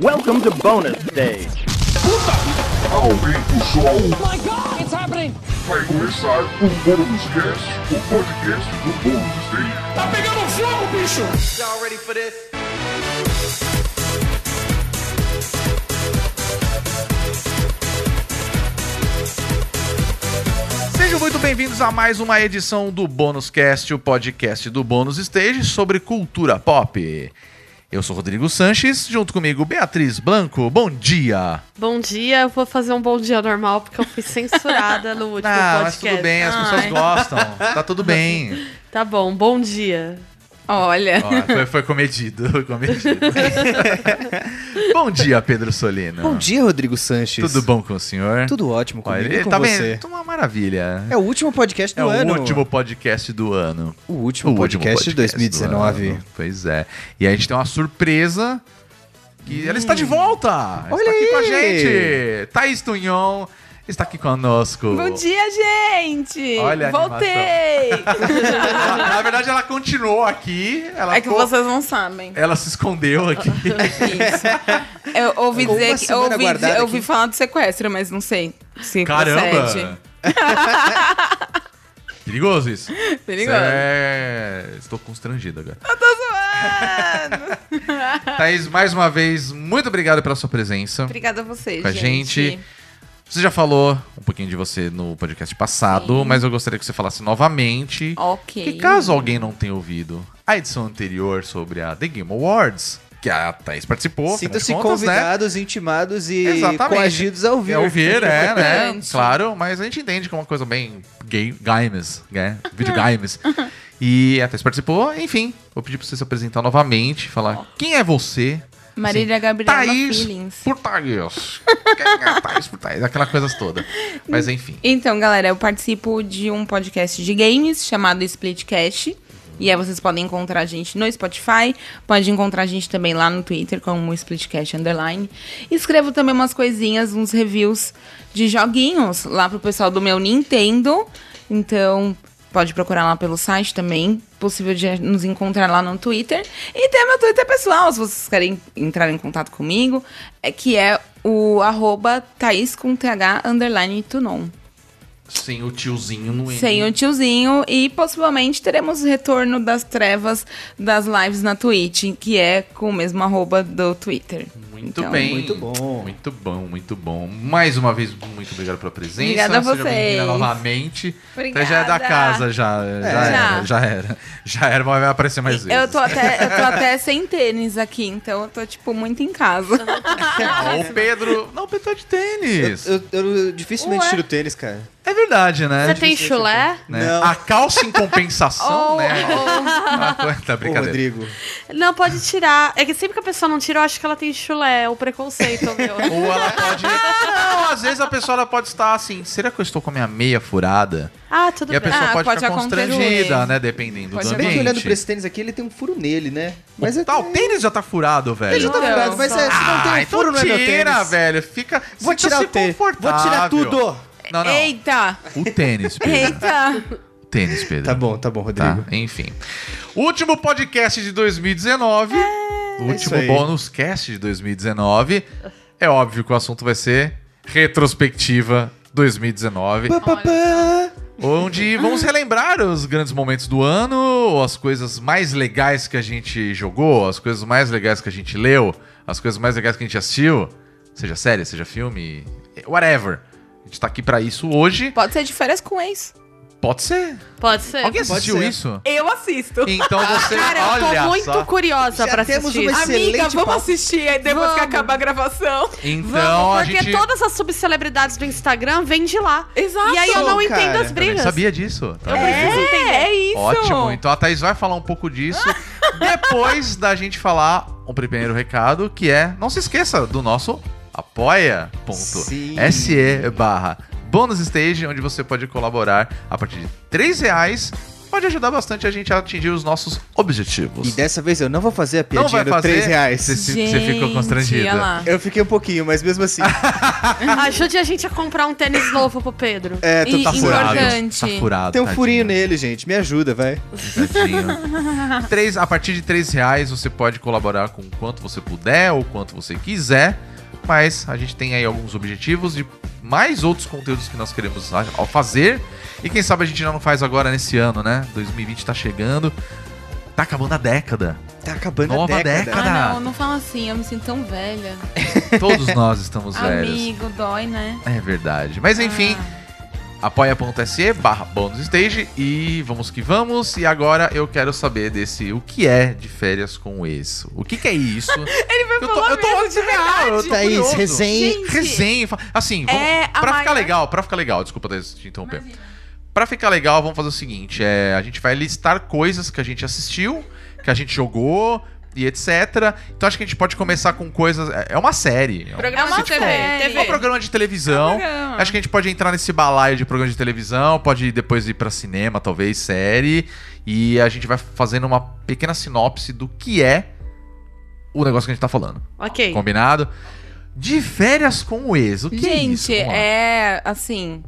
Welcome to bonus stage. Aumenta o som, my god, it's happening! vai começar o Bônus Cast, o podcast do Bônus Day. Tá pegando fogo, bicho! Y'all ready for this? Sejam muito bem-vindos a mais uma edição do Bônus Cast, o podcast do Bônus Stage sobre cultura pop. Eu sou Rodrigo Sanches, junto comigo Beatriz Blanco. Bom dia. Bom dia, eu vou fazer um bom dia normal porque eu fui censurada no último ah, mas podcast. tudo bem, as Ai, pessoas gostam. Tá tudo bem. Tá bom, bom dia. Olha, Ó, foi, foi comedido, foi comedido. bom dia, Pedro Solino. Bom dia, Rodrigo Sanches. Ah. Tudo bom com o senhor? Tudo ótimo Ó, comigo ele- e com tá bem, você. tá uma maravilha. É o último podcast do É o ano. último podcast do ano. O último um podcast de 2019. do ano. Pois é. E a gente tem uma surpresa. Que ela está de volta! está Hum. Olha aqui aí! com a gente! Thaís Tunhon está aqui conosco. bom dia, gente! Olha a Voltei! Ela- na verdade, ela continuou aqui. Ela, é que co- vocês não sabem. ela se escondeu aqui. Eu ouvi Ficou dizer uma que eu semana ouvi, dizer- guardada eu ouvi aqui. falar de sequestro, mas não sei se Caramba! procede. Perigoso isso. Perigoso. É, Estou constrangido agora. Mano, Thaís, mais uma vez, muito obrigado pela sua presença. Obrigada a vocês, com a gente. Você já falou um pouquinho de você no podcast passado, mas eu gostaria que você falasse novamente. Ok. Que caso alguém não tenha ouvido a edição anterior sobre a The Game Awards, que a Thaís participou, Sintam-se afinal de contas, né? convidados, intivados e Exatamente. coagidos ao É ouvir, é, né? Importante. Claro, mas a gente entende que é uma coisa bem game, games, né? Video games. E a Thaís participou, enfim, vou pedir pra você se apresentar novamente, falar quem é você, Marília Gabriela Thaís Feelings. por Thaís. Quem é Thaís por Thaís? Aquela coisa toda. Mas enfim. Então, galera, eu participo de um podcast de games chamado Splitcast. E aí vocês podem encontrar a gente no Spotify, pode encontrar a gente também lá no Twitter como Splitcast Underline. Escrevo também umas coisinhas, uns reviews de joguinhos lá pro pessoal do meu Nintendo. Então, pode procurar lá pelo site também. Possível de nos encontrar lá no Twitter. E tem meu Twitter pessoal, se vocês querem entrar em contato comigo, é que é o arroba Thaís com TH underline Tunon. Sem o tiozinho no Sem o tiozinho e possivelmente teremos o retorno das trevas das lives na Twitch, que é com o mesmo arroba do Twitter. Muito Então, bem. muito bom. Muito bom, muito bom. Mais uma vez, muito obrigado pela presença. Obrigada a Seja vocês. bem-vinda novamente. Obrigada. Até já é da casa, já. Já, Já. era, já era. Já era, mas vai aparecer mais vezes. Eu tô, até, eu tô até sem tênis aqui, então eu tô, tipo, muito em casa. Ah, o Pedro. Não, o Pedro tá de tênis. Eu, eu dificilmente Ué. tiro tênis, cara. É verdade, né? Você tem chulé? Né? Não. A calça em Oh, compensação, né? Ah, tá, Ô, brincadeira. Rodrigo. assim. Não, pode tirar. É que sempre que a pessoa não tira, eu acho que ela tem chulé. É o preconceito, meu. Ou ela pode. Não, às vezes a pessoa ela pode estar assim. Será que eu estou com a minha meia furada? Ah, tudo E a bem. pessoa Ah, pode, pode ficar acontecer. constrangida, né? Dependendo Pode do Se ser bem que olhando ambiente. pra esse tênis aqui, ele tem um furo nele, né? Mas é Tá, o tênis já tá furado, velho. Ele já tá Então, furado, mas é, se não tem um Ah, então furo, não é meu tira, tênis. velho. Fica. Vou tirar o tênis. tênis. Vou tirar tudo. Não, não. Eita! O tênis, Pedro. Eita! O tênis, Pedro. Tá bom, tá bom, Tá, Rodrigo. enfim. Último podcast de 2019. isso último aí. bônus cast de 2019. É óbvio que o assunto vai ser retrospectiva 2019. Pá, pá, pá. Onde vamos relembrar os grandes momentos do ano, as coisas mais legais que a gente jogou, as coisas mais legais que a gente leu, as coisas mais legais que a gente assistiu, seja série, seja filme, whatever. A gente tá aqui pra isso hoje. Pode ser de férias com ex. Pode ser. Pode ser. Alguém É, pode assistiu ser. isso? Eu assisto. Então você Cara, eu olha tô muito só. curiosa Já pra temos assistir. uma- Ah, Excelente Amiga, vamos papo. assistir aí depois que Vamos. acabar a gravação. Então Vamos, a porque gente todas as subcelebridades do Instagram vêm de lá. Exato. E aí eu não Cara, entendo as eu Eu nem brigas. sabia disso. Tá Eu vendo? preciso entender. É isso. Ótimo. Então a Thaís vai falar um pouco disso Ah. depois da gente falar o primeiro recado, que é não se esqueça do nosso apoia.se Sim. barra bônus stage, onde você pode colaborar a partir de R$ 3 reais pode ajudar bastante a gente a atingir os nossos objetivos. E dessa vez eu não vou fazer a não vai piadinha do fazer. 3 reais. Você, se- você ficou constrangido. olha lá. Eu fiquei um pouquinho, mas mesmo assim. Ajude a gente a comprar um tênis novo pro Pedro. É, tô E- Tá furado. Importante. Tá furado. Tem um furinho tadinho. nele, gente. Me ajuda, vai. Tadinho. Três, a partir de três reais você pode colaborar com o quanto você puder ou quanto você quiser. Mas a gente tem aí alguns objetivos de mais outros conteúdos que nós queremos a- ao fazer. E quem sabe a gente não faz agora nesse ano, né? 2020 tá chegando. Tá acabando a década. Tá acabando Nova a década. Tá década. Ah, não, não fala assim, eu me sinto tão velha. Todos nós estamos velhos. Amigo, dói, né? É verdade. Mas enfim, apoia.se barra bônus stage e vamos que vamos. E agora eu quero saber desse o que é de férias com isso. O que, que é isso? Ele vai eu tô, falar eu tô mesmo, olhando de real, eu tô Tá Thaís, curioso. recém. Gente, Resenha. fa- Assim, vamos, É a pra ficar maior- legal, pra ficar legal, desculpa Thaís, te interromper. Pra ficar legal, vamos fazer o seguinte: é, a gente vai listar coisas que a gente assistiu, que a gente jogou e etc. Então acho que a gente pode começar com coisas. é- É uma série. É um- Programa É uma de É TV. série. é um TV. programa de televisão. programa. Acho que a gente pode entrar nesse balaio de programa de televisão, pode ir depois ir pra cinema, talvez série, e a gente vai fazendo uma pequena sinopse do que é o negócio que a gente tá falando. Ok. Combinado? De férias com o ex. O que é isso? Gente, Vamos lá. é assim.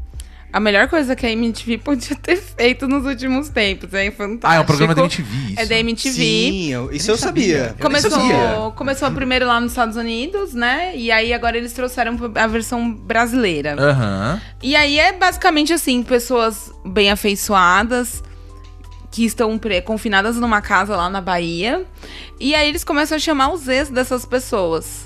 A melhor coisa que a MTV podia ter feito nos últimos tempos. É fantástico. Ah, é um programa da MTV. Isso. É da MTV. Sim, eu- isso eu sabia. sabia. Começou, sabia. começou primeiro lá nos Estados Unidos, né? E aí agora eles trouxeram a versão brasileira. Aham. E aí é basicamente assim, pessoas bem afeiçoadas que estão pre- confinadas numa casa lá na Bahia. E aí eles começam a chamar os ex dessas pessoas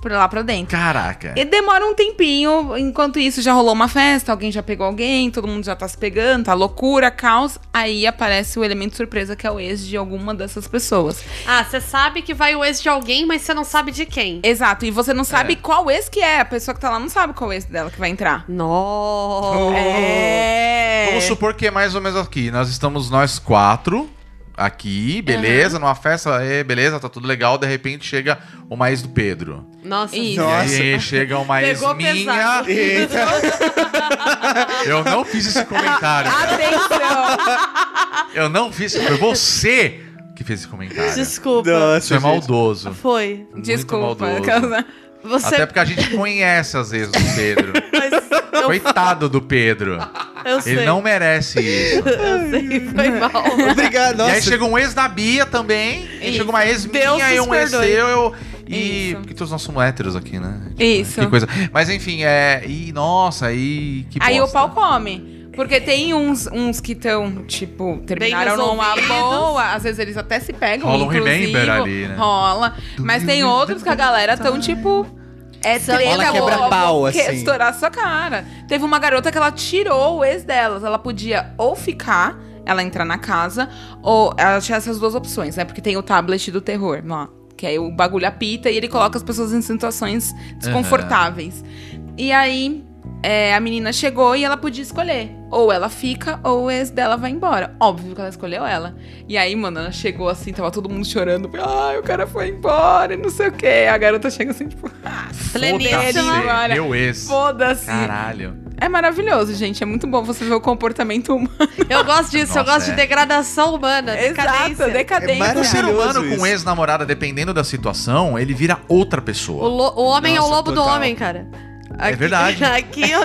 pra lá pra dentro. Caraca. E demora um tempinho, enquanto isso já rolou uma festa, alguém já pegou alguém, todo mundo já tá se pegando, tá loucura, caos. Aí aparece o elemento surpresa que é o ex de alguma dessas pessoas. Ah, você sabe que vai o ex de alguém, mas você não sabe de quem. Exato, e você não sabe qual ex que é, a pessoa que tá lá não sabe qual ex dela que vai entrar. Oh, Nossa. É. Vamos supor que é mais ou menos aqui. Nós estamos nós quatro aqui, beleza, numa festa, é, beleza, tá tudo legal. De repente chega o mais do Pedro. Nossa. Isso. Nossa. E aí chega uma ex Pegou minha. pesado. Eita, Eu não fiz esse comentário. Atenção! Eu não fiz. Foi você que fez esse comentário. Desculpa. Isso é nossa. gente. maldoso. Foi. Muito Desculpa. maldoso. causa- Você. Até porque a gente conhece às vezes o Pedro. Mas eu, Coitado do Pedro. eu sei. Ele não merece isso. Eu sei, foi mal. Obrigado, E aí nossa. chega um ex da Bia também. E Isso. chega uma ex Deus minha e nos um ex perdoe. seu. Eu, e. Isso. Porque todos nós somos héteros aqui, né? Tipo, Isso. Que coisa. Mas enfim, é. E nossa, aí. Que Aí o bosta. pau come. Porque tem uns, uns que estão, tipo, terminaram numa resolvidos. boa. Às vezes eles até se pegam, Rola um inclusive, remember ali, né? Rola. Mas tem outros que a galera tão, tipo... É treta, Rola vou- quebra-pau, vou que- assim. Estourar sua cara. Teve uma garota que ela tirou o ex delas. Ela podia ou ficar, ela entrar na casa, ou ela tinha essas duas opções, né? Porque tem o tablet do terror, lá. Que aí o bagulho apita e ele coloca as pessoas em situações desconfortáveis. E aí, é, a menina chegou e ela podia escolher. Ou ela fica, ou o ex dela vai embora. Óbvio que ela escolheu ela. E aí, mano, ela chegou assim, tava todo mundo chorando. Ai, o cara foi embora, e não sei o quê. A garota chega assim, tipo, ah, Foda-se, pleníssima agora. Meu ex. Foda-se. Caralho. É maravilhoso, gente. É muito bom você ver o comportamento humano. Eu gosto disso, eu Nossa, gosto é. de degradação humana. Exato, decadência. É decadência. É O ser Maravilhoso humano com isso. ex-namorada, dependendo da situação, ele vira outra O, pessoa. lo- o homem é o Nossa, lobo do total. homem, cara. Aqui- É verdade. Aqui é o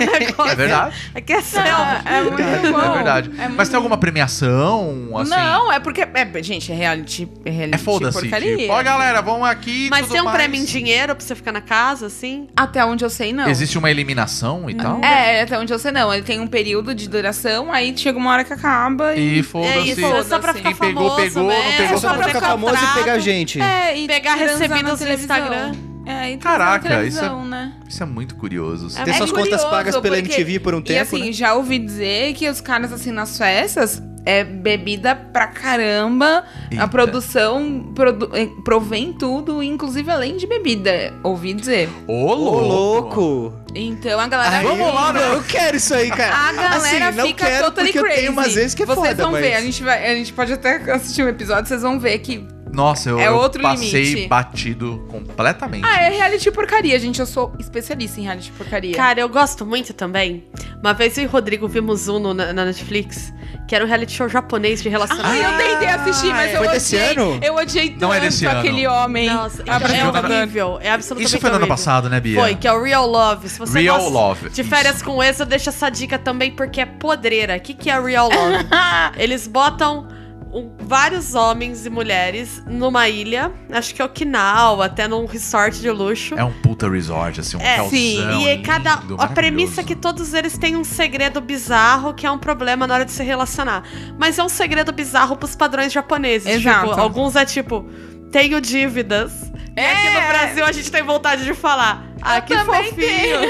negócio. É verdade. Aqui é céu. é muito bom. É verdade. Mas tem alguma premiação? Assim, Não, é porque. É, gente, é reality. É, reality É foda-se. porcaria. Tipo, ó, galera, vamos aqui. e Mas tudo tem um mais. prêmio em dinheiro pra você ficar na casa, assim? Até onde eu sei, não. Existe uma eliminação Uhum. e tal? É, até onde eu sei, não. Ele tem um período de duração, aí chega uma hora que acaba e. E é foda-se. isso, é só pra Foda-se. ficar Quem pegou, famoso pegou, não mesmo, pegou, É só pra fazer ficar famoso e contrato. pegar gente. É, e Pegar transar na recebidas no televisão. Instagram. É, e transar na Caraca, isso é- televisão, né? Isso é muito curioso. Ter suas contas pagas pela MTV por um E tempo, assim, né? já ouvi dizer que os caras, assim, nas festas, é bebida pra caramba. É Eita. A produção produ eh, provém tudo, inclusive além de bebida. Ouvi dizer. Ô, Ô, louco. Então a galera. vamos lá, Não, né? eu quero isso aí, cara. A galera assim, não fica quero totally porque crazy. eu tenho umas vezes que é Vocês foda, vão mas... ver, a gente, vai, a gente pode até assistir um episódio, vocês vão ver que Nossa, eu, É eu outro passei limite. batido completamente. Ah, é reality porcaria, gente. Eu sou especialista em reality porcaria. Cara, eu gosto muito também. Uma vez eu e o Rodrigo vimos um no- na, na Netflix, que era um reality show japonês de Ai, relacionamento. eu tentei assistir, mas eu Ah, Foi odiei. desse ano? Eu odiei tanto Não é desse ano. aquele homem. Nossa, Ah, pra é Abraão jogar. horrível. É absolutamente Isso foi no ano horrível. passado, né, Bia? Foi, que é o Real Love. Se você Real gosta Love, de férias isso. com ex, eu deixo essa dica também, porque é podreira. O que, que é Real Love? Eles botam um- vários homens e mulheres numa ilha, acho que é Okinawa, até num resort de luxo. É um puta resort, assim, um É, calzão sim. E é lindo, cada a maravilhoso. premissa é que todos eles têm um segredo bizarro que é um problema na hora de se relacionar. Mas é um segredo bizarro pros padrões japoneses. Exato. Tipo, alguns é tipo, tenho dívidas. é E aqui no Brasil a gente tem vontade de falar. Ah, que também fofinho.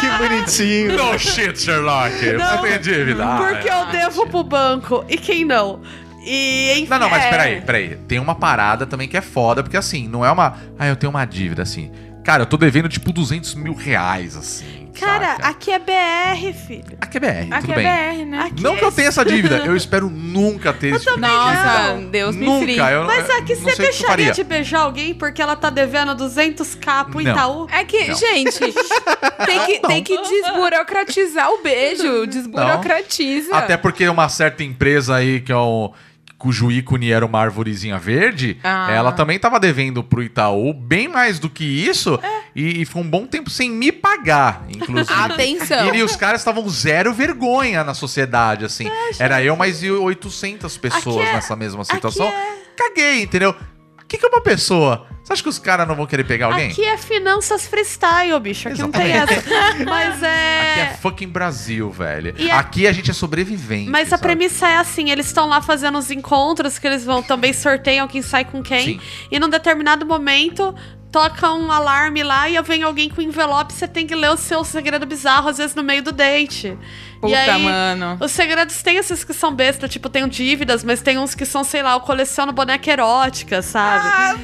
Que bonitinho. No shit, Sherlock. Não, Você tem dívida. Ah, Porque eu é. devo pro banco. E quem não? E enfim. Não, não, mas é. peraí, peraí. Tem uma parada também que é foda, porque assim, não é uma. Ah, eu tenho uma dívida, assim. Cara, eu tô devendo tipo 200 mil reais, assim. Cara, saca? aqui é BR, filho. aqui é BR, Aqui tudo é bem. BR, né? Aqui Não é que eu tenha essa dívida, eu espero nunca ter esse tipo de Nossa, Deus me free. Nunca, eu Mas eu aqui não sei o você que eu deixaria faria. de beijar alguém porque ela tá devendo 200k pro Não. Itaú? É que, Não. gente, tem que, tem que desburocratizar o beijo. Desburocratiza. É. Até porque uma certa empresa aí, que é o. Cujo ícone era uma arvorezinha verde, Ah. ela também tava devendo pro Itaú bem mais do que isso É. e, e ficou um bom tempo sem me pagar, inclusive. Atenção. E, os caras estavam zero vergonha na sociedade, assim. Era eu mais e 800 pessoas Aqui é- nessa mesma situação. Caguei, entendeu? O que, que é uma pessoa? Você acha que os caras não vão querer pegar alguém? Aqui é finanças freestyle, bicho. Aqui não tem essa. Mas Aqui é. é fucking Brasil, velho. E a- Aqui a gente é sobrevivente. Mas a sabe? premissa é assim, eles estão lá fazendo os encontros que eles vão também sorteiam quem sai com quem. Sim. E num determinado momento toca um alarme lá e vem alguém com envelope, você tem que ler o seu segredo bizarro às vezes no meio do date. e Puta, aí, mano. Os segredos tem esses que são besta, tipo, tenho dívidas, mas tem uns que são, sei lá, eu coleciono boneca erótica, sabe? Ah! Ah,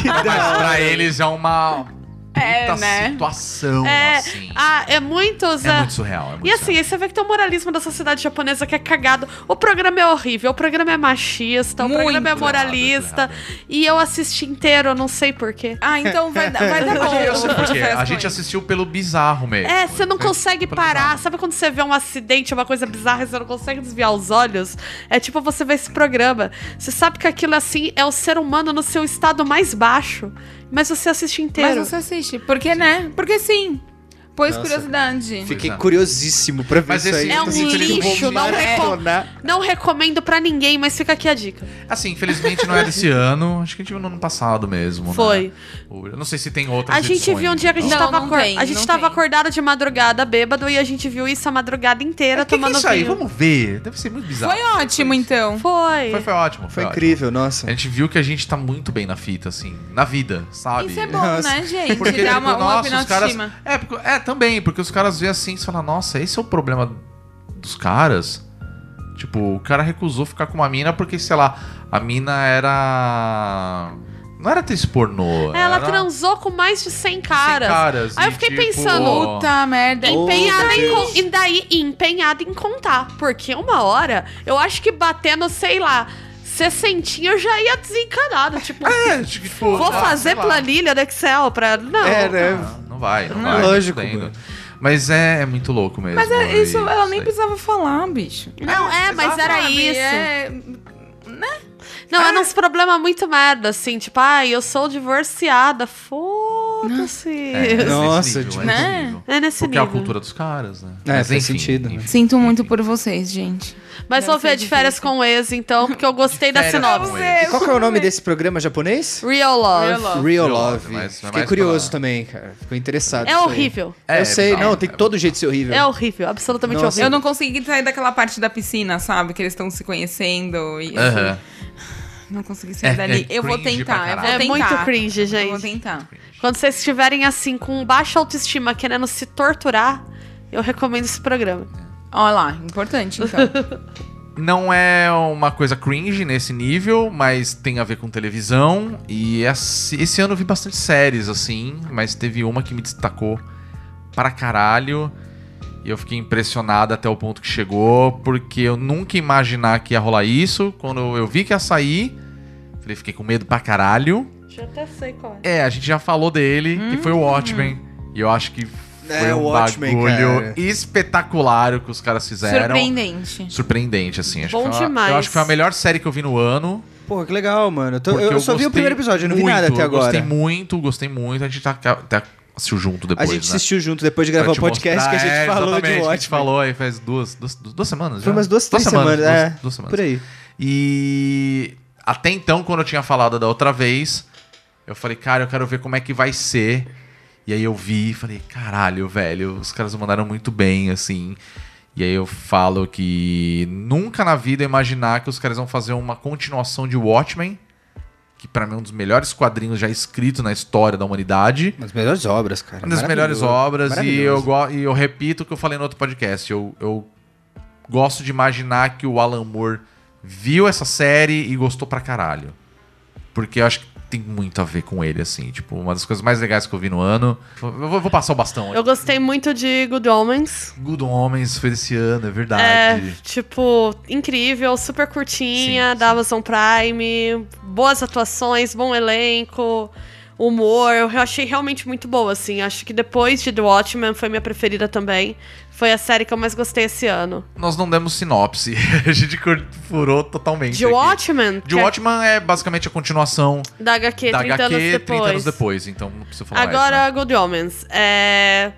Que da Mas pra eles é uma É, puta né? situação, É, assim. ah, é muitos. é é- muito surreal. É muito E assim, surreal. aí você vê que tem um moralismo da sociedade japonesa que é cagado. O programa é horrível, o programa é machista, Muito o programa é Muito errado, moralista. muito errado. E eu assisti inteiro, eu não sei porquê. Ah, então vai, dar- vai dar bom. Eu sei por quê. Confesso A com gente isso. assistiu pelo bizarro mesmo. É, você não Foi consegue pelo parar. bizarro. Sabe quando você vê um acidente, uma coisa bizarra e você não consegue desviar os olhos? É tipo você vê esse programa. Você sabe que aquilo assim é o ser humano no seu estado mais baixo. Mas você assiste Mas inteiro. você assiste. Porque, né? Porque sim. Pois Nossa. curiosidade. Fiquei Pois é. curiosíssimo pra ver Mas isso esse- aí. É Tô um sentindo que eu vou lixo, não maratonar. Não recomendo pra ninguém, mas fica aqui a dica. Assim, infelizmente não é desse ano. Acho que a gente viu no ano passado mesmo. né? Foi. O- Eu não sei se tem outras A gente edições, viu um dia que a gente então. Não, tava, não acor- tem, a gente não tava tem. acordado de madrugada bêbado e a gente viu isso a madrugada inteira O que que é tomando isso aí? vinho. Vamos ver. Deve ser muito bizarro. Foi ótimo, então. Foi. Foi, foi ótimo. Foi ótimo. incrível, A nossa. gente viu que a gente tá muito bem na fita, assim. Na vida, sabe? Isso é bom, Nossa. né, gente? Porque, Dá tipo, uma, uma nossa, up na os caras... autoestima. É, porque- é, também, porque os caras veem assim e falam, nossa, esse é o problema dos caras. Tipo, o cara recusou ficar com uma mina porque, sei lá, a mina era... Não era atriz pornô. Ela era transou com mais de 100 caras. caras Aí eu e, fiquei tipo, pensando, Puta merda. Empenhada em, Deus. con- e daí empenhada em contar. Porque uma hora, eu acho que batendo, sei lá, 60 eu já ia desencanado. Tipo, É, tipo... vou ah, fazer sei lá. planilha do Excel pra. Não. É, né? Ah, Não vai, não, Não, vai. lógico, não tem, mano. Mas é, é muito louco mesmo. Mas é, isso ela nem aí. precisava falar, bicho. Não, é, mas era Sabe, isso. é- Não, É. era uns problemas muito merda, assim, tipo, ai, eu sou divorciada, foda-se. É, é nesse Nossa, nível, tipo, é nesse né? nível. É nesse Porque é a nível. cultura dos caras, né? É, faz sentido, né? Sinto muito por vocês, gente. Mas Deve vou ser ver de férias difícil. com o ex, então, porque eu gostei da férias com sinopse. o ex. E qual que é o nome desse programa japonês? Real Love. Real Love. Real Real Love, Love. mas- mas Fiquei mais curioso pra- também, cara. Ficou interessado. É nisso aí. horrível. É, eu sei, bizarro. não, tem É todo jeito de ser horrível. É horrível, absolutamente Nossa. Eu horrível. não consegui sair daquela parte da piscina, sabe? Que eles estão se conhecendo e assim, Aham. não consegui É, sair dali. é eu vou cringe tentar, pra eu vou caralho. É tentar. muito cringe, Eu vou gente. tentar. Quando vocês estiverem assim, com baixa autoestima, querendo se torturar, eu recomendo esse programa. Olha lá, importante então. Não é uma coisa cringe nesse nível, mas tem a ver com televisão. E esse esse ano eu vi bastante séries, assim, mas teve uma que me destacou pra caralho. E eu fiquei impressionado até o ponto que chegou, porque eu nunca ia imaginar que ia rolar isso. Quando eu vi que ia sair, falei, fiquei com medo pra caralho. Já até sei qual é. É, a gente já falou dele, que foi o Watchmen. E eu acho que foi É, um o Watchmen, bagulho cara. espetacular o que os caras fizeram. Surpreendente. Surpreendente, assim. Acho Bom que foi uma- demais. Eu acho que foi a melhor série que eu vi no ano. Porra, que legal, mano. Eu, tô- porque Então, eu só vi gostei o primeiro episódio, eu não vi muito, nada até eu Gostei agora. muito, gostei muito. A gente tá, até assistiu junto depois, a gente né? assistiu junto depois de gravar Pra o te podcast mostrar. que a gente É, falou exatamente, de que A gente Watchmen. falou aí faz duas, duas, duas semanas Foi já? umas duas, três semanas, é, duas, duas semanas. Por aí. E até então, quando eu tinha falado da outra vez, eu falei, cara, eu quero ver como é que vai ser. E aí eu vi e falei, caralho, velho, os caras mandaram muito bem, assim. E aí eu falo que nunca na vida eu ia imaginar que os caras vão fazer uma continuação de Watchmen, que pra mim é um dos melhores quadrinhos já escritos na história da humanidade. Uma das melhores obras, cara. Uma das melhores Maravilhoso. obras, e Maravilhoso. eu, go- e eu repito o que eu falei no outro podcast. Eu, eu gosto de imaginar que o Alan Moore viu essa série e gostou pra caralho. Porque eu acho que tem muito a ver com ele, assim. Tipo, uma das coisas mais legais que eu vi no ano. Eu vou, vou passar o bastão. Eu gostei muito de Good Omens. Good Homens foi desse ano, é É, verdade. tipo, incrível, super curtinha, Sim, da Amazon Prime, boas atuações, bom elenco, humor. Eu achei realmente muito boa, assim. Acho que depois de The Watchmen foi minha preferida também. Foi a série que eu mais gostei esse ano. Nós não demos sinopse. a gente cur- furou totalmente. De aqui. Watchmen? De que é Watchman é basicamente a continuação Da HQ, da 30 HQ anos depois. 30 anos depois, então não precisa falar mais, né? Agora, Good Omens. É...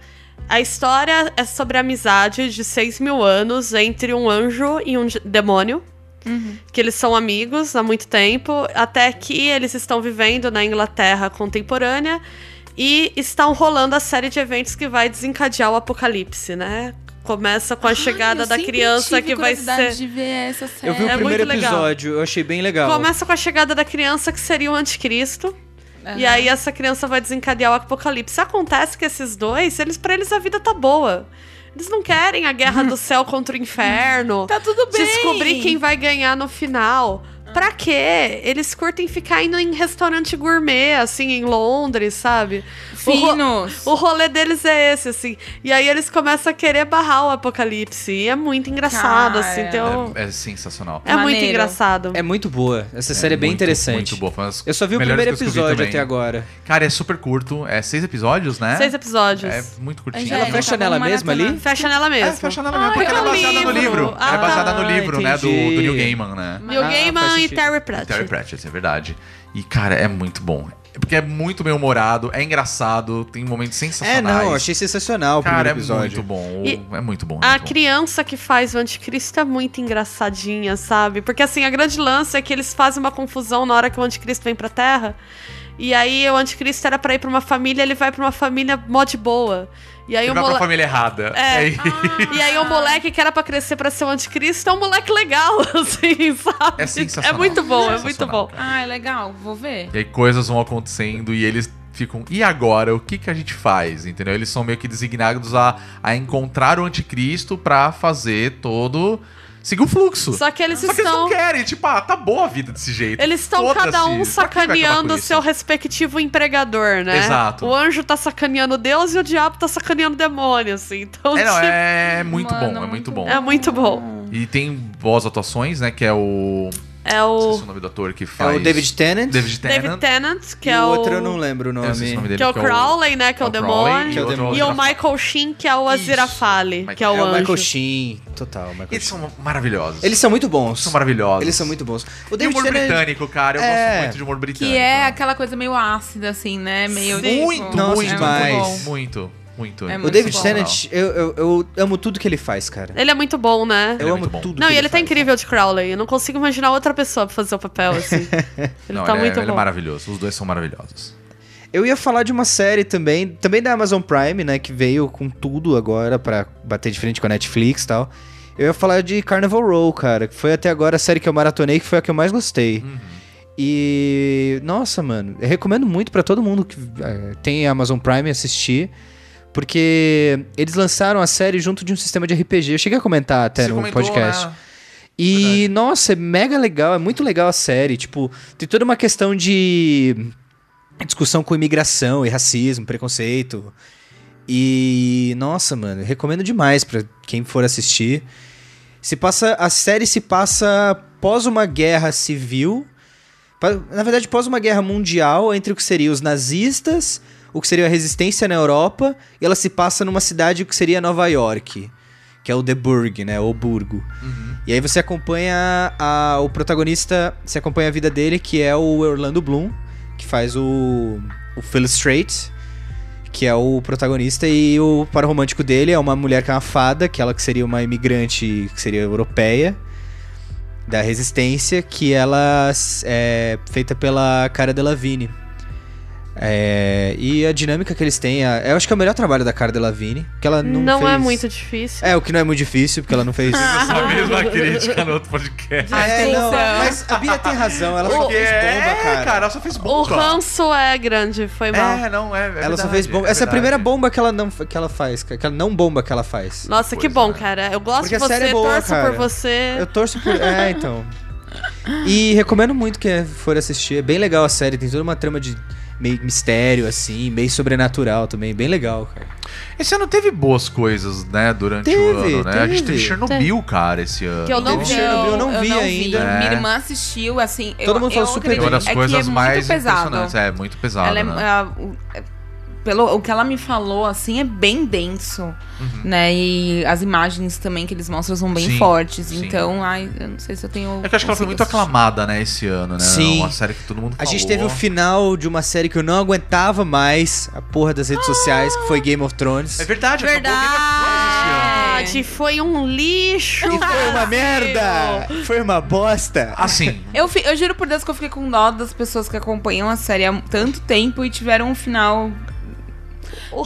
A história é sobre a amizade de 6 mil anos entre um anjo e um de- demônio. Uhum. Que eles são amigos há muito tempo, até que eles estão vivendo na Inglaterra contemporânea e estão rolando a série de eventos que vai desencadear o apocalipse, né? Começa com a chegada Ai, eu da sempre criança tive que vai curiosidade ser. de ver essa série. Eu vi É o primeiro muito legal. episódio, eu achei bem legal. Começa com a chegada da criança que seria o anticristo. E aí essa criança vai desencadear o apocalipse. Acontece que esses dois, eles para eles a vida tá boa. Eles não querem a guerra do céu contra o inferno. Tá tudo bem. Descobrir quem vai ganhar no final. Pra quê? Eles curtem ficar indo em restaurante gourmet, assim, em Londres, sabe? O ro- Finos. O rolê deles é esse, assim. E aí eles começam a querer barrar o apocalipse. E é muito engraçado, Cara. assim. Então, É, é sensacional. é, muito Maneiro. engraçado. É muito boa. Essa série é bem muito, interessante. Muito boa. Foi uma das Eu só vi o melhores primeiro que eu escutei episódio também. até agora. Cara, é super curto. É seis episódios, né? Seis episódios. É muito curtinho. Angélica, Ela fecha vamos nela mesma maratonar. ali? Fecha nela É, mesmo. fecha nela mesmo, porque é ela é um baseada no livro. livro. Ela é Ah, baseada no livro, né? Do, do entendi. Neil Gaiman, né? Bill Ah, faz Gaiman e sentido. Terry Pratchett. Terry Pratchett, é verdade. E, cara, é muito bom. É Porque é muito bem humorado, é engraçado, tem momentos É, sensacionais. não, eu achei sensacional o Cara, é primeiro episódio. muito bom. E É muito bom. é A muito bom. criança que faz o anticristo é muito engraçadinha, sabe? Porque assim, a grande lance é que eles fazem uma confusão na hora que o anticristo vem pra Terra. E aí o anticristo era pra ir pra uma família, ele vai pra uma família mó de boa. E aí Ele o vai pra moleque. família errada. É. É, E aí o moleque que era pra crescer pra ser o anticristo é um moleque legal, assim, sabe? É sensacional. muito bom, é muito Sensacional, bom. cara. Ah, é legal, vou ver. E aí coisas vão acontecendo e eles ficam, e agora? O que, que a gente faz? Entendeu? Eles são meio que designados a, a encontrar o anticristo pra fazer todo. seguir o fluxo. Só que eles Só que eles estão. não querem, tipo, ah, tá boa a vida desse jeito. Eles estão Foda-se, cada um pra que vai acabar sacaneando com o isso? seu respectivo empregador, né? Exato. O anjo tá sacaneando Deus e o diabo tá sacaneando o demônio, assim. Então, É, não, tipo, é muito Mano, bom, é muito muito bom. é muito bom. E tem boas atuações, né? Que é o. É Não sei se é o o nome do ator que É faz. o David Tennant. David Tennant. David Tennant, que e é o o. outro eu não lembro o Eu não sei se nome. dele, Que é o Crowley, né? Que é o Crowley, demônio. e Que é o outro- demônio. E o Michael Sheen, que é o Azirafale, Isso. que é o É o anjo. Michael Sheen. Total, Michael Eles Sheen. são maravilhosos. Eles são muito bons. são maravilhosos. Eles são muito bons. O E o David humor Tennant... britânico, cara. Eu É. gosto muito de humor britânico. Tá, Que é aquela coisa meio ácida, assim, né? Meio. Sim. tipo, Nossa, é demais. muito bom. Muito, muito. É muito O muito David bom. Tennant, eu, eu, eu amo tudo que ele faz, cara. Ele é muito bom, né? é Eu amo muito bom. tudo Não, que e ele tá faz. incrível de Crowley. Eu não consigo imaginar outra pessoa pra fazer o papel, assim. Ele Não, tá ele é- muito Ele é bom. maravilhoso. Os dois são maravilhosos. Eu ia falar de uma série também, também da Amazon Prime, né, que veio com tudo agora pra bater de frente com a Netflix e tal. Eu ia falar de Carnival Row, cara, que foi até agora a série que eu maratonei, que foi a que eu mais gostei. Uhum. E nossa, mano, eu recomendo muito pra todo mundo que eh, tem Amazon Prime assistir, porque eles lançaram a série junto de um sistema de RPG. Eu cheguei a comentar até Você no comentou, podcast. né? E, nossa, é mega legal, é muito legal a série. Tipo, tem toda uma questão de discussão com imigração e racismo, preconceito. E, nossa, mano, eu recomendo demais pra quem for assistir. Se passa, a série se passa pós uma guerra civil, pa- na verdade, pós uma guerra mundial entre o que seria os nazistas, o que seria a resistência na Europa, e ela se passa numa cidade que seria Nova York, que é o The Burg, né, o Burgo. E aí você acompanha a- o protagonista, você acompanha a vida dele, que é o Orlando Bloom, que faz o, o Phil Strait, que é o protagonista, e o par romântico dele é uma mulher que é uma fada, que ela que seria uma imigrante, que seria europeia, da resistência, que ela s- é feita pela Cara Delevingne. É, e a dinâmica que eles têm, a- eu acho que é o melhor trabalho da Cara Delevingne, que ela não Não, é fez- muito difícil. É, o que não é muito difícil, porque ela não fez... Essa mesma crítica no outro podcast. Ah, É, sim, não, então. mas a Bia tem razão, ela só Porque fez bomba, cara. é, cara, ela só fez O bomba. ranço é grande, foi mal. É, não, é, é ela só verdade, fez bomba. é Essa é a verdade. primeira bomba que ela não que ela faz, que ela não bomba que ela faz. Nossa, que Pois bom, é. cara. Eu gosto Porque de a série você, é boa, torço cara. por você. Eu torço por. É, então. E recomendo muito que for assistir. É bem legal a série, tem toda uma trama de meio mistério, assim, meio sobrenatural também. Bem legal, cara. Esse ano teve boas coisas, né, durante Teve, o ano, né? A gente teve. teve Chernobyl, cara, esse ano. né? Que eu não Teve vi. Chernobyl, eu não vi ainda. É. Minha irmã assistiu, assim. Todo mundo falou super É uma bem. das É que é coisas muito mais pesado. impressionantes. É, muito pesado, Ela é, né? a- o- é- pelo o que ela me falou, assim, é bem denso, né? E as imagens também que eles mostram são bem Uhum. Sim, fortes. sim. Então, ai, eu não sei se eu tenho. É que eu acho que ela foi muito consigo assistir. aclamada, né, esse ano, né? Sim. Uma série que todo mundo A falou. gente teve o final de uma série que eu não aguentava mais, a porra das redes sociais, que foi Game of Thrones. É verdade, acabou Game of Thrones esse ano. Verdade, foi um lixo. E foi Ah, uma merda! Foi uma bosta! Assim, Eu, fi- eu juro por Deus que eu fiquei com dó das pessoas que acompanham a série há tanto tempo e tiveram um final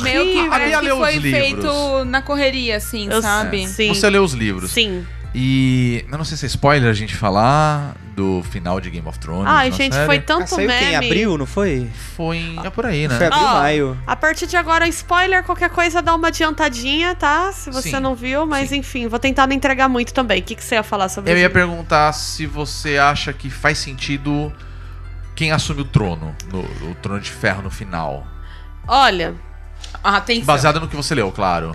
meio que, é, A Bia que leu os foi livros. feito na correria, assim, Eu- sabe? Sim. você leu os livros. Sim. E eu não sei se é spoiler a gente falar do final de Game of Thrones. Ai, na gente, série. foi Ah, tanto saiu meme. quem? Abril, não foi? Foi em- é por aí, né? Foi abril, Ó, maio. A partir de agora, spoiler, qualquer coisa dá uma adiantadinha, tá? Se você Sim. não viu, mas Sim. enfim, vou tentar não entregar muito também. O que, que você ia falar sobre Eu ia isso? perguntar se você acha que faz sentido quem assume o trono, no- o trono de ferro no final. Olha, Ah, tem Baseado no que você leu, claro.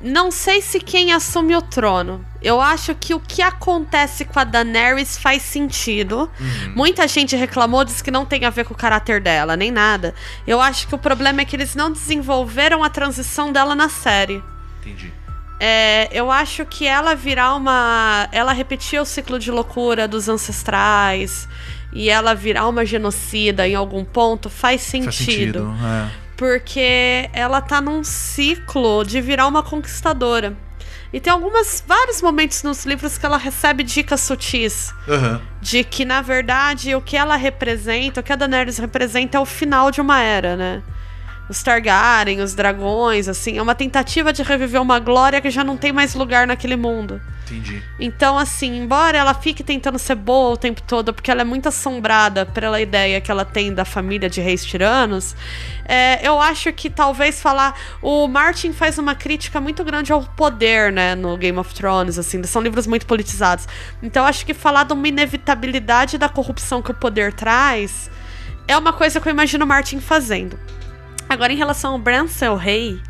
não sei se quem assume o trono. Eu acho que o que acontece com a Daenerys faz sentido. Uhum. Muita gente reclamou, disse que não tem a ver com o caráter dela, nem nada. Eu acho que o problema é que eles não desenvolveram a transição dela na série. Entendi. É, eu acho que ela virar uma. Ela repetir o ciclo de loucura dos ancestrais e ela virar uma genocida em algum ponto Faz sentido. é. porque ela tá num ciclo de virar uma conquistadora. E tem algumas vários momentos nos livros que ela recebe dicas sutis Aham. de que na verdade o que ela representa, o que a Daenerys representa é o final de uma era, né? Os Targaryen, os dragões, assim, é uma tentativa de reviver uma glória que já não tem mais lugar naquele mundo. Entendi. Então, assim, embora ela fique tentando ser boa o tempo todo, porque ela é muito assombrada pela ideia que ela tem da família de reis tiranos, é, eu acho que talvez falar. O Martin faz uma crítica muito grande ao poder, né, no Game of Thrones, assim, são livros muito politizados. Então, eu acho que falar de uma inevitabilidade da corrupção que o poder traz é uma coisa que eu imagino o Martin fazendo. Agora, em relação ao Branson Rei,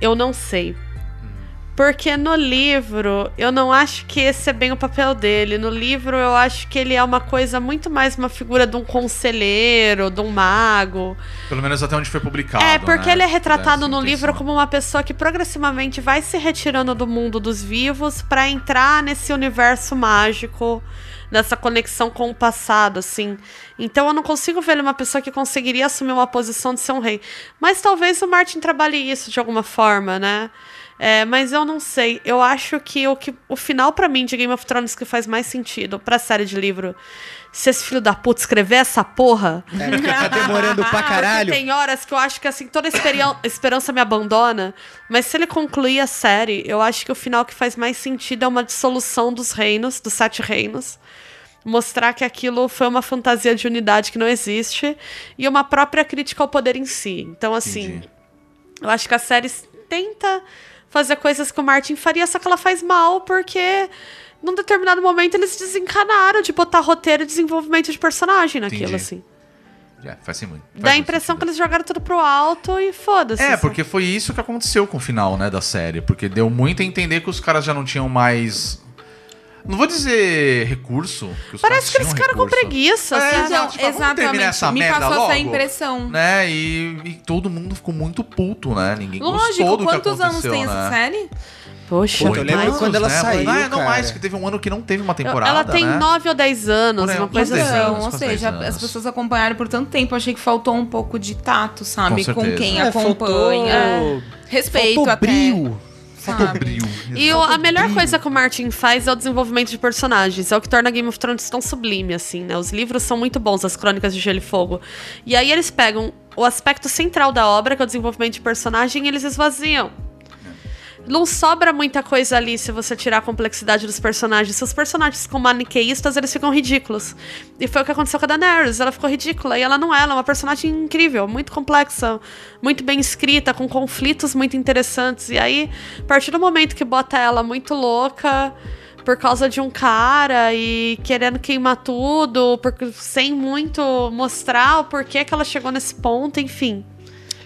eu não sei. Porque no livro, eu não acho que esse é bem o papel dele. No livro, eu acho que ele é uma coisa muito mais uma figura de um conselheiro, de um mago. Pelo menos até onde foi publicado. é, porque né? ele é retratado Dessa no livro intenção. como uma pessoa que progressivamente vai se retirando do mundo dos vivos pra entrar nesse universo mágico, nessa conexão com o passado, assim. Então eu não consigo ver ele uma pessoa que conseguiria assumir uma posição de ser um rei. Mas talvez o Martin trabalhe isso de alguma forma, né? É, mas eu não sei. Eu acho que o, que, o final pra mim de Game of Thrones que faz mais sentido pra série de livro, se esse filho da puta escrever essa porra, Tá demorando pra caralho. porque tem horas que eu acho que assim, toda esperan- esperança me abandona. Mas se ele concluir a série, eu acho que o final que faz mais sentido é uma dissolução dos reinos, dos sete reinos. Mostrar que aquilo foi uma fantasia de unidade que não existe. E uma própria crítica ao poder em si. Então, assim, Entendi. eu acho que a série s- tenta fazer coisas que o Martin faria, só que ela faz mal, porque num tipo, tá determinado momento eles desencanaram de botar roteiro e desenvolvimento de personagem naquilo, Entendi. assim. É, faz sim muito. faz Dá a muito impressão que sentido. eles jogaram tudo pro alto e foda-se. assim. É, sabe? porque foi isso que aconteceu com o final, né, da série. Porque deu muito a entender que os caras já não tinham mais. Não vou dizer recurso. que os Parece que tinham eles ficaram um com recurso. preguiça. assim. É, sabe? não, Então, tipo, vamos exatamente. terminar essa Me merda passou logo? essa impressão. Né? E, e todo mundo ficou muito puto, né? Ninguém Lógico, gostou do que aconteceu, quantos anos tem né? essa série? Poxa, Puta, eu lembro mas- quando ela saiu, Não, é, não cara. mais, que teve um ano que não teve uma temporada, Ela tem né? 9 ou 10 anos, Por aí, uma uns Mas é coisa dez assim. então, anos, ou quantos seja, dez anos? as pessoas acompanharam por tanto tempo. Achei que faltou um pouco de tato, sabe? Com Com, certeza. quem É, acompanha. É, faltou- Respeito Faltou até. brilho. sabe? Brilho, E o- exato. a melhor coisa que o Martin faz é o desenvolvimento de personagens. É o que torna Game of Thrones tão sublime, assim, né? Os livros são muito bons, as crônicas de Gelo e Fogo. E aí eles pegam o aspecto central da obra, que é o desenvolvimento de personagem, e eles esvaziam. Não sobra muita coisa ali se você tirar a complexidade dos personagens. Se os personagens ficam maniqueístas, eles ficam ridículos. E foi o que aconteceu com a Daenerys. Ela ficou ridícula. E ela não é. Ela é uma personagem incrível, muito complexa, muito bem escrita, com conflitos muito interessantes. E aí, a partir do momento que bota ela muito louca por causa de um cara e querendo queimar tudo, por- sem muito mostrar o porquê que ela chegou nesse ponto, enfim.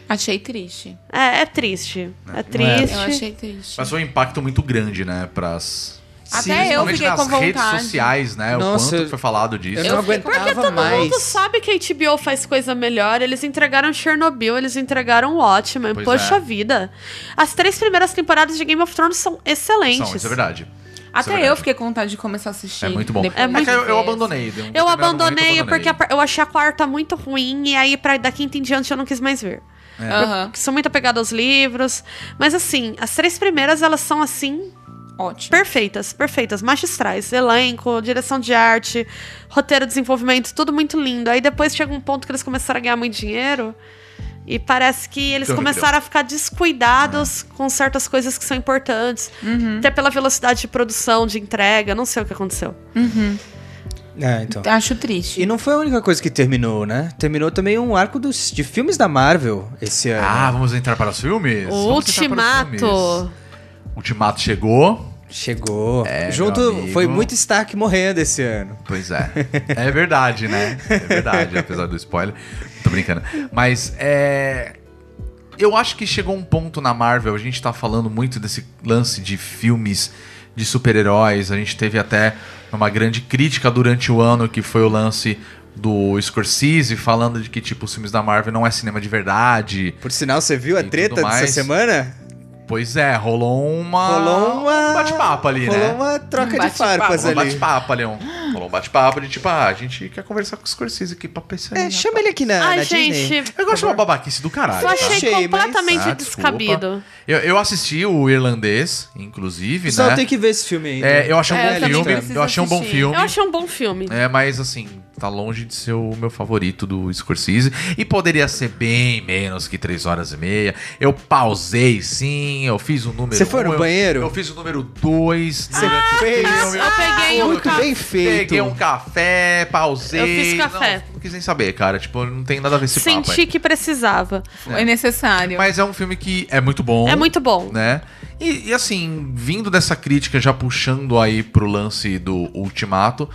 Achei triste. É, é triste. É triste. Eu achei triste. Mas foi um impacto muito grande, né? Pras. Até Sim, eu principalmente fiquei nas com redes vontade. sociais, né? o Nossa, quanto eu- que foi falado disso. Eu não fiquei- Porque aguentava todo mundo mais. sabe que a HBO faz coisa melhor. Eles entregaram Chernobyl, eles entregaram Watchmen. Pois Poxa é. vida. As três primeiras temporadas de Game of Thrones são excelentes. São, isso é verdade. Isso é Até eu verdade. fiquei com vontade de começar a assistir. É muito bom. depois. É muito- que eu, eu abandonei. deu um Eu determinado abandonei momento, porque a par- eu achei a quarta muito ruim. E aí, pra, da quinta em diante, eu não quis mais ver. Aham, Porque sou muito apegada aos livros. Mas assim, as três primeiras, elas são assim, ótimo. Perfeitas, perfeitas, magistrais. Elenco, direção de arte, roteiro, desenvolvimento, tudo muito lindo. Aí depois chega um ponto que eles começaram a ganhar muito dinheiro e parece que eles Então, começaram a ficar descuidados É. com certas coisas que são importantes. Uhum. Até pela velocidade de produção, de entrega, não sei o que aconteceu. É, então. Acho triste. E não foi a única coisa que terminou, né? Terminou também um arco dos, de filmes da Marvel esse ano. Ah, vamos entrar para os filmes? o Vamos entrar para os filmes. Ultimato. Ultimato chegou. Chegou. É, meu Junto amigo. foi muito Stark morrendo esse ano. Pois é. É verdade, né? É verdade, apesar do spoiler. Tô brincando. Mas é. Eu acho que chegou um ponto na Marvel, a gente tá falando muito desse lance de filmes de super-heróis. A gente teve até uma grande crítica durante o ano, que foi o lance do Scorsese falando de que, tipo, os filmes da Marvel não é cinema de verdade. Por sinal, você viu a E tudo treta dessa mais. semana? Pois é, rolou uma. Rolou uma- um bate-papo ali, Rolou né? uma troca de Bate-papo. farpas Rolou um ali. bate-papo ali. um- Rolou um bate-papo de tipo, ah, a gente quer conversar com o Scorsese aqui pra pensar. É, em- chama ele aqui na, Ai, na Disney. gente, Eu gosto de uma babaquice do caralho. eu achei Achei, mas- completamente tá. Ah, desculpa. descabido. Eu, eu assisti o irlandês, inclusive, Só né? tem que ver esse filme então. ainda. É, eu achei um É, eu bom também filme. preciso Eu achei um bom assistir. filme. Eu achei um bom filme. É, mas assim, tá longe de ser o meu favorito do Scorsese. E poderia ser bem menos que 3 horas e meia. Eu pausei, sim. Eu fiz o número Você foi no um, eu- banheiro? Eu fiz o número 2. Você fez. Eu peguei um Muito ca- bem feito. Peguei um café, pausei. Eu fiz café. Não, não quis nem saber, cara. Tipo, não tem nada a ver esse papo aí. Senti que precisava. Foi necessário. É. Mas é um filme que é muito bom. É muito bom. Né? E, e, assim, vindo dessa crítica, já puxando aí pro lance do Ultimato,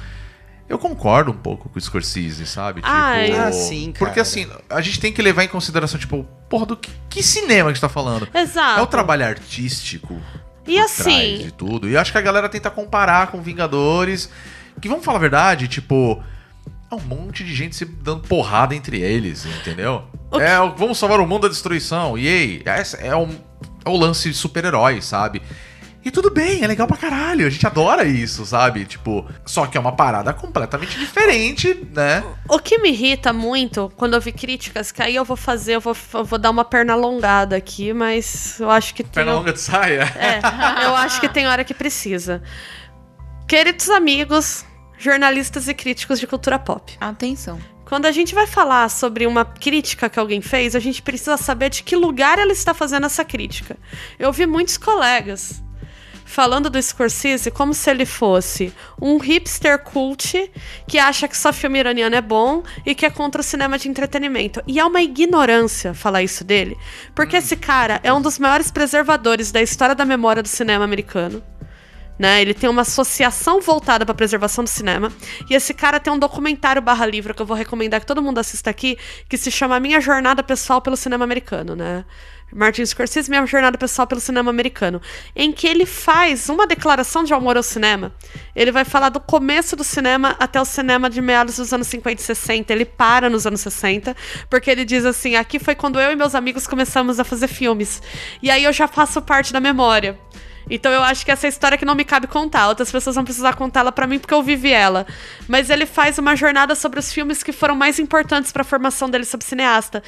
eu concordo um pouco com o Scorsese, sabe? Tipo, Ai. Ah, sim, cara. Porque assim, a gente tem que levar em consideração, tipo, porra, do que, que cinema que a gente tá falando? Exato. É o trabalho artístico E por assim, trás de tudo. E eu acho que a galera tenta comparar com Vingadores, que vamos falar a verdade, tipo, é um monte de gente se dando porrada entre eles, entendeu? O É, o- vamos salvar o mundo da destruição, e aí, é, um- é o lance de super-herói, sabe? E tudo bem, é legal pra caralho, a gente adora isso, sabe? Tipo, só que é uma parada completamente diferente, né? O que me irrita muito quando eu vi críticas, que aí eu vou fazer, eu vou, eu vou dar uma perna alongada aqui, mas eu acho que tem. Perna longa de saia. É, eu acho que tem hora que precisa. Queridos amigos, jornalistas e críticos de cultura pop. Atenção. Quando a gente vai falar sobre uma crítica que alguém fez, a gente precisa saber de que lugar ela está fazendo essa crítica. Eu vi muitos colegas falando do Scorsese como se ele fosse um hipster cult que acha que só filme iraniano é bom e que é contra o cinema de entretenimento. E é uma ignorância falar isso dele, porque esse cara é um dos maiores preservadores da história da memória do cinema americano. né? Ele tem uma associação voltada pra preservação do cinema. E esse cara tem um documentário barra livro que eu vou recomendar que todo mundo assista aqui, que se chama Minha Jornada Pessoal pelo Cinema Americano, né? Martin Scorsese, Minha Jornada Pessoal pelo Cinema Americano, em que ele faz uma declaração de amor ao cinema. Ele vai falar do começo do cinema até o cinema de meados dos anos 50 e 60. Ele para nos anos 60, porque ele diz assim: aqui foi quando eu e meus amigos começamos a fazer filmes. E aí eu já faço parte da memória. Então eu acho que essa história que não me cabe contar. Outras pessoas vão precisar contá-la pra mim porque eu vivi ela. Mas ele faz uma jornada sobre os filmes que foram mais importantes pra formação dele sobre cineasta.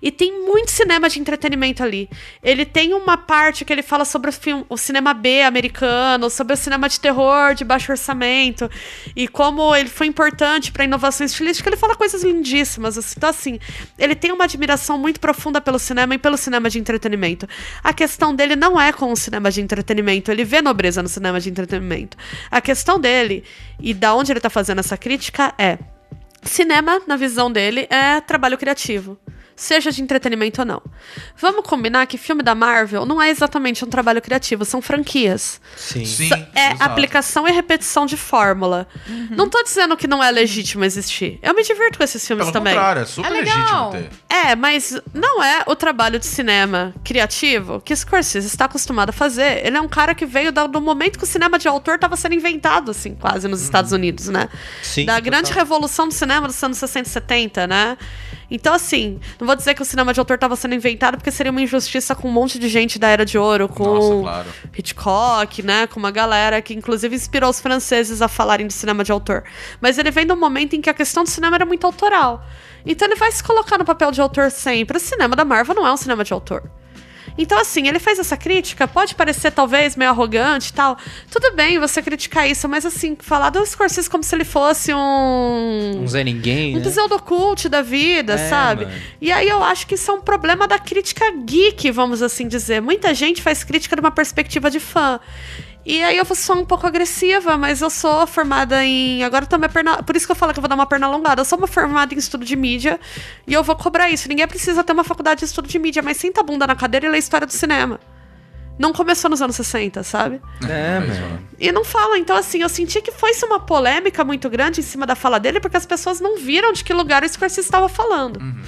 E tem muito cinema de entretenimento ali. Ele tem uma parte que ele fala sobre o, film- o cinema B americano, sobre o cinema de terror de baixo orçamento e como ele foi importante pra inovação estilística. Ele fala coisas lindíssimas. assim. Então assim, ele tem uma admiração muito profunda pelo cinema e pelo cinema de entretenimento. A questão dele não é com o cinema de entretenimento, ele vê nobreza no cinema de entretenimento. A questão dele e da onde ele tá fazendo essa crítica é: cinema, na visão dele, é trabalho criativo. Seja de entretenimento ou não. Vamos combinar que filme da Marvel não é exatamente um trabalho criativo, são franquias. Sim. Sim, Só- é exato. aplicação e repetição de fórmula. Não tô dizendo que não é legítimo existir. Eu me divirto com esses filmes Pelo também. contrário, é super É legítimo legal. ter. É, mas não é o trabalho de cinema criativo que Scorsese está acostumado a fazer. Ele é um cara que veio da- do momento que o cinema de autor estava sendo inventado, assim, quase nos Estados Unidos, né? Sim, Da total. grande revolução do cinema dos anos 60 e 70, né? Então, assim, não vou dizer que o cinema de autor estava sendo inventado, porque seria uma injustiça com um monte de gente da Era de Ouro, com Nossa, claro. Hitchcock, né? Com uma galera que, inclusive, inspirou os franceses a falarem de cinema de autor. Mas ele vem de um momento em que a questão do cinema era muito autoral. Então ele vai se colocar no papel de autor sempre. O cinema da Marvel não é um cinema de autor. Então, assim, ele fez essa crítica, pode parecer talvez meio arrogante e tal. Tudo bem você criticar isso, mas assim, falar do Scorsese como se ele fosse um. Não é ninguém, Um né? pseudocult da vida, É, sabe? mano. E aí eu acho que isso é um problema da crítica geek, vamos assim dizer. Muita gente faz crítica de uma perspectiva de fã. E aí eu sou um pouco agressiva, mas eu sou formada em. Agora eu tô minha perna. Por isso que eu falo que eu vou dar uma perna alongada. Eu sou uma formada em estudo de mídia e eu vou cobrar isso. Ninguém precisa ter uma faculdade de estudo de mídia, mas senta a bunda na cadeira e lê a história do cinema. Não começou nos anos 60, sabe? É, Mas, mano. mano, E não fala, então assim, eu senti que foi uma polêmica muito grande em cima da fala dele, porque as pessoas não viram de que lugar o Scorsese estava falando. Uhum.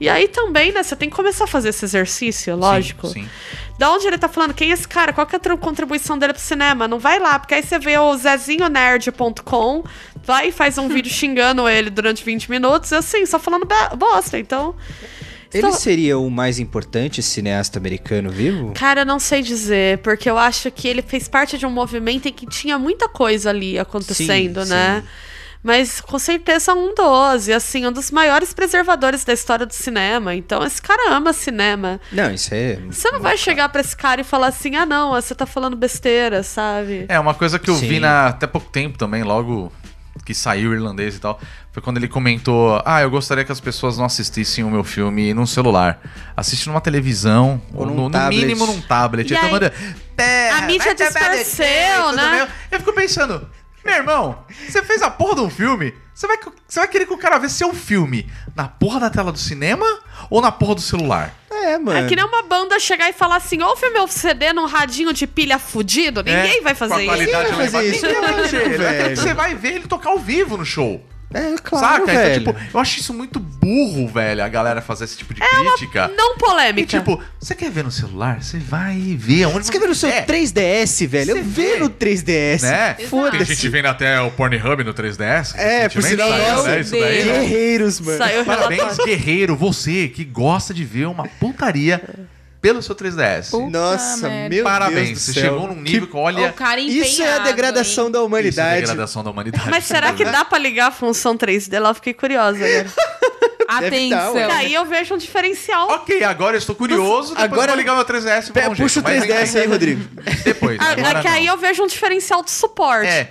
E aí também, né, você tem que começar a fazer esse exercício, lógico. Sim, sim. Da onde ele tá falando? Quem é esse cara? Qual que é a tru- contribuição dele pro cinema? Não vai lá, porque aí você vê o zezinhonerd.com, vai e faz um vídeo xingando ele durante 20 minutos, e assim, só falando ba- bosta, então... Ele Então- seria o mais importante cineasta americano Tipo, vivo? Cara, eu não sei dizer, porque eu acho que ele fez parte de um movimento em que tinha muita coisa ali acontecendo, Sim, né? Mas com certeza um 12, assim, um dos maiores preservadores da história do cinema. Então esse cara ama cinema. Não, isso é. Você não vai chegar pra esse cara e falar assim: "Ah, não, você tá falando besteira", sabe? É, uma coisa que eu vi Sim. na, até pouco tempo também, logo que saiu o irlandês e tal, foi quando ele comentou: Ah, eu gostaria que as pessoas não assistissem o meu filme num celular. Assiste numa televisão, Ou ou num no, no tablet." mínimo num tablet. E Aí, tá aí- mandando, "Pé, A mídia vai te abadecer, distorceu, tudo né? bem?" Eu fico pensando. Meu irmão, você fez a porra de um filme? Você vai, que- você vai querer que o cara vê seu filme na porra da tela do cinema ou na porra do celular? É, mano. É que nem uma banda chegar e falar assim: ouve meu CD num radinho de pilha fudido. Ninguém É, vai com fazer a isso. qualidade Ninguém vai lá fazer embaixo. isso. Ninguém vai fazer. Lógico, Ele vai ter que velho. Você vai ver ele tocar ao vivo no show. É, claro, Saca? velho. É Então, tipo, eu acho isso muito burro, velho, a galera fazer esse tipo de crítica. Não E polêmica. tipo, você quer ver no celular? Você vai ver onde Você quer ver no seu é, 3DS, velho? Você Eu vê vê. no 3DS. né? Tem gente Foda-se. vendo até o Pornhub no 3DS. É, por recentemente, sinal, saiu, nossa, né? Isso daí, né? Guerreiros, mano. Saiu o Parabéns, relatório. guerreiro, você que gosta de ver uma putaria pelo seu 3DS. Puta Nossa, merda. meu Parabéns, Deus. você do céu. chegou num nível que, olha. O cara empenhado, Isso é a degradação hein? da isso é a humanidade. degradação da humanidade. Mas será né? um? que dá pra ligar a função 3D lá? Eu fiquei curiosa agora. É Deve dar, Atenção. Tá ué. E aí eu vejo um diferencial. Ok, agora eu estou curioso. Depois agora Agora- vou ligar meu 3DS e vou Pé, dar um puxa o jeito, mas 3DS aí, Rodrigo. Depois. Ah, agora é que aí não. eu vejo um diferencial de suporte. É,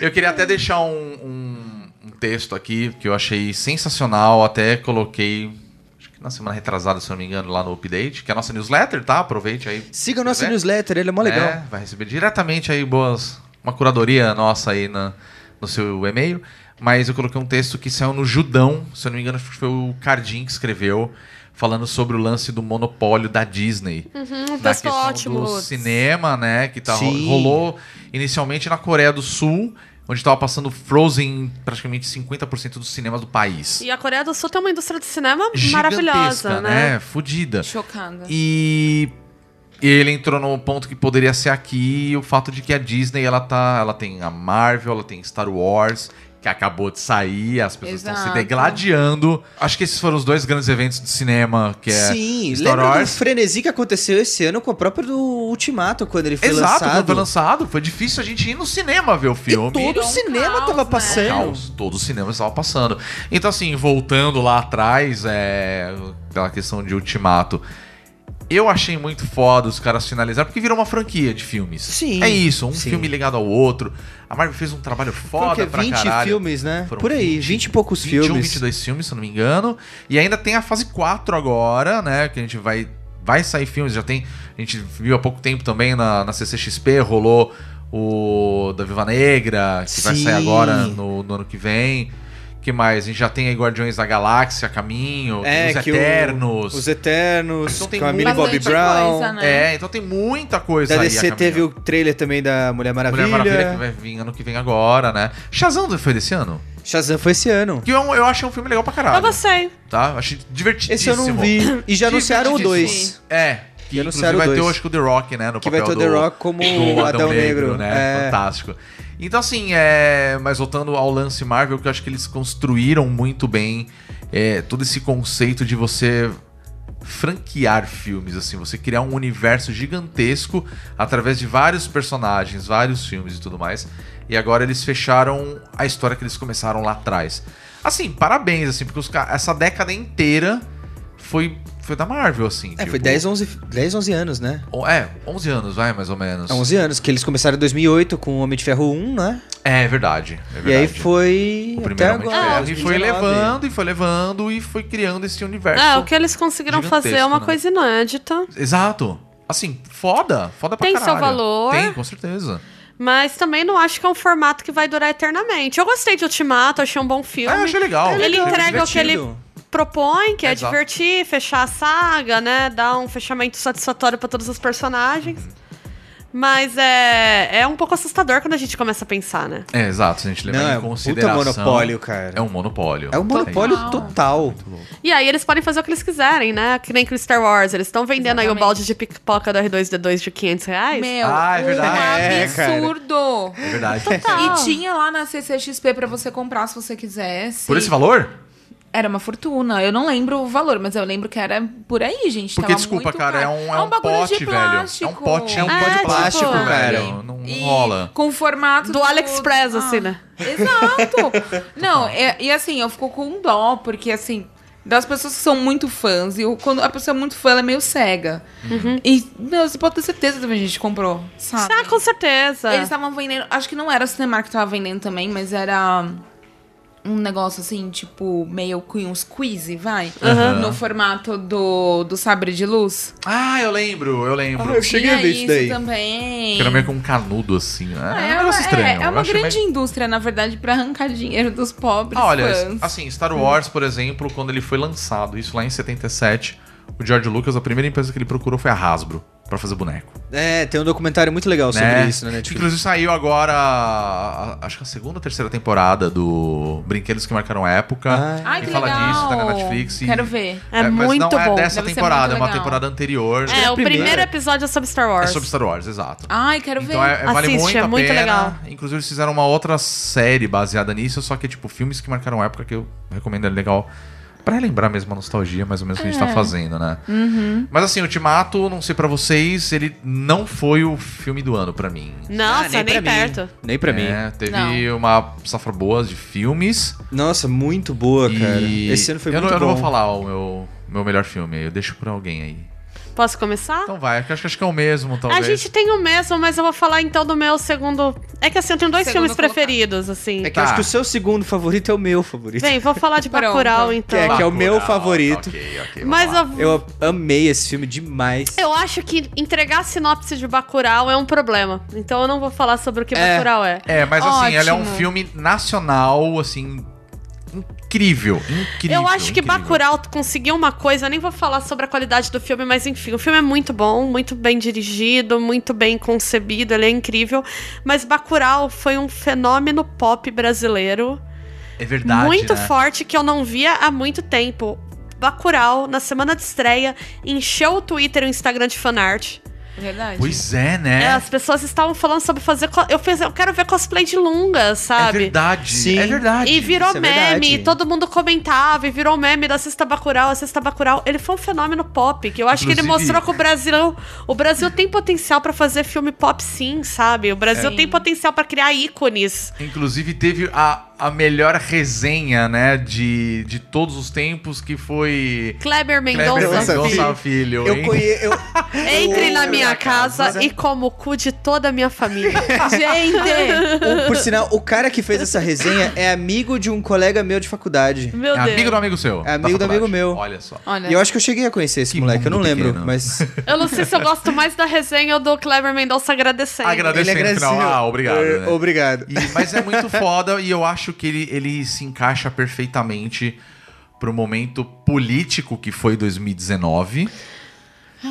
e eu queria até deixar um, um- um texto aqui que eu achei sensacional, até coloquei acho que na semana retrasada, se eu não me engano, lá no Update, que é a nossa newsletter, tá? Aproveite aí. Siga o nosso É, newsletter, ele é mó legal. né? Vai receber diretamente aí boas. Uma curadoria nossa aí na, no seu e-mail. Mas eu coloquei um texto que saiu no Judão, se eu não me engano, acho que foi o Cardim que escreveu, falando sobre o lance do monopólio da Disney. Um da texto questão ótimo. do Lutz. cinema, né? Que tá, ro- Sim. rolou inicialmente na Coreia do Sul, onde tava passando Frozen em praticamente 50% dos cinemas do país. E a Coreia do Sul tem uma indústria de cinema Gigantesca, maravilhosa, né? né? Fudida. Chocada. E ele entrou no ponto que poderia ser aqui o fato de que a Disney ela tá, ela tem a Marvel, ela tem Star Wars que acabou de sair, as pessoas estão se Exato. degladiando. Acho que esses foram os dois grandes eventos de cinema que é Sim, Star lembra Wars. do frenesi que aconteceu esse ano com a própria do Ultimato, quando ele foi Exato, lançado. quando foi lançado, foi difícil a gente ir no cinema ver o filme. E todo o Virou um cinema caos, tava né? passando. Caos, todo o cinema estava passando. Então, assim, voltando lá atrás, é. Aquela questão de ultimato. Eu achei muito foda os caras finalizar, porque virou uma franquia de filmes. Sim, É isso, um sim. filme ligado ao outro. A Marvel fez um trabalho Foram o foda quê? pra 20 caralho. filmes, né? Foram Por aí, 20, 20, e poucos 21, filmes. 22 filmes, se eu não me engano. E ainda tem a fase 4 agora, né? Que a gente vai, vai sair filmes. Já tem. A gente viu há pouco tempo também na, na CCXP, rolou o da Viva Negra, que vai Sim. sair agora no, no ano que vem. que mais? A gente já tem aí Guardiões da Galáxia, a Caminho, É, os que o- Eternos. Os Eternos, Então tem com a Millie bastante Bobby Brown. coisa, né? É, então tem muita coisa Da aí. a DC caminho. teve o trailer também da Mulher Maravilha. Mulher Maravilha que vai vir ano que vem agora, né? Shazam foi desse ano? Shazam foi esse ano. Que eu, eu achei um filme legal pra caralho. Eu gostei. Tá? Achei divertidíssimo. Esse eu não vi. E já anunciaram o Divertidíssimo. 2. É. E Que inclusive anunciaram vai ter, dois. acho que o The Rock, né? No Que vai papel ter o do, The Rock como do o Adão Negro. né? É. Fantástico. Então, assim, é... mas voltando ao lance Marvel, que eu acho que eles construíram muito bem é, todo esse conceito de você franquear filmes, assim, você criar um universo gigantesco através de vários personagens, vários filmes e tudo mais. E agora eles fecharam a história que eles começaram lá atrás. Assim, parabéns, assim, porque os ca- essa década inteira foi, foi da Marvel, assim. É, tipo, foi 10, 11, 10, 11 anos, né? o- É, 11 anos, vai, mais ou menos. Há 11 anos, que eles começaram em 2008 com o Homem de Ferro 1, né? É verdade, é verdade. E aí foi O até primeiro Homem de agora. Ferro, E foi 2019. levando, e foi levando, e foi criando esse universo. Ah, É, o que eles conseguiram fazer é gigantesco, uma né? coisa inédita. Exato. Assim, foda, foda pra Tem seu caralho. valor. Tem, com certeza. Mas também não acho que é um formato que vai durar eternamente. Eu gostei de Ultimato, achei um bom Ah, filme. eu achei legal. Ele Achei entrega o que divertido. ele propõe, que é Exato. divertir, fechar a saga, né? Dar um fechamento satisfatório pra todos os personagens. Uhum. Mas é, é um pouco assustador quando a gente começa a pensar, né? É, exato, se a gente levar Não, em é um puta consideração... monopólio, cara. É um monopólio. É um monopólio total. E aí eles podem fazer o que eles quiserem, né? Que nem com Star Wars. Eles estão vendendo aí o Exatamente. balde de pipoca do R2-D2 de 500 reais. Meu, Ah, é verdade. É, um absurdo. É verdade. E tinha lá na CCXP pra você comprar se você quisesse. Por esse valor? Era uma fortuna. Eu não lembro o valor, mas eu lembro que era por aí, gente. Porque, Tava desculpa, muito cara, é caro. um, é um bagulho pote, de velho. É plástico. um pote, é um É, pote de plástico, tipo, velho. Não, não E rola. Com o formato Ah, Do AliExpress, assim, né? Exato! Não, é- e assim, eu fico com dó, porque assim, das pessoas que são muito fãs, e eu- quando a pessoa é muito fã, ela é meio cega. Uhum. E, meu, você pode ter certeza que a gente comprou, sabe? Ah, com certeza. Eles estavam vendendo, acho que não era a Cinemark que tava vendendo também, mas era um negócio assim, tipo, meio com um squeeze, vai? Aham. No formato do, do sabre de luz. Ah, eu lembro, eu lembro. eu cheguei a Tinha ver isso daí. também. Que era meio com um canudo, assim, né? É, É, um uma- negócio estranho. é- é eu uma achei grande meio- indústria, na verdade, pra arrancar dinheiro dos pobres Ah, olha, fãs. assim, Star Wars, por exemplo, quando ele foi lançado, isso lá em 77, o George Lucas, a primeira empresa que ele procurou foi a Hasbro, pra fazer boneco. É, tem um documentário muito legal sobre né? isso na Netflix. Inclusive saiu agora, a- a- acho que a segunda ou terceira temporada do Brinquedos que Marcaram Época. Ah. Ai, e que fala legal. disso, tá na Netflix. e- Quero ver. É mas muito não é bom. dessa Deve ser temporada, é muito uma legal. temporada anterior. É, o primeiro primeiro. episódio é sobre Star É Wars. sobre Star Wars, exato. Ai, quero Então ver. é, é- vale Assiste, muito é a muito pena. legal. Inclusive, eles fizeram uma outra série baseada nisso, só que é tipo filmes que marcaram época que eu recomendo, é legal. Pra relembrar mesmo a nostalgia, mais ou menos, que a gente É. tá fazendo, né? Uhum. Mas assim, Ultimato, não sei pra vocês, ele não foi o filme do ano pra mim. Nossa, Ah, nem, nem pra mim. perto. Nem pra mim. É, teve uma safra boa de filmes. Nossa, muito boa, cara. e Esse ano foi eu muito não, Eu bom. não vou falar o meu, meu melhor filme aí, eu deixo pra alguém aí. Posso começar? Então vai, acho, acho que é o mesmo, talvez. A gente tem o mesmo, mas eu vou falar então do meu segundo. É que assim, eu tenho dois Segundo filmes colocado. preferidos, assim. É que Tá. eu acho que o seu segundo favorito é o meu favorito. Vem, vou falar de Pronto. Bacurau então. É que é o meu Bacurau, favorito. Ah, tá, Ok, ok. vamos Mas lá. eu, Eu amei esse filme demais. eu acho que entregar a sinopse de Bacurau é um problema. Então eu não vou falar sobre o que É. Bacurau é. É, mas assim, Ótimo. ela é um filme nacional, assim, incrível, incrível. eu acho que incrível. Bacurau conseguiu uma coisa, eu nem vou falar sobre a qualidade do filme, mas enfim, o filme é muito bom, muito bem dirigido, muito bem concebido, ele é incrível, mas Bacurau foi um fenômeno pop brasileiro é verdade, muito né? forte que eu não via há muito tempo. Bacurau, na semana de estreia, encheu o Twitter e o Instagram de fanart. Verdade. Pois é, É, né? as pessoas estavam falando sobre fazer. co- Eu, fiz, eu quero ver cosplay de lunga, É sabe? verdade, Sim. é verdade. E virou isso é meme, verdade. todo mundo comentava, e virou meme da Sexta Bacurau, a Sexta Bacurau. Ele foi um fenômeno pop, que eu acho que ele Inclusive- mostrou que o Brasil, o Brasil tem potencial pra fazer filme pop sim, sabe? O Brasil É. tem potencial pra criar ícones. Inclusive teve a, a melhor resenha, né, de, de todos os tempos, que foi... Kleber Kleber Mendonça, Mendonça Mendonça Filho, Eu hein? conhe- eu- entre na minha casa casa. e como o cu de toda a minha família. Gente! o- por sinal, o cara que fez essa resenha é amigo de um colega meu de faculdade. Meu É amigo Deus. do amigo seu. da Amigo do faculdade. amigo meu. Olha só. né? Olha, E eu acho que eu cheguei a conhecer esse Que moleque, eu não mundo lembro, pequeno. mas. Eu não sei se eu gosto mais da resenha ou do Kleber Mendonça agradecendo. Agradecendo. então, ah, obrigado. Eh, né? é Obrigado. E- mas é muito foda e eu acho que ele, ele se encaixa perfeitamente pro momento político que foi 2019.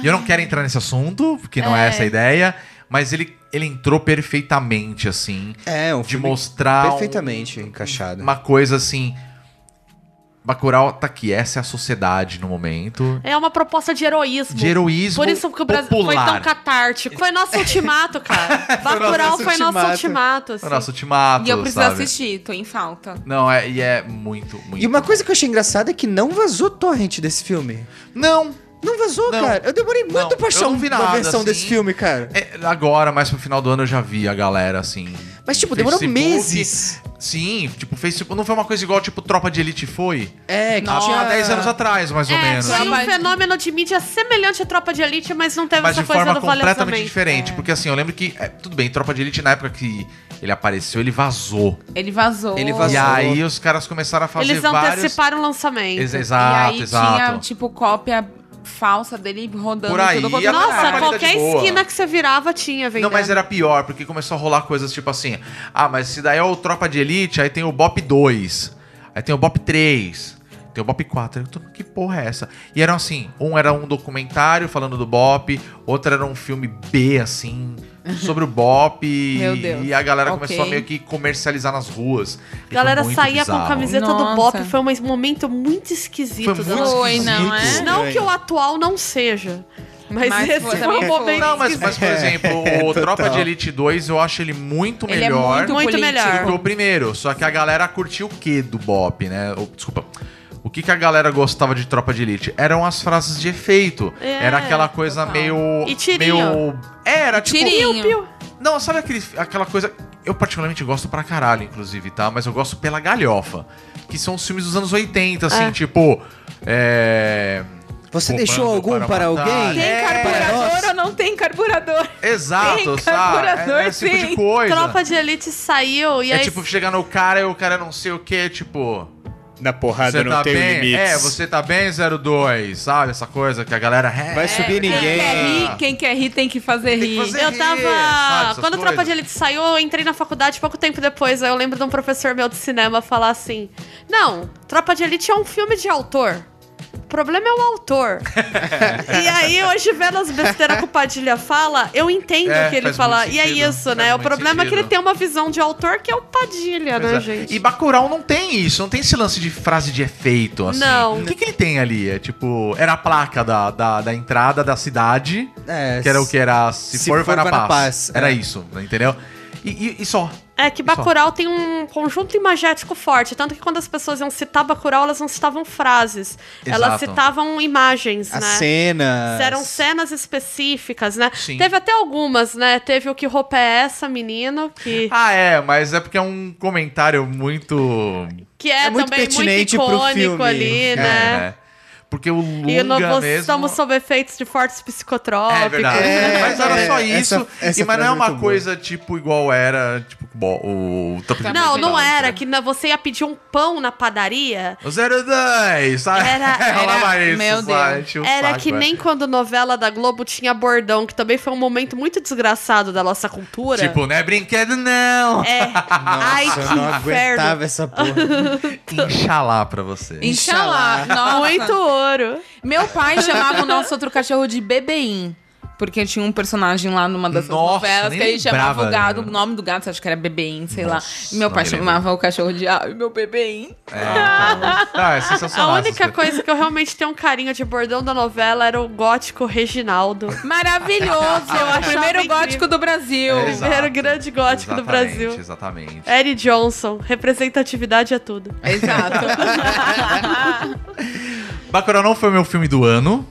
E eu não quero entrar nesse assunto, porque não é, essa a ideia, mas ele, ele entrou perfeitamente, assim, É, um de filme mostrar um- perfeitamente encaixado. uma coisa assim. Bacurau tá aqui, essa é a sociedade no momento. É uma proposta de heroísmo. De heroísmo Por isso que o Brasil foi popular. tão catártico. Foi nosso ultimato, cara. Bacurau nosso foi nosso ultimato. ultimato. assim. Foi Nosso ultimato, E eu preciso sabe? assistir, tô em falta. Não, é, e é muito, muito. E uma coisa bom. que eu achei engraçada é que não vazou torrent desse filme. Não, Não vazou, Não. cara. Eu demorei Não, muito pra eu achar não um- vi uma nada, versão assim. desse filme, cara. É, agora, mas pro final do ano eu já vi a galera, assim. Mas, tipo, no demorou Facebook. meses. Sim, tipo, Facebook. Não foi uma coisa igual, tipo, Tropa de Elite foi? É, que Há- tinha Há 10 anos atrás, mais ou É, menos. foi um Trabalho- fenômeno de mídia semelhante à Tropa de Elite, mas não teve Mas de essa coisa forma do é. vale completamente orçamento. diferente. Porque assim, eu lembro que. é, tudo bem, Tropa de Elite, na época que ele apareceu, ele vazou. Ele vazou. Ele vazou. E aí os caras começaram a fazer Eles vários. anteciparam o lançamento. Ex- E Exato, aí tinha, exato. tipo, cópia falsa dele rodando Por aí, tudo a- Nossa, qualidade qualquer boa. esquina que você virava tinha vendendo. Não, mas era pior, porque começou a rolar coisas tipo assim: ah, mas se daí é o Tropa de Elite, aí tem o Bop 2, aí tem o Bop 3, tem o Bop 4. Eu tô, que porra é essa? E eram assim: um era um documentário falando do Bop, outro era um filme B, assim, sobre o Bop. Meu e- Deus. E a galera Ok. começou a meio que comercializar nas ruas. E A galera foi é muito saía com bizarro. a camiseta Nossa. do Bop. Foi um momento muito esquisito. Foi muito da nossa- Foi, esquisito. não é? Não que o atual não seja. Mas, Mas esse foi foi também um momento. Não, mas, mas, por exemplo, o Tropa de Elite 2, eu acho ele muito Ele é melhor. muito, Tipo, Muito político. melhor. Porque o primeiro, só que a galera curtiu o que do Bop, né? Ou, desculpa. O que, que a galera gostava de Tropa de Elite? Eram as frases de efeito. É, era aquela coisa total. meio. E tirinho. meio- É, era tipo. Tirinho. Não, sabe aquele, aquela coisa. Eu particularmente gosto pra caralho, inclusive, tá? Mas eu gosto pela galhofa. Que são os filmes dos anos 80, assim, É. tipo. É. Você Roubando deixou algum para, matar. alguém? Tem É, carburador ou não tem carburador? Exato, Tem sabe? É, carburador, esse tipo sim. de coisa. Tropa de Elite saiu e É aí. tipo chegar no cara e o cara não sei o que, tipo. Na porrada Você não tá tem bem? limites. É, você tá bem 02, sabe? Essa coisa que a galera. É, Vai subir Quem quer ninguém. rir, quem quer rir tem que fazer Tem que rir. fazer- Eu rir, tava. sabe, essas Quando o Tropa coisas. de Elite saiu, eu entrei na faculdade pouco tempo depois. Aí eu lembro de um professor meu de cinema falar assim: Não, Tropa de Elite é um filme de autor. O problema é o autor. e aí, hoje, vendo as besteiras que o Padilha fala, eu entendo É, o que ele faz fala. muito E é sentido, isso, faz né? O muito problema é que ele sentido. tem uma visão de autor que é o Padilha, Pois né, é. gente? E Bacurau não tem isso, não tem esse lance de frase de efeito, assim. Não. O que, que ele tem ali? É tipo, era a placa da, da, da entrada da cidade, É, que era o que era se, for, vai na paz. Era é. isso, entendeu? E, e- e só. É que Bacurau tem um conjunto imagético forte, tanto que quando as pessoas iam citar Bacurau, elas não citavam frases, Exato. elas citavam imagens, A né? um cena. Eram cenas específicas, né? Sim. Teve até algumas, né? Teve o que roupa é essa, menino, que, Ah, é, mas é porque é um comentário muito. que é, é muito também muito pertinente pro icônico filme. ali, É, né? né? Porque o E nós Lunga mesmo... estamos sob efeitos de fortes psicotrópicos. É verdade. É, mas era só é, isso. essa- essa e, mas não frase é é uma muito coisa tipo igual era, tipo, bo- o tampo de Não, não Natal, era. né? Que na- você ia pedir um pão na padaria. O 010, sabe? Era- Rolava era- isso, meu sabe? Deus. Tinha um Era saco, que é. nem quando novela da Globo tinha bordão, que também foi um momento muito desgraçado da nossa cultura. Tipo, não é brinquedo, não! É. Ai, Nossa, eu não que inferno. aguentava essa porra. Inxalá pra você. Inxalá. Nossa. Muito ouro. Meu pai chamava o nosso outro cachorro de Bebeim. Porque tinha um personagem lá numa dessas Nossa, novelas que nem ele chamava o lembrava, gado, né? o nome do gato, acho que era Bebeim, sei Nossa, lá. Meu pai não me chamava o cachorro de ah, meu Bebeim. É, então, ah, é sensacional. A essas única coisas. coisa que eu realmente tenho um carinho de bordão da novela era o gótico Reginaldo. Maravilhoso! Eu achava Primeiro incrível. gótico do Brasil. É, exato. Primeiro grande gótico do Exatamente, Brasil. É. Exatamente. Eric Johnson, representatividade é tudo. Exato. Bacurau não foi o meu filme do ano,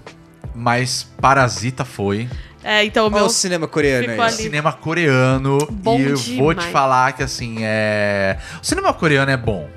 mas Parasita foi. É, então o Olha meu. o cinema coreano é Ficou aí. ali. Cinema coreano. Bom e eu vou demais. te falar que, assim, é... O cinema coreano é bom.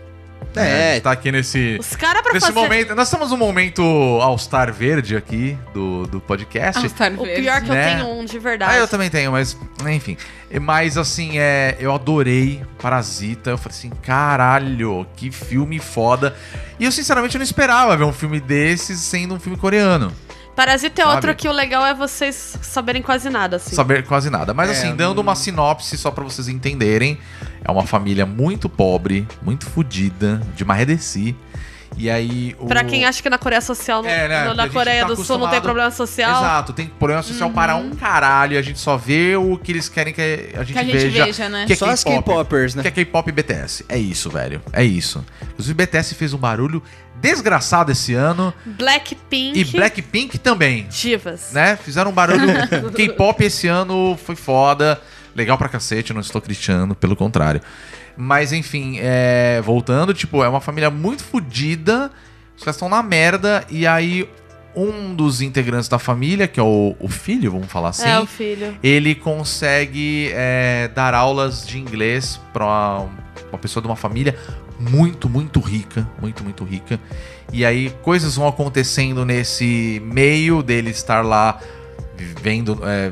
né? A É, gente tá aqui nesse... Os caras pra Nesse fazer. momento, nós estamos num momento All-Star verde aqui do, do podcast. All-Star O Verde. pior que Né? eu tenho um de verdade. Ah, eu também tenho, mas enfim. Mas assim, é, eu adorei Parasita. Eu falei assim, caralho, que filme foda. E eu sinceramente eu não esperava ver um filme desses sendo um filme coreano. Parasita é Sabe? outro que o legal é vocês saberem quase nada, assim. Saber quase nada. Mas É, assim, dando uma sinopse só pra vocês entenderem, é uma família muito pobre, muito fodida, de Marredeci. E aí o Pra quem acha que na Coreia Social, não- É, né? no- A na gente Coreia tá do Sul não tem acostumado- problema social. Exato, tem problema social para um caralho, e a gente só vê o que eles querem que a gente, Que a gente veja, veja, né? Que é só as K-pop. K-popers, né? Que é K-pop e BTS. É isso, velho. É isso. Inclusive, BTS fez um barulho desgraçado esse ano. Blackpink, E Blackpink também. divas. Né? Fizeram um barulho. K-pop esse ano foi foda. Legal pra cacete, não estou criticando, pelo contrário. Mas enfim, é, voltando, tipo, é uma família muito fodida. Os caras estão na merda. E aí, um dos integrantes da família, que é o, o filho, vamos falar assim É, o filho. ele consegue é, dar aulas de inglês para uma pessoa de uma família muito, muito rica, muito, muito rica. E aí coisas vão acontecendo nesse meio dele estar lá vivendo, é,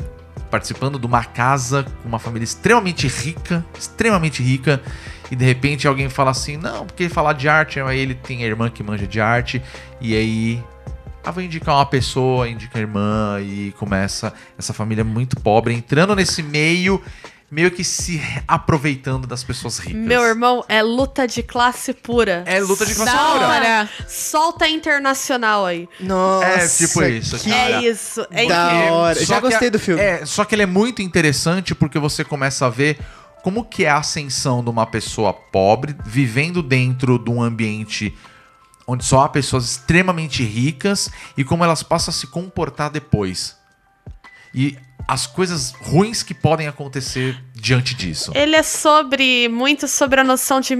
participando de uma casa com uma família extremamente rica, extremamente rica. E de repente alguém fala assim, não, porque falar de arte, aí ele tem a irmã que manja de arte, e aí ah, vou indicar uma pessoa, indica a irmã e começa essa família muito pobre entrando nesse meio, meio que se aproveitando das pessoas ricas. Meu irmão, é luta de classe pura. É luta de classe Da pura. hora. Solta a internacional aí. Nossa, É, tipo isso, que cara. É isso. É Da incrível. hora. Já que gostei é- do filme. É, só que ele é muito interessante porque você começa a ver como que é a ascensão de uma pessoa pobre vivendo dentro de um ambiente onde só há pessoas extremamente ricas e como elas passam a se comportar depois. E as coisas ruins que podem acontecer diante disso. Ele é sobre muito sobre a noção de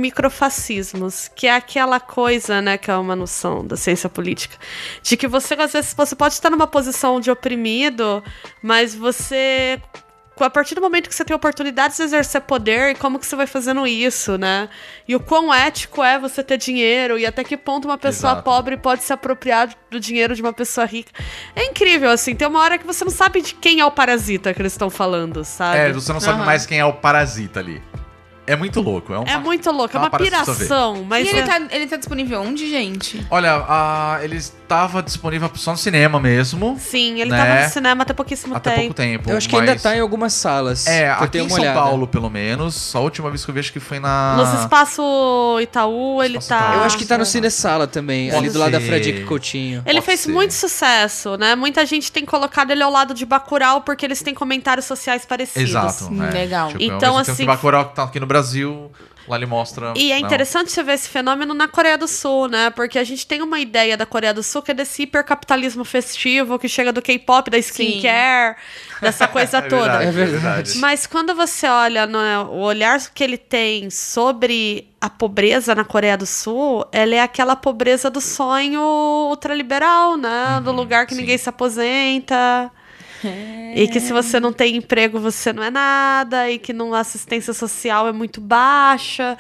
microfascismos, que é aquela coisa, né, que é uma noção da ciência política, de que você às vezes você pode estar numa posição de oprimido, mas você a partir do momento que você tem oportunidades de exercer poder, como que você vai fazendo isso, né? E o quão ético é você ter dinheiro e até que ponto uma pessoa Exato. pobre pode se apropriar do dinheiro de uma pessoa rica. É incrível, assim, tem uma hora que você não sabe de quem é o parasita que eles estão falando, sabe? É, você não sabe Aham. mais quem é o parasita ali. É muito louco. É, um É muito louco, é Ela uma parece só piração, mas e ele é- tá, ele tá disponível onde, gente? Olha, a- ele estava disponível só no cinema mesmo. sim, assim, ele Né? tava no cinema até pouquíssimo Até tempo. pouco tempo. Eu acho que mas- ainda tá em algumas salas. É, que eu aqui dei em uma São olhada. Paulo, pelo menos. A última vez que eu vi, acho que foi na. Nos espaço Itaú, ele Ah. Espaço tá. Itaú. Eu acho que tá no Sim. Cinesala também, Ah, Pode ali do lado da ser. Fradique Coutinho. Ele Pode fez ser. muito sucesso, né? Muita gente tem colocado ele ao lado de Bacurau porque eles têm comentários sociais parecidos. Exato. Hum, é. legal. Tipo, Então, então, assim. assim, Que Bacurau que tá aqui no Brasil, lá ele mostra. E é não. interessante você ver esse fenômeno na Coreia do Sul, né? Porque a gente tem uma ideia da Coreia do Sul que é desse hipercapitalismo festivo que chega do K-pop, da skincare, dessa coisa É toda. verdade, É verdade. Mas quando você olha né, o olhar que ele tem sobre a pobreza na Coreia do Sul, ela é aquela pobreza do sonho ultraliberal, né? do lugar que sim. ninguém se aposenta. E que se você não tem emprego, você não é nada, e que não, a assistência social é muito baixa.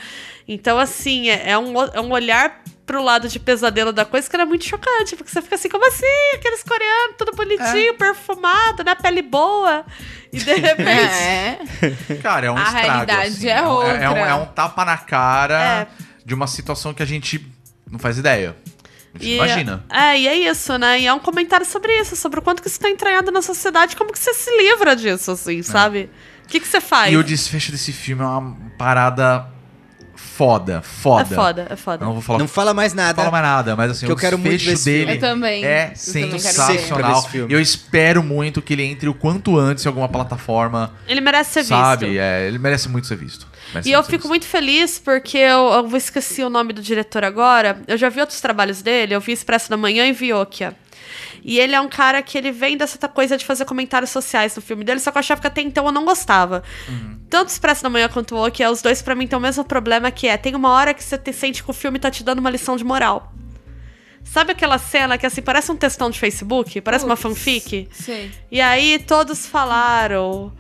Então, assim, é, é um, o- é um olhar pro lado de pesadelo da coisa, que era muito chocante, porque você fica assim, como assim? Aqueles coreanos, tudo É. bonitinho, perfumado, na pele boa. E de repente. É. Cara, é um A estrago. realidade assim. é um- É, um, outra. é um tapa na cara É. de uma situação que a gente não faz ideia. A gente e- não imagina. É, e é isso, né? E é um comentário sobre isso, sobre o quanto que isso tá entranhado na sociedade, como que você se livra disso, assim, sabe? O que, que você faz? É. E o desfecho desse filme é uma parada foda, É foda. foda, é foda. Eu não vou falar Não fala mais não fala nada. mais nada, mas assim, Que o eu quero muito desfecho ver esse filme. dele Eu também. Eu é também quero Seco pra ver sensacional. esse filme. E eu espero muito que ele entre o quanto antes em alguma plataforma, Ele merece ser visto. sabe? É, ele merece muito ser visto. Merece E eu ser fico visto. muito feliz porque eu, eu vou esquecer o nome do diretor agora. Eu já vi outros trabalhos dele, eu vi Expresso da Manhã e vi Okia. E ele é um cara que ele vem dessa ta- coisa de fazer comentários sociais no filme dele, só que eu achava que até então eu não gostava. Tanto Expresso da Manhã quanto Okia, os dois pra mim têm o mesmo problema que é, tem uma hora que você te- sente que o filme tá te dando uma lição de moral. Sabe aquela cena que assim parece um textão de Facebook, parece uma Putz. fanfic? Sei. E aí todos falaram: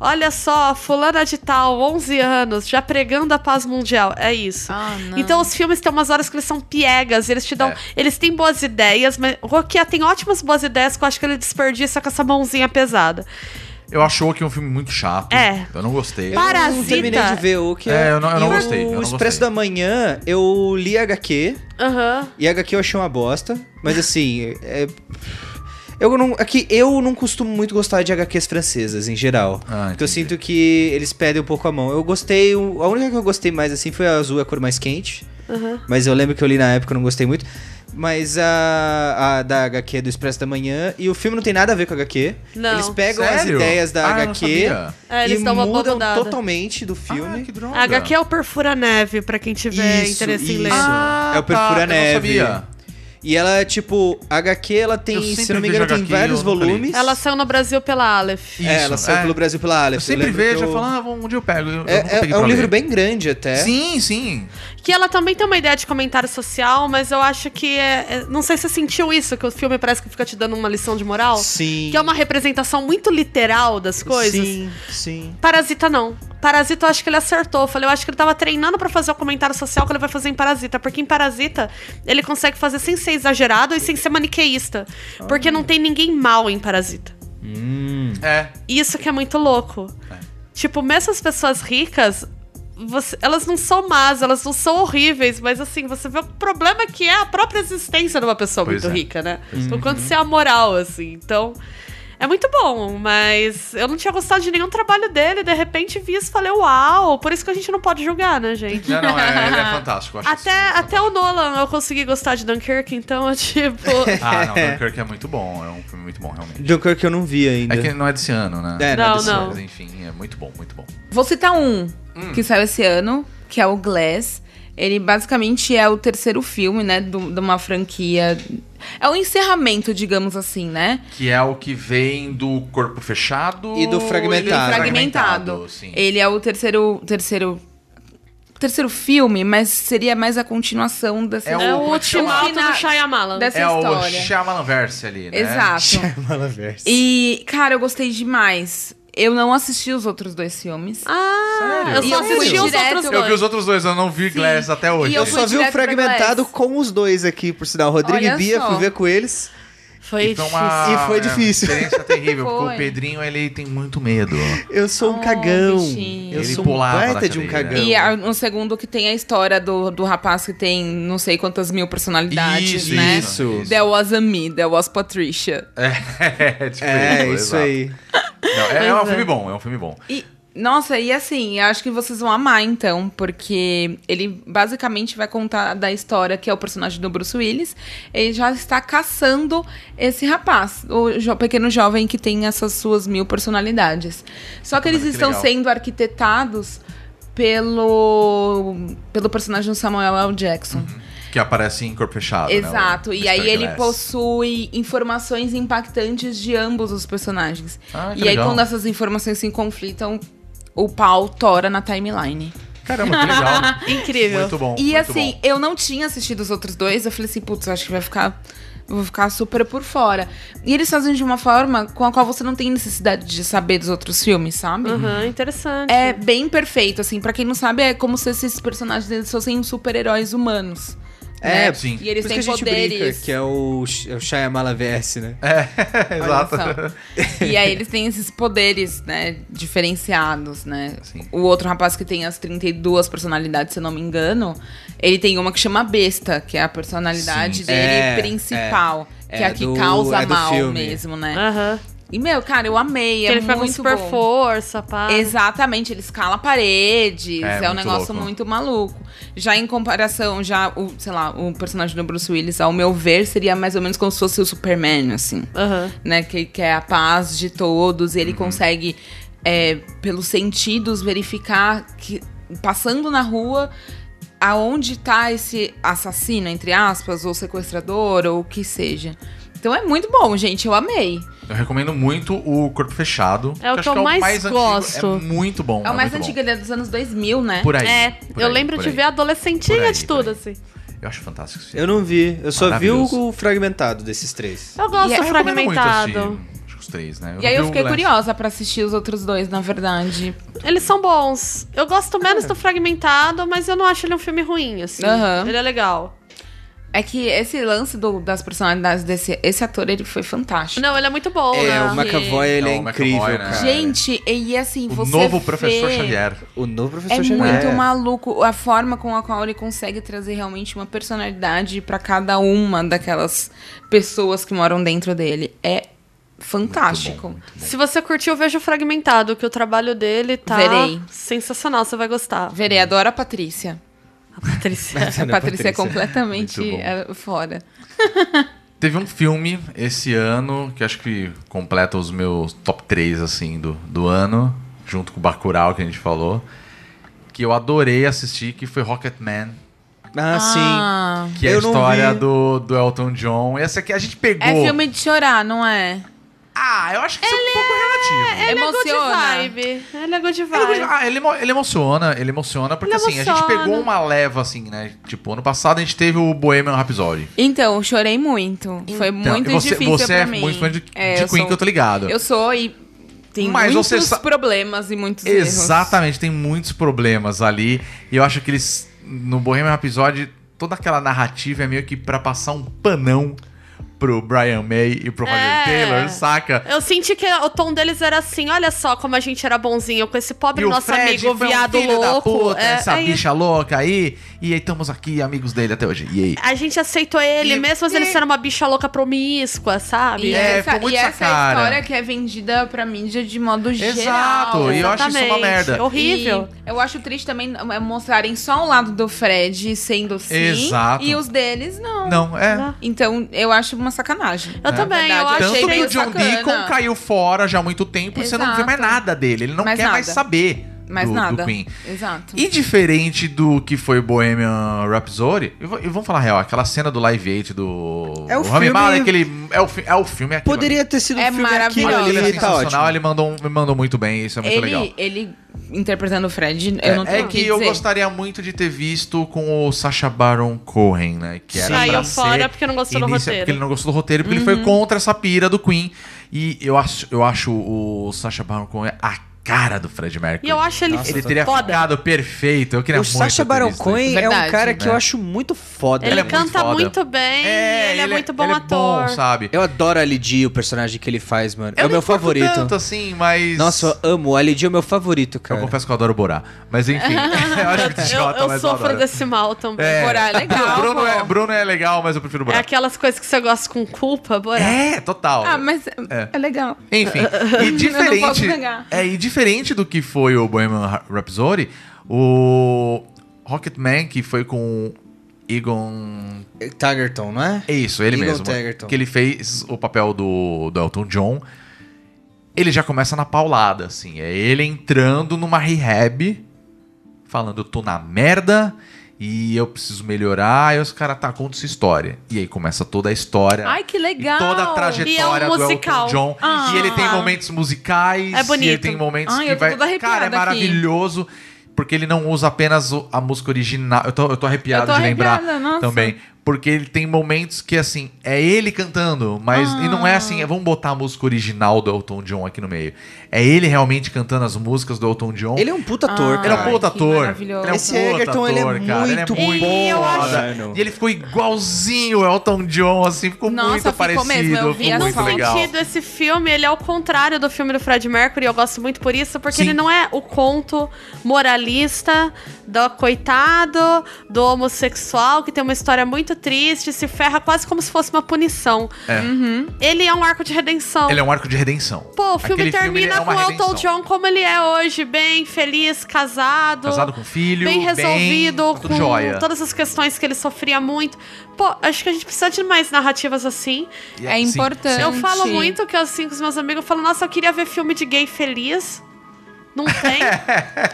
Olha só, fulana de tal, 11 anos, já pregando a paz mundial. É isso. Ah, não. Então os filmes têm umas horas que eles são piegas, eles te dão. É. Eles têm boas ideias, mas o Rokia tem ótimas boas ideias que eu acho que ele desperdiça com essa mãozinha pesada. Eu achou que é um filme muito chato. É. Eu não gostei. Parasita. Não terminei de ver o que É, eu não- eu não e o gostei, eu não O gostei. Expresso da Manhã, eu li HQ. Aham. E HQ eu achei uma bosta. Mas assim, é. Eu não, aqui eu não costumo muito gostar de HQs francesas em geral. Ah, porque eu entendi. sinto que eles perdem um pouco a mão. Eu gostei, o- a única que eu gostei mais assim foi a azul, a cor mais quente. Aham. Mas eu lembro que eu li na época, eu não gostei muito. Mas a, a da HQ é do Expresso da Manhã. E o filme não tem nada a ver com a HQ. Não. Eles pegam as Sério? ideias Ah, da eu não HQ sabia. É, eles e dão uma mudam bobudada. totalmente do filme. Ah, que droga. A HQ é o Perfura Neve, pra quem tiver Isso, interesse em isso. ler. Ah, É o Perfura tá, eu não Neve. sabia. E ela, tipo, a HQ, ela Eu tem, se sempre não me vejo engano, tem HQ, vários eu nunca li. volumes. Ela saiu no Brasil pela Aleph. É, ela Isso, saiu é. pelo Brasil pela Aleph. Eu sempre lembro que vejo, eu eu- falo, ah, um dia eu pego. Eu- eu nunca É, é- peguei é um pra livro ler. bem é. grande até. Sim, sim. Que ela também tem uma ideia de comentário social, mas eu acho que é. é- Não sei se você sentiu isso, que o filme parece que fica te dando uma lição de moral. Sim. Que é uma representação muito literal das coisas. Sim, sim. Parasita não. Parasita eu acho que ele acertou. Eu falei, eu acho que ele tava treinando pra fazer o comentário social que ele vai fazer em Parasita. Porque em Parasita ele consegue fazer sem ser exagerado e sem ser maniqueísta. Ah. Porque não tem ninguém mal em Parasita. Hum. É. Isso que é muito louco. Tipo, mesmo as pessoas ricas, você- elas não são más, elas não são horríveis, mas assim, você vê o problema que é a própria existência de uma pessoa Pois muito é. rica, né? O quanto você é amoral, assim. Então, é muito bom, mas eu não tinha gostado de nenhum trabalho dele, de repente vi isso e falei, uau, por isso que a gente não pode julgar, né, gente? Não, não, é, ele é fantástico. eu acho Até, isso. até o Nolan eu consegui gostar de Dunkirk, então é tipo. Ah, não, Dunkirk é muito bom. É um filme muito bom, realmente. Dunkirk eu não vi ainda. É que não é desse ano, né? É, Não, é desse- não. Mas enfim, é muito bom, muito bom. Vou citar um Hum. que saiu esse ano, que é o Glass. Ele basicamente é o terceiro filme, né, do- de uma franquia. É o encerramento, digamos assim, né? Que é o que vem do corpo fechado E do fragmentado. Fragmentado. Ah, sim. Ele é o terceiro, terceiro, terceiro filme, mas seria mais a continuação dessa, É É o como é que chama? ultimato do Shyamalan. dessa É o história. Shyamalan-verse ali, né? Exato. Malaverso. E, cara, eu gostei demais. Eu não assisti os outros dois filmes. Ah, eu Sério? só Eu fui assisti os direto- outros Eu vi dois. os outros dois, eu não vi Sim. Glass até hoje. E eu Eu fui só vi o direto pra fragmentado Glass. com os dois aqui, por sinal. Rodrigo Olha e Bia, só. fui ver com eles. Foi Então, difícil. uma- E foi é, difícil. experiência terrível, porque Foi. o Pedrinho, ele tem muito medo. Eu sou um Oh, cagão. bichinho. Eu Ele sou um pulava da baita de um cadeira. cagão. E a- no segundo que tem a história do, do rapaz que tem não sei quantas mil personalidades, Isso, né? isso. There was a me, there was Patricia. É, tipo É, isso exato. Né? aí. Não, é, é um Pois é. filme bom, é um filme bom. E, nossa, e assim, eu acho que vocês vão amar então, porque ele basicamente vai contar da história que é o personagem do Bruce Willis. Ele já está caçando esse rapaz, o jo- pequeno jovem que tem essas suas mil personalidades. Só que eles que estão legal. sendo arquitetados pelo, pelo personagem do Samuel L. Jackson. Que aparece em Corpo Fechado, né, o Exato. e Mr. aí ele Glass. possui informações impactantes de ambos os personagens. Ah, que e aí, legal. quando essas informações se conflitam, o pau tora na timeline. Caramba, que legal. Incrível. Muito bom. e muito assim, bom. eu não tinha assistido os outros dois. Eu falei assim, putz, eu acho que vai ficar. eu Vou ficar super por fora. E eles fazem de uma forma com a qual você não tem necessidade de saber dos outros filmes, sabe? Uhum. Aham, interessante. É bem perfeito, assim. Pra quem não sabe, é como se esses personagens eles fossem super-heróis humanos. né? É, sim. E eles Por têm isso que a gente poderes. brinca que é o, Sh- é o Shyamala VS, né? É, Olha exato. só. E aí eles têm esses poderes, né, diferenciados, né? Sim. O outro rapaz que tem as 32 personalidades, se eu não me engano, ele tem uma que chama Besta, que é a personalidade Sim. dele É, principal. é. que é É a que do- causa é do mal filme. mesmo, né? Aham. E, meu, cara, eu amei. Ah. Que é ele fica com muito super bom. força, pá. Exatamente, ele escala paredes, É, é, um muito negócio louco. muito maluco. Já em comparação, já o, sei lá, o personagem do Bruce Willis, ao meu ver, seria mais ou menos como se fosse o Superman, assim Aham. né? Que quer a paz de todos. E ele Uhum. consegue, é, pelos sentidos, verificar que passando na rua aonde tá esse assassino, entre aspas, ou sequestrador, ou o que seja. Então é muito bom, gente. Eu amei. Eu recomendo muito o Corpo Fechado. É o acho que eu mais gosto. Antigo, é muito bom. É o mais muito antigo, ele é dos anos 2000, né? Bom. Por aí. É, por eu aí, lembro por de aí. ver adolescentinha Por aí, de por tudo, aí. assim. Eu acho fantástico. esse filme. Eu não vi, eu só vi Maravilhoso. o fragmentado desses três. Eu gosto E é- do Eu recomendo muito, fragmentado. assim, acho que os três, né? E aí não eu vi o fiquei Glass. curiosa pra assistir os outros dois, na verdade. Eles são bons. Eu gosto menos do fragmentado, mas eu não acho ele um filme ruim, assim. Aham. Ele é legal. É que esse lance do- das personalidades desse esse ator, ele foi fantástico. Não, ele é muito bom, É, né? o McAvoy, ele É, é, o McAvoy, né? incrível, cara. Gente, e assim, O você novo Professor vê- Xavier. O novo professor É Xavier. muito maluco a forma com a qual ele consegue trazer realmente uma personalidade pra cada uma daquelas pessoas que moram dentro dele. É fantástico. Muito bom, muito bom. Se você curtiu, veja o fragmentado, que o trabalho dele tá Verei. sensacional, você vai gostar. Verei, adoro a Patrícia. A Patrícia. A Patrícia, é Patrícia. completamente Muito bom. eh, fora. Teve um filme esse ano que acho que completa os meus top 3 assim do, do ano, junto com o Bacurau que a gente falou, que eu adorei assistir, que foi Rocketman, Ah, sim. Ah, que é a Eu não história vi. do, do Elton John. Essa aqui a gente pegou. é filme de chorar, não é? Ah, eu acho que isso é um pouco relativo. Ele Emociona. é good vibe. Ele é good Ele vibe. emo- ah, ele, emo- ele emociona, ele emociona, porque Ele assim, a gente emociona. pegou uma leva assim, né? Tipo, ano passado a gente teve o Bohemian Rhapsody. Então, eu chorei muito. Foi Então, muito você, difícil Você pra é mim. muito fã de, É, de eu Queen, sou- que eu tô ligado. Eu sou e tem Mas muitos você sa- problemas e muitos erros. Exatamente, tem muitos problemas ali. E eu acho que eles, no Bohemian Rhapsody, toda aquela narrativa é meio que pra passar um panão pro Brian May e pro Roger É. Taylor, saca? Eu senti que o tom deles era assim, olha só como a gente era bonzinho com esse pobre E o nosso Fred amigo foi um viado filho da louco. puta, É, essa é isso. bicha louca aí. E aí estamos aqui, amigos dele até hoje. E aí? A gente aceitou ele, E- mesmo e- ele sendo uma bicha louca promíscua, sabe? E É, essa, ficou muito e essa é a sacana. história que é vendida pra mídia de modo Exato, geral. e eu acho isso uma Exatamente. merda. Horrível. E eu acho triste também é, mostrarem só o lado do Fred sendo sim Exato. e os deles não. Não, é. Não. Então eu acho uma sacanagem. Eu também, eu Verdade, acho Tanto achei que meio o John sacana. Deacon caiu fora já há muito tempo e você não vê mais Exato. nada dele. Ele não Mais quer mais nada. saber Mais do, do nada. Queen. Exato. E diferente do que foi Bohemian Rhapsody, e v- e vamos falar a real, aquela cena do Live 8 do É o Rami filme- Malek, aquele é o, fi- é o filme é aquilo ali. Poderia ter sido É um filme aquilo maravilhoso. Aquilo ali, é tá sensacional, ótimo. ele mandou, um, me mandou muito bem, isso é muito ele, legal. ele interpretando o Fred, eu É, não tenho é o que eu dizer. gostaria muito de ter visto com o Sacha Baron Cohen, né? Que era Saiu pra fora ser porque não gostou do Início é roteiro. Uhum. Porque ele não gostou do roteiro, porque ele foi contra essa pira do Queen. E eu acho, eu acho o Sacha Baron Cohen a cara do Fred Mercury. E eu acho ele, ele teria foda. ficado né? perfeito. Eu queria O é muito ter Sacha Baron visto Cohen isso. é um cara Verdade, que né? eu acho muito foda. Ele, Ele é muito canta foda. muito, bem, ele, é muito bom ele ator. É bom, sabe? Eu adoro a Lidia, o personagem que ele faz, mano. Eu é o não meu curto favorito. Tanto assim, mas. Nossa, eu amo. A Lidia é o meu favorito, eu cara. confesso que eu adoro o Borá. Mas enfim, eu acho muito Eu, idiota, eu mas sofro adoro. desse mal também. Borá é legal, Bruno, pô. é, Bruno é legal, mas eu prefiro o É Borá. aquelas coisas que você gosta com culpa, Borá. É, total. Ah, mas é, É. é legal. Enfim, e Eu não posso diferente, negar. é, e diferente do que foi o Bohemian Ra- Rhapsody, o Rocketman, que foi com Egon... Taggerton, não é? É isso, ele Egon mesmo. Tegerton. Que ele fez o papel do, do Elton John. Ele já começa na paulada, assim. É ele entrando numa rehab, falando, eu tô na merda... E eu preciso melhorar, e os caras tá conta essa história. E aí começa toda a história. Ai, que legal. E toda a E é um trajetória do Elton musical. John. Ah. E ele tem momentos musicais. É bonito. E ele tem momentos Ai, que eu tô vai. toda arrepiada Cara, é aqui. maravilhoso. Porque ele não usa apenas o- a música original. Eu tô, eu tô arrepiado Eu tô de lembrar arrepiada, nossa. também. Porque ele tem momentos que, assim, é ele cantando, mas. E não Ah. é assim, é, vamos botar a música original do Elton John aqui no meio. É ele realmente cantando as músicas do Elton John. Ele é um puta Ele é um ator, Ah, Ai, cara. puta que ator. Ele maravilhoso. é um Esse puta Egerton, ele é ator, cara. Ele é muito muito bom, eu acho- foda. mano. E ele ficou igualzinho o Elton John, assim, ficou Nossa, muito ficou parecido. mesmo, eu vi ficou as muito fotos. legal. sentido, esse filme, ele é o contrário do filme do Fred Mercury, eu gosto muito por isso, porque Sim. ele não é o conto moralista do coitado, do homossexual, que tem uma história muito triste, se ferra quase como se fosse uma punição. É. Uhum. Ele é um arco de redenção. Ele é um arco de redenção. Pô, o filme Aquele filme, ele termina é com uma o Elton redenção. John como ele é hoje, bem feliz, casado. Casado com filho, Bem resolvido, tá tudo com jóia. todas as questões que ele sofria muito. Pô, acho que a gente precisa de mais narrativas assim. E É sim, importante. sim. Eu falo Gente. muito que assim com os meus amigos, eu falo, nossa, eu queria ver filme de gay feliz. Não tem.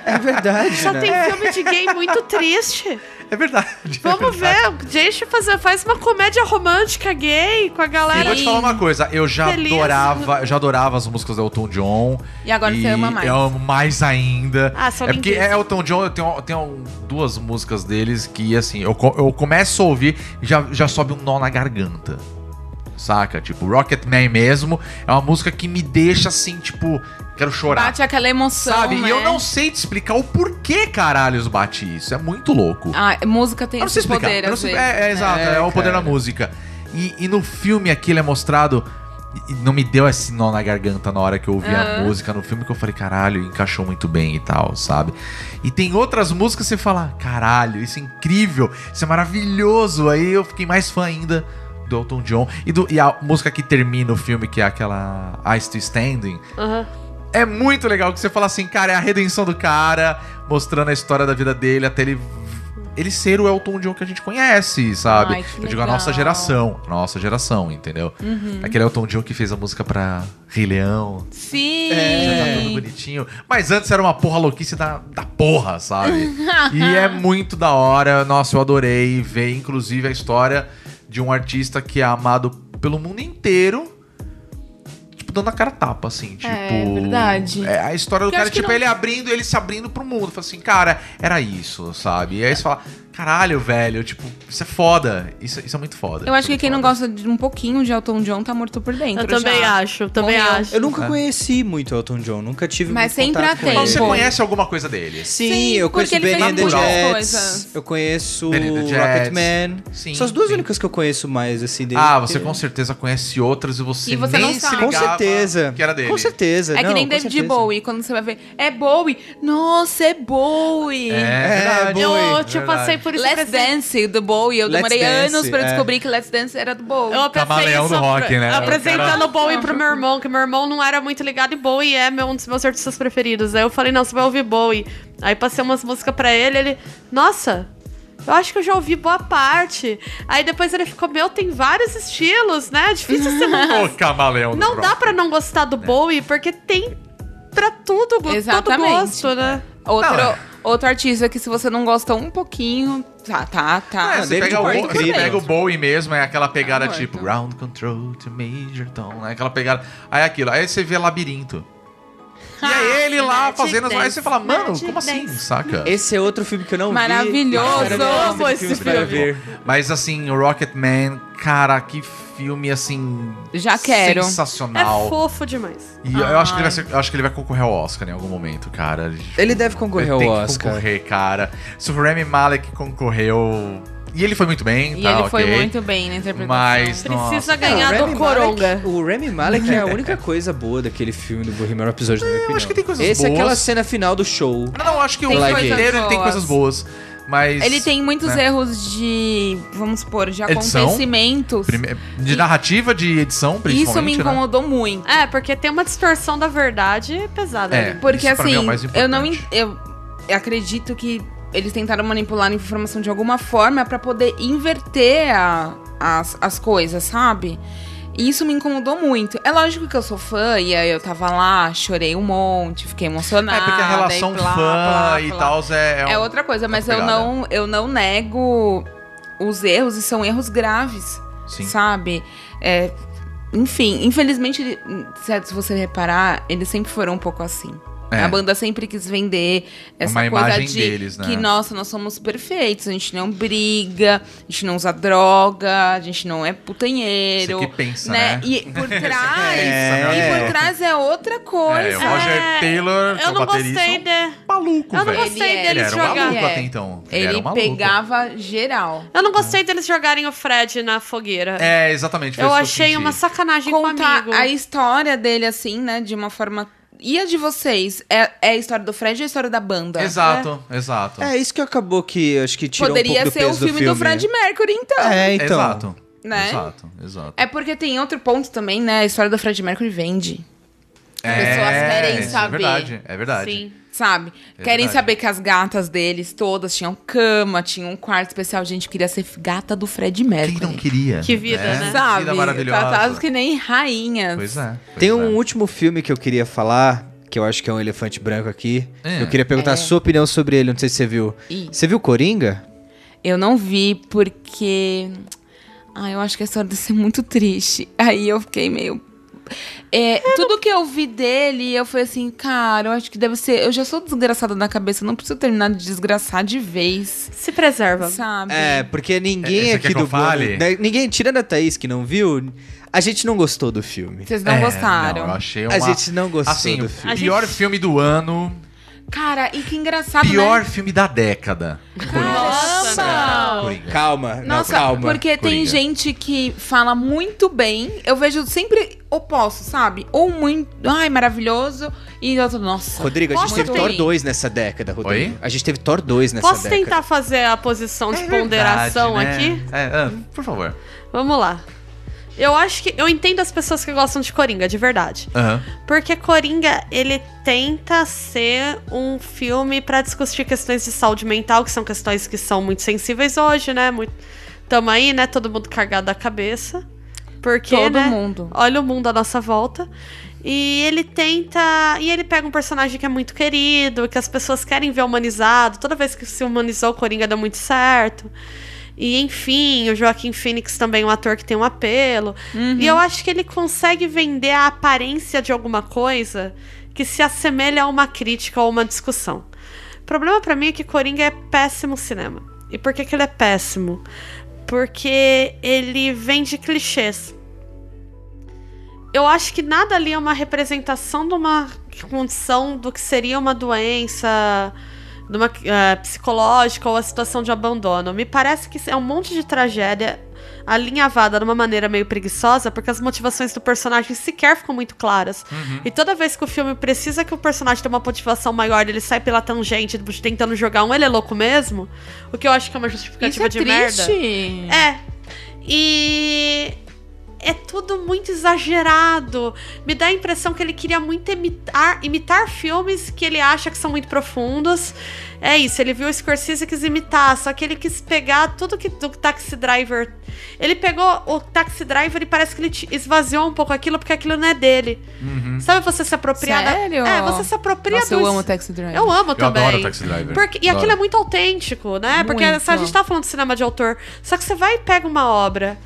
É verdade, Só né? tem filme de gay muito triste. É verdade. Vamos ver. Deixa eu fazer, faz uma comédia romântica gay com a E galera. vou te falar uma coisa, eu já Feliz. adorava, eu já adorava as músicas do Elton John. E agora você ama mais. Eu amo mais ainda. Ah, são é porque lindíssimas. é Elton John, eu tenho, eu tenho duas músicas deles que, assim, eu, co- eu começo a ouvir e já, já sobe um nó na garganta. Saca? Tipo, Rocketman mesmo é uma música que me deixa assim, tipo, quero chorar. Bate aquela emoção, sabe? né? E eu não sei te explicar o porquê, caralhos, bate isso. É muito louco. Ah, música tem Eu não sei esse explicar. poder, eu não às sei- vezes. é, é, exato, é, o poder da música. E, e no filme aqui ele é mostrado. E e não me deu esse nó na garganta na hora que eu ouvi a música no filme, que eu falei, caralho, encaixou muito bem e tal, sabe? E tem outras músicas que você fala, caralho, isso é incrível, isso é maravilhoso. Aí eu fiquei mais fã ainda do Elton John. E, do- e a música que termina o filme, que é aquela I Still Standing, Aham. é muito legal que você fala assim, cara, é a redenção do cara, mostrando a história da vida dele até ele ele ser o Elton John que a gente conhece, sabe? Ai, que Eu digo a legal. Uhum. nossa geração, nossa geração, entendeu? Aquele Elton John que fez a música pra Rei Leão, Sim! já É. tá tudo bonitinho, mas antes era uma porra louquice da, da porra, sabe? e é muito da hora, nossa, eu adorei ver inclusive a história de um artista que é amado pelo mundo inteiro. Tipo, dando a cara a tapa, assim, tipo... É, verdade. É, a história do Porque eu cara, acho que tipo, não- ele abrindo, ele se abrindo pro mundo. Fala assim, cara, era isso, sabe? E aí você fala, caralho, velho, tipo, isso é foda. Isso, isso é muito foda. Eu acho que Muito quem não foda. gosta de um pouquinho de Elton John tá morto por dentro. Eu também já. acho, também Morreu. acho. Eu nunca conheci muito Elton John, nunca tive Mas muito sempre contato com há né? ele. Mas você Pô. conhece alguma coisa dele? Sim, Sim, eu porque conheço ele Benny and the fez muitas Jets, coisas. eu conheço Benny and the Jets. Rocketman. Sim, São as duas sim. únicas que eu conheço mais, assim, dele. Ah, você com certeza conhece outras e você, E você nem não se sabe. ligava Com certeza. que era dele. Com certeza. Ah, É que não, nem com David certeza. Bowie, quando você vai ver. É Bowie? Nossa, é Bowie! É, verdade. boa. Eu, tipo, Verdade. passei por isso Let's com esse- Dance do Bowie. Eu Let's demorei Dance, anos pra é. descobrir que Let's Dance era do Bowie. Eu apresentei Camaleão isso do rock, né? Apresentando Cara- o Bowie pro meu irmão, que meu irmão não era muito ligado e Bowie é meu- um dos meus artistas preferidos. Aí eu falei, não, você vai ouvir Bowie. Aí passei umas músicas pra ele, ele, nossa, eu acho que eu já ouvi boa parte. Aí depois ele ficou, meu, tem vários estilos, né? É difícil você não. O camaleão do não rock. dá pra não gostar É. do Bowie, porque tem pra tudo, go- todo Exatamente. gosto, né? Outro, Não, é. outro artista que se você não gosta um pouquinho... Tá, tá, tá. Ah, Ah, você, David pega o, Bowie Bo- é você incrível. pega o Bowie mesmo, é aquela pegada Amor, tipo não. ground control to major tom, né? aquela pegada. Aí é aquilo, aí você vê labirinto. E é ele lá Ah, Magic fazendo as. Aí você fala, Dance, mano, como Magic assim? Dance. Saca? Esse é outro filme que eu não vi. Maravilhoso! Cara, eu Eu amo esse esse filme pra filme. ver. Mas assim, o Rocketman, cara, que filme assim. Já quero. É Sensacional. fofo demais. e eu acho, que ele vai ser- eu acho que ele vai concorrer ao Oscar em algum momento, cara. Ele deve concorrer Ele ao tem que Oscar. concorrer, cara. Se o Rami Malek concorreu. E ele foi muito bem, E tá? ele foi ok. muito bem na interpretação. Mas. Precisa nossa, ganhar Não, o do Rami Coronga. Malek- o Remy Malek é a única coisa boa daquele filme do Bohemian Rhapsody, na minha opinião. É, acho que tem coisas Esse é boas. aquela cena final do show. Não, não, acho que Tem o coisas live inteiro ele tem boas. coisas boas. Mas. Ele tem muitos né? erros de, vamos supor, de Edição. acontecimentos. Prime- De narrativa, de edição, Isso principalmente. me né? incomodou muito. É, porque tem uma distorção da verdade pesada. É. né? Porque Isso pra mim assim, é o mais eu não en- importante. eu acredito que eles tentaram manipular a informação de alguma forma pra poder inverter a- as, as coisas, sabe? E isso me incomodou muito. É lógico que eu sou fã, e aí eu tava lá, chorei um monte, fiquei emocionada. É, porque a relação e blá, fã blá, e blá. tal é. É, um- outra coisa, mas eu pegada. não, eu não nego os erros, e são erros graves. Sim. sabe? É, enfim, infelizmente, se se você reparar, eles sempre foram um pouco assim. É. A banda sempre quis vender essa Uma coisa imagem de deles, né? que, nossa, nós somos perfeitos, a gente não briga, a gente não usa droga, a gente não é putanheiro. Você que pensa, né? né? E por trás, pensa, né? e por trás é outra coisa. É, o Roger É, Taylor, que é Eu o não baterista, gostei é de... um maluco, Eu não velho. gostei Ele Ele deles era um maluco jogarem. jogar. até então. Ele, Ele, era um maluco. pegava geral. Eu não gostei deles jogarem o Fred na fogueira. É, exatamente. foi eu isso que achei senti. uma sacanagem com o Contar amigo. a história dele, assim, né? De uma forma. E a de vocês? É, é a história do Fred ou a história da banda? Exato, exato. É isso que acabou que acho que tirou um Poderia pouco do ser o peso filme do, filme Fred Mercury, então. É, então. Exato. Né? Exato, exato. É porque tem outro ponto também, né? A história do Fred Mercury vende. É, pessoas querem isso É saber. verdade, é verdade. Sim. Sabe? É Querem verdade. saber que as gatas deles todas tinham cama, tinham um quarto especial. Gente, queria ser gata do Fred Quem Mercury. não queria? Que vida, né? tá, Sabe? Vida maravilhosa. Tratados que nem rainhas. Pois é. pois Tem é. um último filme que eu queria falar, que eu acho que é um elefante branco aqui. É. Eu queria perguntar a sua opinião sobre ele, não sei se você viu. Ih. Você viu Coringa? Eu não vi porque. Ah, eu acho que a história deve ser muito triste. Aí eu fiquei meio. É, tudo que eu vi dele, eu falei assim, cara, eu acho que deve ser. Eu já sou desgraçada na cabeça, eu não preciso terminar de desgraçar de vez. Se preserva. Sabe? É, porque ninguém É, você quer que aqui eu do fale? né, Ninguém, tirando a Thaís que não viu, a gente não gostou do filme. Vocês não É, gostaram. não, eu achei uma... A gente não gostou Assim, do o filme. A gente- pior filme do ano, Cara, e que engraçado, pior né? filme da década. Caramba! É, Coringa. Calma, não, Nossa, calma. porque tem Coringa. gente que fala muito bem. Eu vejo sempre oposto, sabe? Ou muito, ai, maravilhoso, e outro, nossa. Rodrigo, a gente Posso teve ter- Thor 2 nessa década, Rodrigo. Oi? A gente teve Thor 2 nessa Posso década. tentar fazer a posição de É ponderação verdade, aqui? né? É, ah, por favor. Vamos lá. Eu acho que. Eu entendo as pessoas que gostam de Coringa, de verdade. Aham. Porque Coringa, ele tenta ser um filme pra discutir questões de saúde mental, que são questões que são muito sensíveis hoje, né? Muito... Tamo aí, né? Todo mundo cargado da cabeça. Porque, Todo né? mundo. Olha o mundo à nossa volta. E ele tenta. E ele pega um personagem que é muito querido, que as pessoas querem ver humanizado. Toda vez que se humanizou, o Coringa deu muito certo. E enfim, o Joaquim Phoenix também é um ator que tem um apelo. E eu acho que ele consegue vender a aparência de alguma coisa que se assemelha a uma crítica ou uma discussão. O problema pra mim é que Coringa é péssimo cinema. E por que, que ele é péssimo? Porque ele vende clichês. Eu acho que nada ali é uma representação de uma condição do que seria uma doença de uma, eh, psicológica ou a situação de abandono. Me parece que é um monte de tragédia alinhavada de uma maneira meio preguiçosa, porque as motivações do personagem sequer ficam muito claras. E toda vez que o filme precisa que o personagem tenha uma motivação maior, ele sai pela tangente, tentando jogar um ele é louco mesmo, o que eu acho que é uma Isso justificativa é de merda. triste. É. E é tudo muito exagerado. Me dá a impressão que ele queria muito imitar, imitar filmes que ele acha que são muito profundos. É isso, ele viu o Scorsese e quis imitar, só que ele quis pegar tudo que do Taxi Driver. Ele pegou o Taxi Driver e parece que ele te- esvaziou um pouco aquilo porque aquilo não é dele. Uhum. Sabe você se apropriar? da- Sério? É, um você se apropria Nossa, do eu amo o es- Taxi Driver. eu amo Eu também. adoro o Taxi Driver. Porque- e Adoro. aquilo é muito autêntico, né? Porque Muito. se a gente tá falando de cinema de autor. Só que você vai e pega uma obra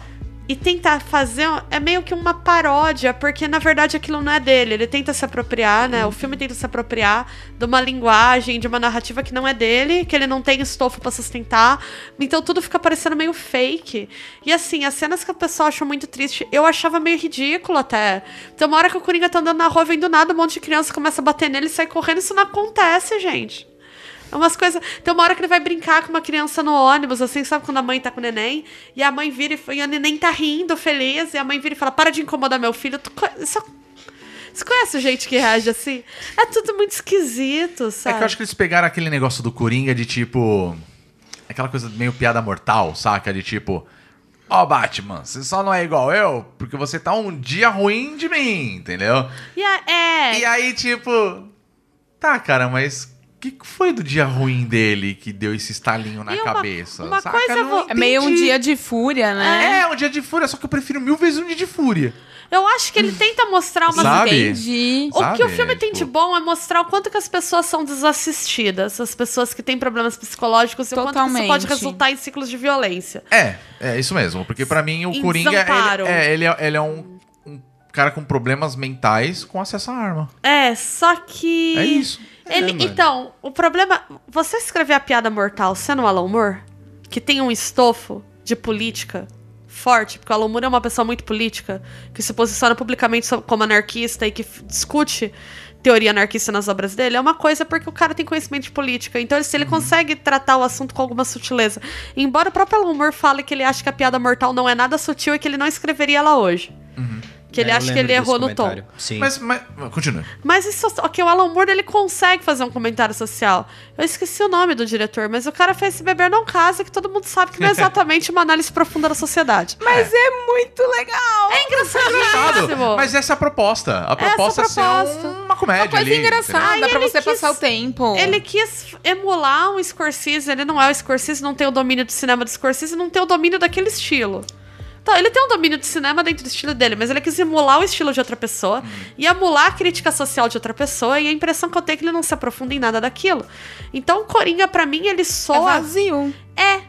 e tenta fazer. um- É meio que uma paródia, porque na verdade aquilo não é dele. Ele tenta se apropriar, né? O filme tenta se apropriar de uma linguagem, de uma narrativa que não é dele, que ele não tem estofo pra sustentar. Então tudo fica parecendo meio fake. E assim, as cenas que o pessoal achou muito triste, eu achava meio ridículo até. Então, uma hora que o Coringa tá andando na rua, vem do nada, um monte de criança começa a bater nele e sai correndo. Isso não acontece, gente. É umas coisas. Tem uma hora que ele vai brincar com uma criança no ônibus, assim, sabe quando a mãe tá com o neném? E a mãe vira e, f- e o neném tá rindo, feliz, e a mãe vira e fala: Para de incomodar meu filho. Tu co- Isso... é um Você conhece gente que reage assim? É tudo muito esquisito, É sabe? que eu acho que eles pegaram aquele negócio do Coringa de tipo. Aquela coisa meio piada mortal, saca? De tipo. Ó, Batman, você só não é igual eu porque você tá um dia ruim de mim, entendeu? E a- é. E aí, tipo. Tá, cara, mas. O que que foi do dia ruim dele que deu esse estalinho na E uma- cabeça? uma saca? coisa Não vo- É meio um entendi. dia de fúria, né? É, um dia de fúria, só que eu prefiro mil vezes um dia de fúria. Eu acho que ele tenta mostrar umas Sabe? Entendi. O que Sabe? o filme tem de Tipo- bom é mostrar o quanto que as pessoas são desassistidas, as pessoas que têm problemas psicológicos, e o quanto que isso Totalmente. pode resultar em ciclos de violência. É, é isso mesmo. Porque pra mim o Em Coringa, ele, desamparo. é, ele, é, ele é um, um cara com problemas mentais com acesso à arma. É, só que. É isso. Ele- É, mano. então, o problema. Você escrever a piada mortal sendo o Alan Moore, que tem um estofo de política forte, porque o Alan Moore é uma pessoa muito política, que se posiciona publicamente so- como anarquista e que f- discute teoria anarquista nas obras dele, é uma coisa porque o cara tem conhecimento de política. Então, se ele Uhum. consegue tratar o assunto com alguma sutileza. Embora o próprio Alan Moore fale que ele acha que a piada mortal não é nada sutil e que ele não escreveria ela hoje. Que ele É, eu acha que lembro ele desse errou no tom. comentário. Sim. Mas, mas continua. Mas isso, ok, o Alan Moore ele consegue fazer um comentário social. Eu esqueci o nome do diretor, mas o cara fez se beber não casa, que todo mundo sabe que não é exatamente uma análise profunda da sociedade. Mas é muito legal. É engraçadíssimo. Mas essa é a proposta. A proposta é ser proposta. uma comédia Uma coisa ali, Aí engraçada pra ele você quis- passar o tempo. É Ele quis emular um Scorsese, ele não é o Scorsese, não tem o domínio do cinema do Scorsese, não tem o domínio daquele estilo. Então, ele tem um domínio de cinema dentro do estilo dele, mas ele quis emular o estilo de outra pessoa e emular a crítica social de outra pessoa, e a impressão que eu tenho é que ele não se aprofunda em nada daquilo. Então, o Coringa, pra mim, ele é soa vazio. É.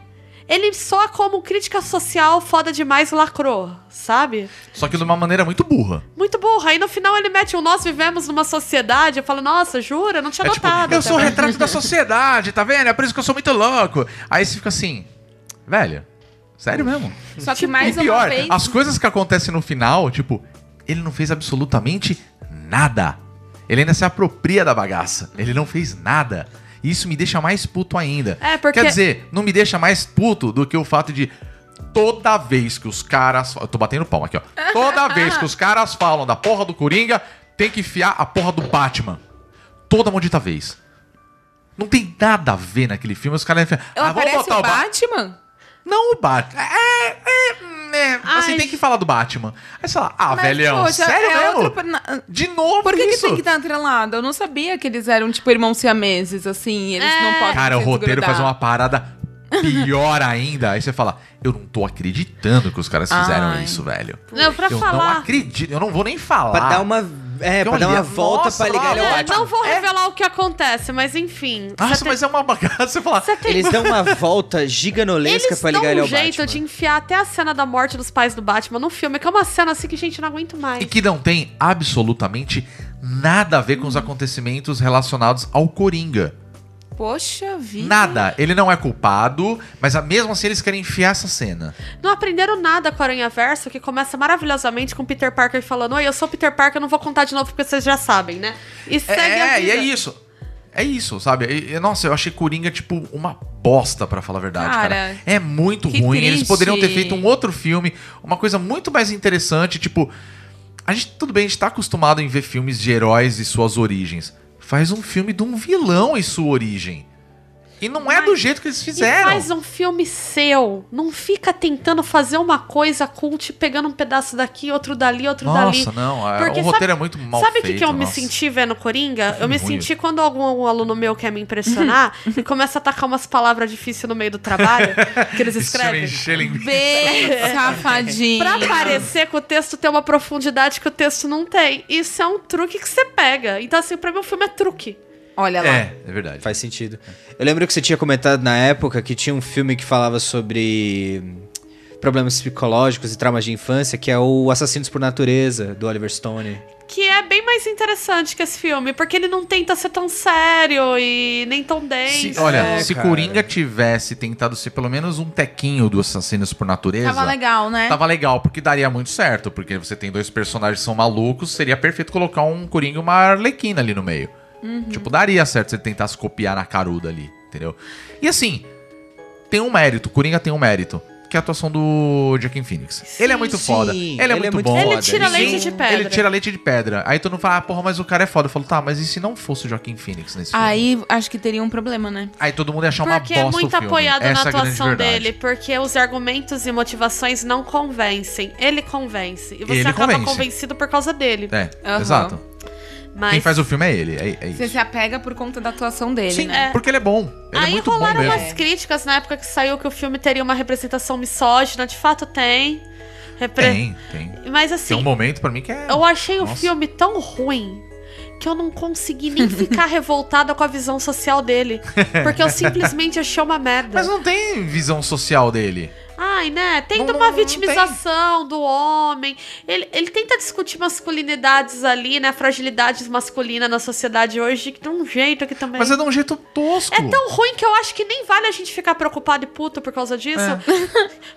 Ele soa como crítica social foda demais lacrou, sabe? Só que de uma maneira muito burra. Muito burra. Aí no final ele mete um nós vivemos numa sociedade. Eu falo, nossa, jura? Tá Não tinha É tipo, notado. eu sou o também." retrato da sociedade, tá vendo? É por isso que eu sou muito louco. Aí você fica assim, velho, sério mesmo? Só que mais e pior, uma vez. as coisas que acontecem no final, tipo, ele não fez absolutamente nada. Ele ainda se apropria da bagaça. Ele não fez nada. E Isso me deixa mais puto ainda. É, porque- Quer dizer, não me deixa mais puto do que o fato de toda vez que os caras. Eu tô batendo palma aqui, ó. Toda vez que os caras falam da porra do Coringa, tem que enfiar a porra do Batman. Toda maldita vez. Não tem nada a ver naquele filme. Os caras enfiam. Eu "Ah, vamos aparece botar o Ba- Batman? não o Batman. É, é, hum, é. Assim, Ai. tem que falar do Batman. Aí você fala, ah, Mas, velhão, poxa, sério é mesmo? outro per- De novo Por que, que isso? tem que estar atrelado? Eu não sabia que eles eram, tipo, irmãos siameses, assim. Eles não podem Cara, o se roteiro desgrudar. faz uma parada pior ainda. Aí você fala, eu não tô acreditando que os caras fizeram Ai. isso, velho. Não, pra eu falar. não acredito, eu não vou nem falar. Pra dar uma. É, Que pra dar olha, uma volta nossa, pra ligar ele ao olha, É, Batman. não vou revelar o que acontece, mas enfim. Nossa, mas é uma bagaça. Você fala, Você tem... Eles dão uma volta giganolesca Eles pra dão ligar é ele um ao jeito Batman. de enfiar até a cena da morte dos pais do Batman num filme, que é uma cena assim que, gente, não aguento mais. e que não tem absolutamente nada a ver com os acontecimentos relacionados ao Coringa. Poxa vida. Nada. Ele não é culpado, mas ah, mesmo assim eles querem enfiar essa cena. Não aprenderam nada com a Aranha Verso, que começa maravilhosamente com o Peter Parker falando: Oi, eu sou o Peter Parker, eu não vou contar de novo porque vocês já sabem, né? E segue a É, vida. e é isso. É isso, sabe? E- e, nossa, eu achei Coringa, tipo, uma bosta, pra falar a verdade, cara. Cara, É muito que ruim. Eles triste. poderiam ter feito um outro filme, uma coisa muito mais interessante, tipo. A gente, tudo bem, a gente tá acostumado em ver filmes de heróis e suas origens. Faz um filme de um vilão e sua origem. E não é do jeito que eles E fizeram. faz um filme seu. Não fica tentando fazer uma coisa cult, pegando um pedaço daqui, outro dali, outro dali. Nossa, não. é- Porque o sabe- roteiro é muito mal Sabe o feito. que, que eu me nossa. senti vendo Coringa? Eu me ruim. senti quando algum, algum aluno meu quer me impressionar e começa a tacar umas palavras difíceis no meio do trabalho que eles Esse filme escrevem. encheu ele- Bem, safadinho. Pra parecer que o texto tem uma profundidade que o texto não tem. Isso é um truque que você pega. Então, assim, pra mim o filme é truque. Olha lá. É, é verdade. Faz sentido. Eu lembro que você tinha comentado na época que tinha um filme que falava sobre problemas psicológicos e traumas de infância, que é o Assassinos por Natureza, do Oliver Stone. Que é bem mais interessante que esse filme, porque ele não tenta ser tão sério e nem tão denso. Se- olha, É, se cara. Coringa tivesse tentado ser pelo menos um tequinho do Assassinos por Natureza, Tava legal, É. né? tava legal, porque daria muito certo. Porque você tem dois personagens que são malucos, seria perfeito colocar um Coringa e uma Arlequina ali no meio. Uhum. Tipo, daria certo se ele tentasse copiar na caruda ali, entendeu? E assim, tem um mérito, Coringa tem um mérito. Que é a atuação do Joaquin Phoenix. ele é muito sim, foda. Ele é ele é muito, muito bom. foda. Ele tira Ninguém- leite de pedra. Ele tira leite de pedra. Aí todo mundo fala, ah, porra, mas o cara é foda. Eu falo, tá, mas e se não fosse o Joaquin Phoenix nesse filme? Aí acho que teria um problema, né? Aí todo mundo ia achar uma Porque bosta é muito o filme. apoiado Essa na é a grande atuação verdade. dele, porque os argumentos e motivações não convencem. Ele convence. E você Ele acaba convence. convencido por causa dele. É, Aham. exato. Mas Quem faz o filme é ele, é, é Você isso. se apega por conta da atuação dele, Sim, né? porque ele é bom. Ele é Aí muito bom rolaram mesmo. umas críticas na época que saiu que o filme teria uma representação misógina. De fato, tem. Repre- Tem, tem. Mas Tem um assim, momento pra mim que é... eu achei o Nossa. filme tão ruim que eu não consegui nem ficar revoltada com a visão social dele. Porque eu simplesmente achei uma merda. Mas não tem visão social dele. Ah, Ai, né? Tenta Não- uma não- não tem. vitimização do homem. Ele, ele tenta discutir masculinidades ali, né? Fragilidades masculinas na sociedade hoje, que tem um jeito aqui também. Mas é de um jeito tosco. É tão ruim que eu acho que nem vale a gente ficar preocupado e puto por causa disso.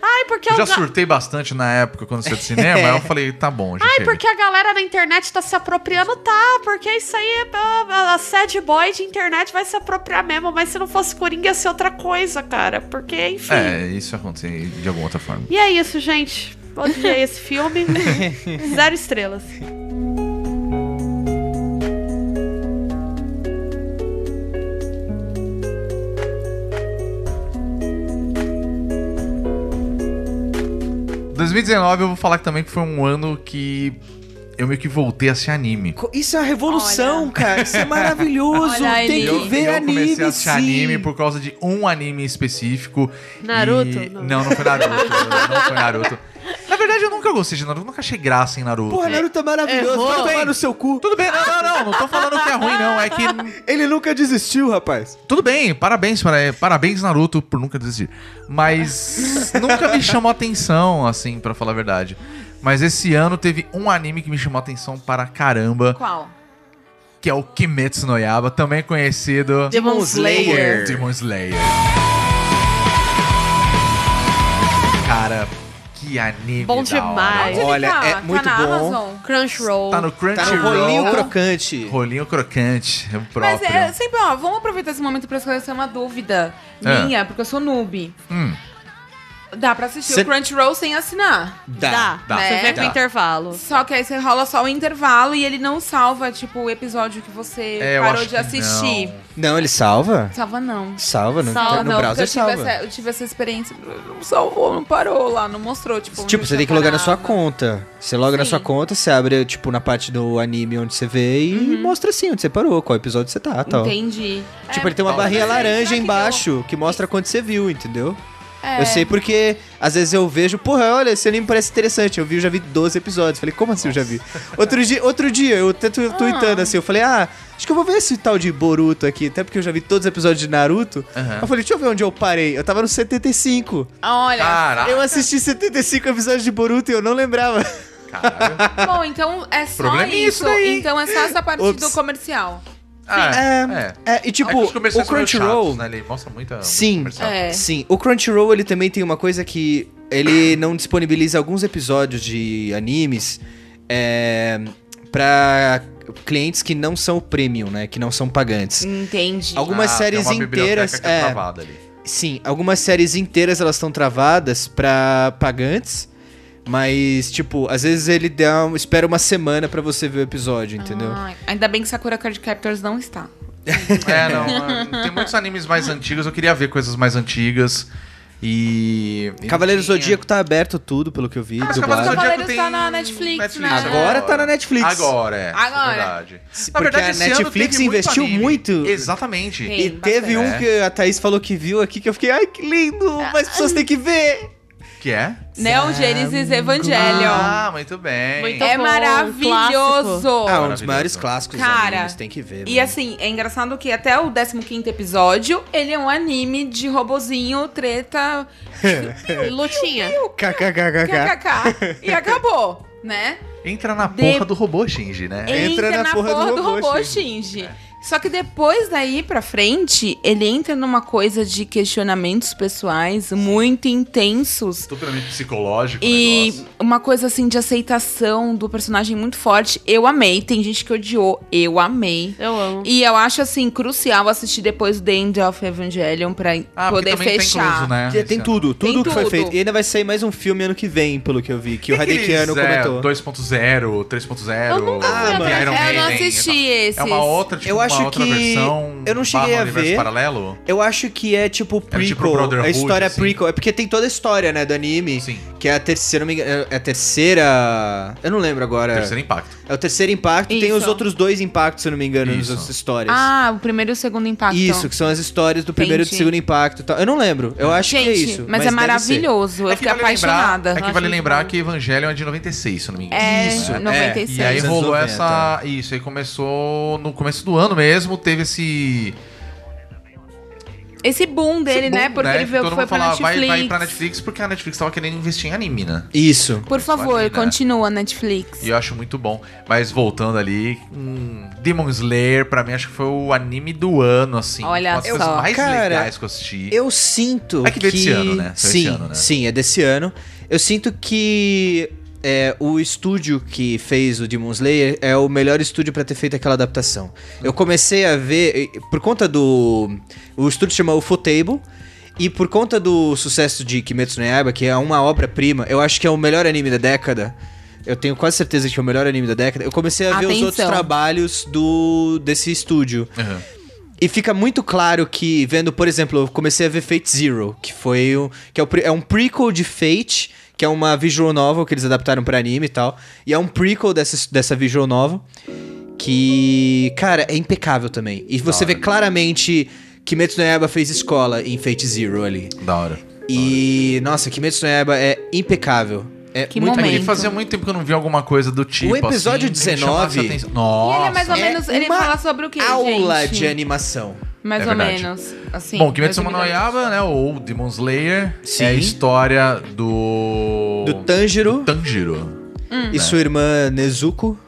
Ai, porque Eu eu É. já surtei bastante na época quando você é de cinema, aí eu falei, tá bom, gente. Ai, porque a galera na internet tá se apropriando, tá? Porque isso aí é. A, a sad boy de internet vai se apropriar mesmo, mas se não fosse Coringa ia ser outra coisa, cara. Porque, enfim. É, isso acontece de alguma outra forma. E é isso, gente. Odiei esse filme. Zero estrelas. Em 2019 eu vou falar que também que foi um ano que eu meio que voltei a ser anime. Co- Isso é uma revolução, cara. Isso é maravilhoso. Olha Tem ele. que Eu, ver eu anime, comecei a assistir sim. anime por causa de um anime específico. Naruto? e- Não. Não, não foi Naruto. não foi Naruto. Na verdade, eu nunca gostei de Naruto, nunca achei graça em Naruto. Porra, Naruto é maravilhoso. Errou. Vai Tudo tomar bem. no seu cu. Tudo bem, não, não, não, não tô falando que é ruim, não. É que. Ele nunca desistiu, rapaz. Tudo bem, parabéns, para- parabéns, Naruto, por nunca desistir. Mas nunca me chamou atenção, assim, pra falar a verdade. Mas esse ano teve um anime que me chamou atenção para caramba, Qual? que é o Kimetsu no Yaba, também conhecido Demon Slayer. Demon Slayer. Cara, que anime Bom da hora. demais. Onde ele Olha, tá? é Tá muito na bom. Amazon? Crunchyroll. Tá no Tá no Crunchyroll. rolinho crocante. Rolinho crocante, é o próprio. Mas é sempre, ó, vamos aproveitar esse momento pra esclarecer uma dúvida É. minha, porque eu sou noob. Hum, Dá pra assistir Cê- o Crunchyroll sem assinar. Dá. dá. Você Né? vê Dá. com intervalo. Só que aí você rola só o intervalo e ele não salva, tipo, o episódio que você é, eu parou acho de que assistir. não. Não, ele salva? Salva não. Salva, no, Salva, no não, porque browser eu tive, salva. essa, eu tive essa experiência. Não salvou, não parou lá, não mostrou, tipo. Tipo, você tem que logar na sua conta. Você loga na Sim. sua conta, você abre, tipo, na parte do anime onde você vê e mostra assim onde você parou, qual episódio você tá tal. Uhum. Entendi. É, Tipo, ele tem uma Tal. barrinha Mas aí, laranja será que embaixo que mostra quando você viu, entendeu? É. Eu sei porque às vezes eu vejo, porra, olha, esse anime parece interessante. Eu vi, eu já vi 12 episódios. Falei, como assim eu já vi? Outro dia, outro dia eu até Ah. tu, tuitando assim, eu falei, ah, acho que eu vou ver esse tal de Boruto aqui, até porque eu já vi todos os episódios de Naruto. Aham. Eu falei, deixa eu ver onde eu parei. Eu tava no 75. Olha, Caraca, Eu assisti 75 episódios de Boruto e eu não lembrava. cara. bom, então é só Ah. Problema é isso isso. daí. então é só essa parte Ops. do comercial. Ah, é. É, e É que tipo, os comerciais o são meio Crunchyroll. chatos, né? Ele mostra muita. Sim. muito comercial. É. Sim, o Crunchyroll ele também tem uma coisa que ele não disponibiliza alguns episódios de animes é, para clientes que não são o premium, né? Que não são pagantes. Entendi. Algumas Ah, tem séries uma biblioteca inteiras, que é é. travada ali. Sim, algumas séries inteiras elas estão travadas pra pagantes, mas tipo, às vezes ele dá, um- espera uma semana pra você ver o episódio, entendeu? Ah, ainda bem que Sakura Card Captors não está. É, não. é, Tem muitos animes mais antigos. Eu queria ver coisas mais antigas. E. e Cavaleiro não tinha. Zodíaco tá aberto tudo, pelo que eu vi, Ah, mas dublado. Cavaleiro Zodíaco Cavaleiros tem tá na Netflix, né? Agora tá na Netflix. Agora, é. Agora. Agora. Verdade. Na Porque verdade, a esse ano Netflix teve muito investiu anime. muito. Exatamente. Sim. E teve bastante. um É. que a Thaís falou que viu aqui que eu fiquei, ai que lindo, mas as pessoas têm que ver. Que é? Neo Genesis Evangelion. Ah, muito bem. Muito é bom, maravilhoso. Ah, um dos Maravilhoso. maiores clássicos Cara, animes, tem que ver. né? E mano. assim, é engraçado que até o 15 episódio, ele é um anime de robozinho, treta, Lutinha. KKKKK. kkk, e acabou, né? Entra na De- porra do robô, Shinji, né? Entra na porra do robô, Shinji. Só que depois daí pra frente, ele entra numa coisa de questionamentos pessoais muito intensos. Totalmente psicológico. o E negócio. uma coisa assim de aceitação do personagem muito forte. Eu amei. Tem gente que odiou. Eu amei. Eu amo. E eu acho, assim, crucial assistir depois do The End of Evangelion pra Ah, poder porque também fechar. Tem, cruzo, né, Tem, esse ano. tudo, tudo Tem que foi tudo. feito. E ainda vai sair mais um filme ano que vem, pelo que eu vi, que o Aqueles, Radekiano é, comentou. 2.0, 3.0. Eu nunca Ah, fui mano. atrás. Iron É, eu não Maiden, assisti esse. É uma outra, tipo, Eu uma acho outra que versão. eu não cheguei barra a universo ver. paralelo? Eu acho que é tipo É prequel, tipo a Brotherhood, história assim. prequel. É porque tem toda a história, né, do anime, Sim. que é a terceira, não me engano, é a terceira, eu não lembro agora. Terceiro impacto. É o terceiro impacto, tem os Isso. outros dois impactos, se eu não me engano, nas Isso. outras histórias. Ah, o primeiro e o segundo impacto. Isso, que são as histórias do primeiro e do Entendi. segundo impacto. e tal. Eu não lembro. Eu acho Gente, que é isso. mas, é deve ser. maravilhoso. Eu É que fiquei vale apaixonada. Lembrar, é que Eu vale acho lembrar muito que Evangelion é de 96, se eu não me bom. engano. É, Isso, é. 96. E aí Anos é. rolou 90. essa. Isso, aí começou no começo do ano mesmo, teve esse. Esse boom dele, Bom, né? Porque ele veio todo que foi pra mundo falava, Netflix. Vai, vai pra Netflix porque a Netflix tava querendo investir em anime, né? Isso. Por favor, Pode ir, né? continua, Netflix. E eu acho muito bom. Mas voltando ali, hum, Demon Slayer, pra mim, acho que foi o anime do ano, assim. Olha uma das só. coisas mais Cara, legais que eu assisti. Eu sinto É que veio desse ano, né? Foi desse Sim, ano, né? sim, é desse ano. Eu sinto que é, o estúdio que fez o Demon Slayer é o melhor estúdio pra ter feito aquela adaptação. Eu comecei a ver e- por conta do o estúdio chama UFO Table e por conta do sucesso de Kimetsu no Yaiba, que é uma obra-prima, eu acho que é o melhor anime da década. Eu tenho quase certeza que é o melhor anime da década. Eu comecei a ver os outros Atenção. trabalhos do desse estúdio. Uhum. E fica muito claro que, vendo, por exemplo, eu comecei a ver Fate Zero, que foi o, que é, o pre- é um prequel de Fate, que é uma visual novel que eles adaptaram pra anime e tal. E é um prequel dessa, dessa visual novel, que, cara, é impecável também. E você vê claramente que Kimetsu no Yaiba fez escola em Fate Zero ali. Da hora. E, nossa, Kimetsu no Yaiba é impecável. É Que muito momento. E fazia muito tempo que eu não vi alguma coisa do tipo. O episódio assim, que me chamasse 19 a atenção. E Nossa. ele é mais ou É menos. ele uma fala sobre o quê? aula gente? de animação. Mais É ou verdade. menos. Assim, Bom, Kimetsu no resumidamente. Yaiba, né, ou Demon Slayer, Sim. é a história do... Do Tanjiro Tanjiro, e sua irmã Nezuko,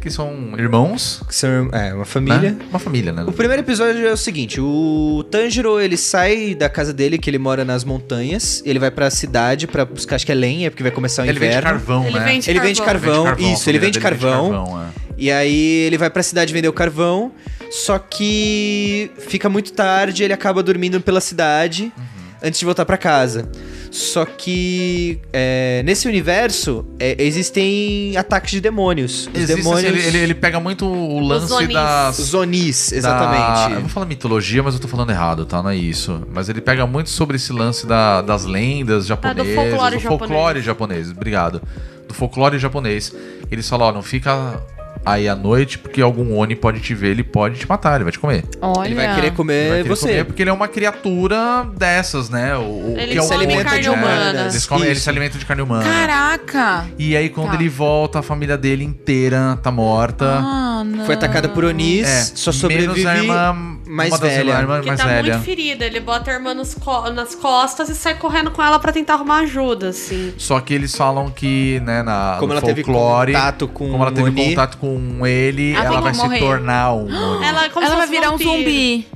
que são irmãos, que são é, uma né? família. Uma família, né? O primeiro episódio é o seguinte, o Tanjiro, ele sai da casa dele, que ele mora nas montanhas, ele vai pra cidade pra buscar, acho que é lenha, porque vai começar o Ele vende inverno. carvão, Ele né? vende ele vende carvão. carvão, isso, a ele família vende dele carvão, é. e aí ele vai pra cidade vender o carvão, só que fica muito tarde, ele acaba dormindo pela cidade Uhum. antes de voltar pra casa. Só que é, nesse universo é, existem ataques de demônios. Os Existe, assim, demônios. ele, ele- ele pega muito o lance Zonis. da. Zonis, da- eu vou exatamente. falar mitologia, mas eu tô falando errado, tá? Não é isso. Mas ele pega muito sobre esse lance da- das lendas japonesas, Ah, folclore do folclore japonês. Obrigado. Do folclore japonês. Eles falam, ó, não fica aí à noite porque algum Oni pode te ver, ele pode te matar, ele vai te comer. Olha. Ele vai querer comer Ele vai querer você. comer porque ele é uma criatura dessas, né? O, o- Ele que é se o- alimenta de carne humana. Eles comem- ele Isso. se alimenta de carne humana. Caraca! E aí, quando Tá. ele volta, a família dele inteira tá morta. É, Ah, não. Foi atacada por Onis, só sobrevive. Menos a irmã mais uma das velha. irmãs- a irmã Que mais tá velha. muito ferida. Ele bota a irmã nos co- nas costas e sai correndo com ela pra tentar arrumar ajuda, assim. Só que eles falam que, né, na Como no ela teve folclore, contato com um como ela teve Oni. contato com ele, Ah, ela como vai se morrer. tornar um Oni. Ela, é como Ela se vai fosse virar um vampiro. zumbi.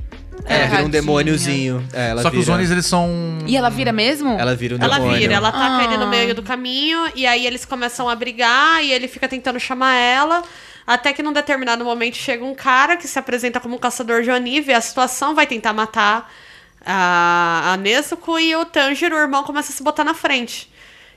É, vira um Tadinha. demôniozinho. É, ela Só que os vira- Onis, eles são... E ela vira mesmo? Ela vira um Tipo, Ela demônio. vira, ela ataca Ah. ele no meio do caminho, e aí eles começam a brigar, e ele fica tentando chamar ela. Até que num determinado momento chega um cara que se apresenta como um caçador de Oni, vê a situação, vai tentar matar a, a Nezuko, e o Tanjiro, o irmão, começa a se botar na frente.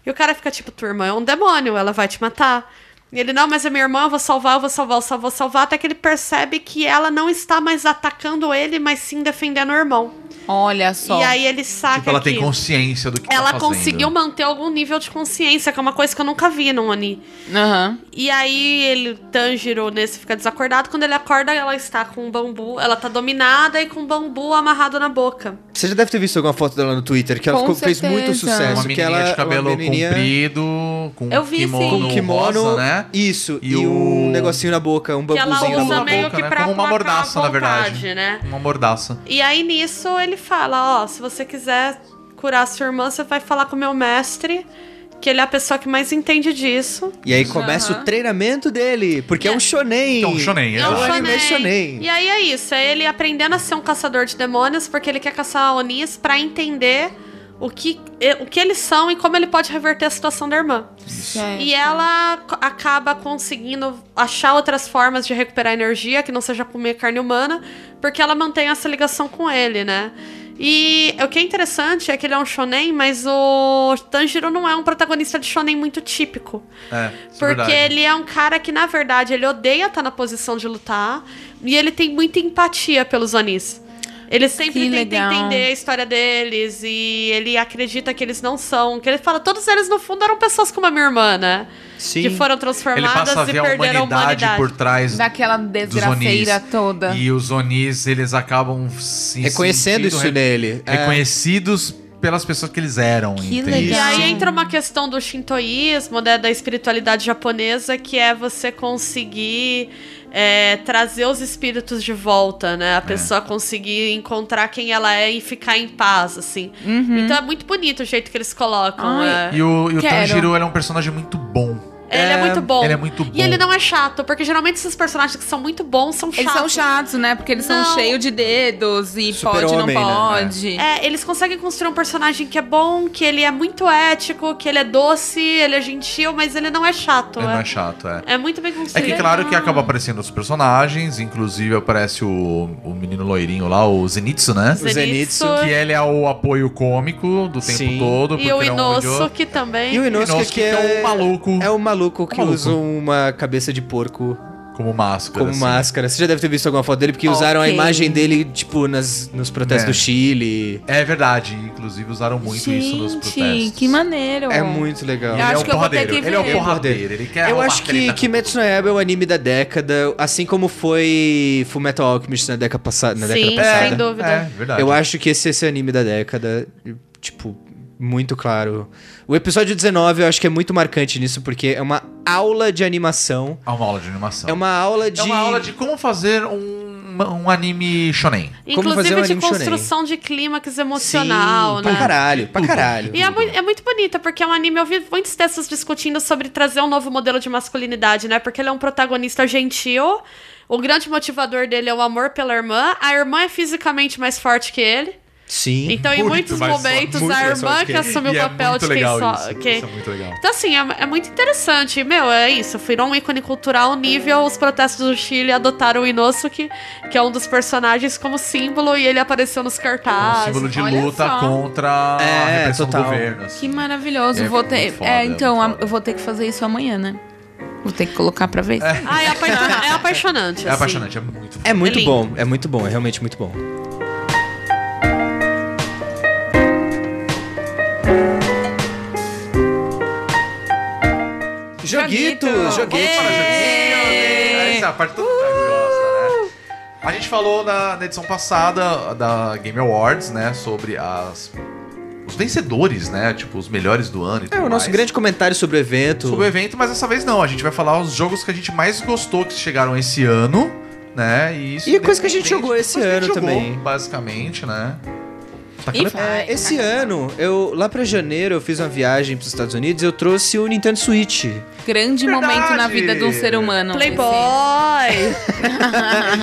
E o cara fica tipo, tua irmã é um demônio, ela vai te matar. E ele, não, mas é minha irmã, eu vou salvar, eu vou salvar, eu só vou salvar. Até que ele percebe que ela não está mais atacando ele, mas sim defendendo o irmão. Olha só. E aí ele saca Tipo, ela que tem consciência do que tá ela fazendo. conseguiu manter algum nível de consciência, que é uma coisa que eu nunca vi no Oni. Aham. E aí ele, Tanjiro, nesse fica desacordado. Quando ele acorda, ela está com um bambu. Ela tá dominada e com um bambu amarrado na boca. Você já deve ter visto alguma foto dela no Twitter, que ela Com ficou- fez certeza. muito sucesso. Uma que menininha ela, é de cabelo uma menininha comprido, com Eu vi, kimono, sim. com kimono, rosa, né? isso, E e, um o- negocinho na boca, um Que ela bambuzinho na na usa boca. meio boca, que né? pra Como uma aplacar mordaça, a na verdade. vontade, né? Uma mordaça. E aí nisso ele fala: Ó, se você quiser curar sua irmã, você vai falar com o meu mestre, que ele é a pessoa que mais entende disso. E aí começa o treinamento dele, porque é um shonen. Então, shonen, É um exato. anime shonen. shonen. E aí é isso, é ele aprendendo a ser um caçador de demônios, porque ele quer caçar Onis pra entender o que, e- o que eles são e como ele pode reverter a situação da irmã. Certo. E é- ela co- acaba conseguindo achar outras formas de recuperar energia, que não seja comer carne humana, porque ela mantém essa ligação com ele, né? E o que é interessante é que ele é um shonen, mas o Tanjiro não é um protagonista de shonen muito típico. É, isso é Porque verdade. ele é um cara que, na verdade, ele odeia estar na posição de lutar. E ele tem muita empatia pelos Onis. Ele sempre Que tenta legal. entender a história deles. E ele acredita que eles não são. Que ele fala, todos eles, no fundo, eram pessoas como a minha irmã, né? Sim. Que foram Ele transformadas passa a e ver a perderam a humanidade humanidade. por trás Daquela desgraceira Onis. toda. E os Onis, eles acabam se Reconhecendo sentindo isso re- nele. É. Reconhecidos pelas pessoas que eles eram. Que entende? legal. E aí Sim. entra uma questão do shintoísmo, né, da espiritualidade japonesa, que é você conseguir é, trazer os espíritos de volta, né? A É. pessoa conseguir encontrar quem ela é e ficar em paz, assim. Então é muito bonito o jeito que eles colocam. Uhum. Ai, é. E o, e o Quero. Tanjiro ele é um personagem muito bom. Ele é muito bom. Ele é muito bom. E ele não é chato, porque geralmente esses personagens que são muito bons são chatos. Eles são chatos, né? Porque eles Não. são cheios de dedos e pode, não Super-homem, né? pode. É, eles conseguem construir um personagem que é bom, que ele é muito ético, que ele é doce, ele é gentil, mas ele não é chato. Ele não É, é chato, é. é muito bem É construído. que claro que acaba aparecendo os personagens, inclusive aparece o, o menino loirinho lá, o Zenitsu, né? O Zenitsu, Que ele é o apoio cômico do tempo Sim. todo. porque E o ele é um Inosso, idiota. que também. E o Inosuke, Inosuke, que é um maluco. É o maluco que um maluco. usa uma cabeça de porco Como máscara. como assim. máscara. Você já deve ter visto alguma foto dele, porque usaram a Ok. imagem dele, tipo, nas, nos protestos É. do Chile. É verdade, inclusive usaram muito isso nos Gente, protestos. que maneiro. É muito legal. Ele Eu é acho o que eu vou ter porradeiro. que Ele é o ver. porradeiro. Ele quer Eu arrumar acho que treta. Kimetsu no Yaiba é o anime da década, assim como foi Fullmetal Alchemist na década, passa na década Sim, passada. sem dúvida. É, verdade. Eu acho que esse, esse é o anime da década, tipo, muito claro. O episódio 19 eu acho que é muito marcante nisso, porque é uma aula de animação. É uma aula de animação. É uma aula de... É uma aula de como fazer um, um anime shonen. Como fazer um Inclusive de anime shonen. construção de clímax emocional, Sim, né? Pra caralho, pra Tudo. caralho. E é, mui- é muito bonita, porque é um anime. Eu vi muitos textos discutindo sobre trazer um novo modelo de masculinidade, né? Porque ele é um protagonista gentil. O grande motivador dele é o amor pela irmã. A irmã é fisicamente mais forte que ele. Sim. Então, em Muito muitos mais momentos, forte, a muito mais irmã forte que que ele. assumiu E o é papel muito de quem legal só. isso, quem- isso é muito legal. Então, assim, é, é muito interessante. Meu, é isso. Virou um ícone cultural nível. Os protestos do Chile adotaram o Inosuke, que é um dos personagens, como símbolo, e ele apareceu nos É um cartazes. símbolo de olha luta só. contra a É, repressão total. do governo. assim. Que maravilhoso. É vou muito ter... foda, é, é então, muito a- foda. eu vou ter que fazer isso amanhã, né? Vou ter que colocar pra ver. Ah, é apaixonante. É apaixonante. É assim. apaixonante, é muito foda. É muito lindo. bom, é muito bom, é realmente muito bom. Joguito! Joguitos, Vamos joguitos. para o joguinho, né? Essa é a parte todo mundo gosta, né? A gente falou na, na edição passada da Game Awards, né? Sobre as, os vencedores, né? Tipo, os melhores do ano e tudo É o nosso mais. grande comentário sobre o evento. sobre o evento, mas dessa vez não. A gente vai falar os jogos que a gente mais gostou que chegaram esse ano, né? E, isso E coisa que a gente depende- jogou esse coisa que a gente ano jogou, também. Basicamente, né? E É, esse ano, eu lá pra janeiro, eu fiz uma viagem pros Estados Unidos e eu trouxe o Nintendo Switch. Grande Verdade. momento na vida de um ser humano. Playboy!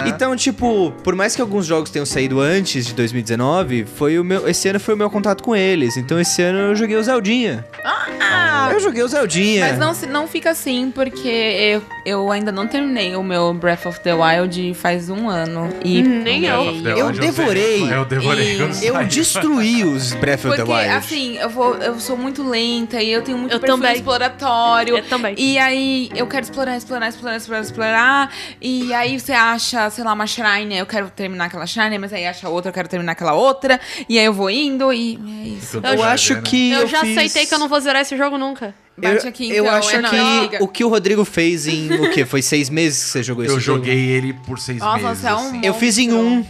Então, tipo, por mais que alguns jogos tenham saído antes de 2019, foi o meu, esse ano foi o meu contato com eles. Então, esse ano eu joguei o Zeldinha. Ah! Eu joguei o Zeldinha. Mas não, se- não fica assim, porque eu, eu ainda não terminei o meu Breath of the Wild faz um ano. E Nem eu. Eu devorei. Eu devorei. E- quando Eu saiu. destruí os Breath of Porque, the Wild. assim, eu, vou, eu sou muito lenta e eu tenho muito Eu perfil também. exploratório. Eu também. E aí eu quero explorar, explorar, explorar, explorar, explorar. E aí você acha, sei lá, uma shrine, eu quero terminar aquela shrine, mas aí acha outra, eu quero terminar aquela outra. E aí eu vou indo e é isso. Enquanto eu, vai acho ver, né? que. Eu já fiz- aceitei que eu não vou zerar esse jogo nunca. Eu, Bate aqui, eu então, acho é que nóis. Liga. o que o Rodrigo fez em o quê? Foi seis meses que você jogou esse Eu jogo? joguei ele por seis Nossa, meses. você é um assim. Eu fiz em um.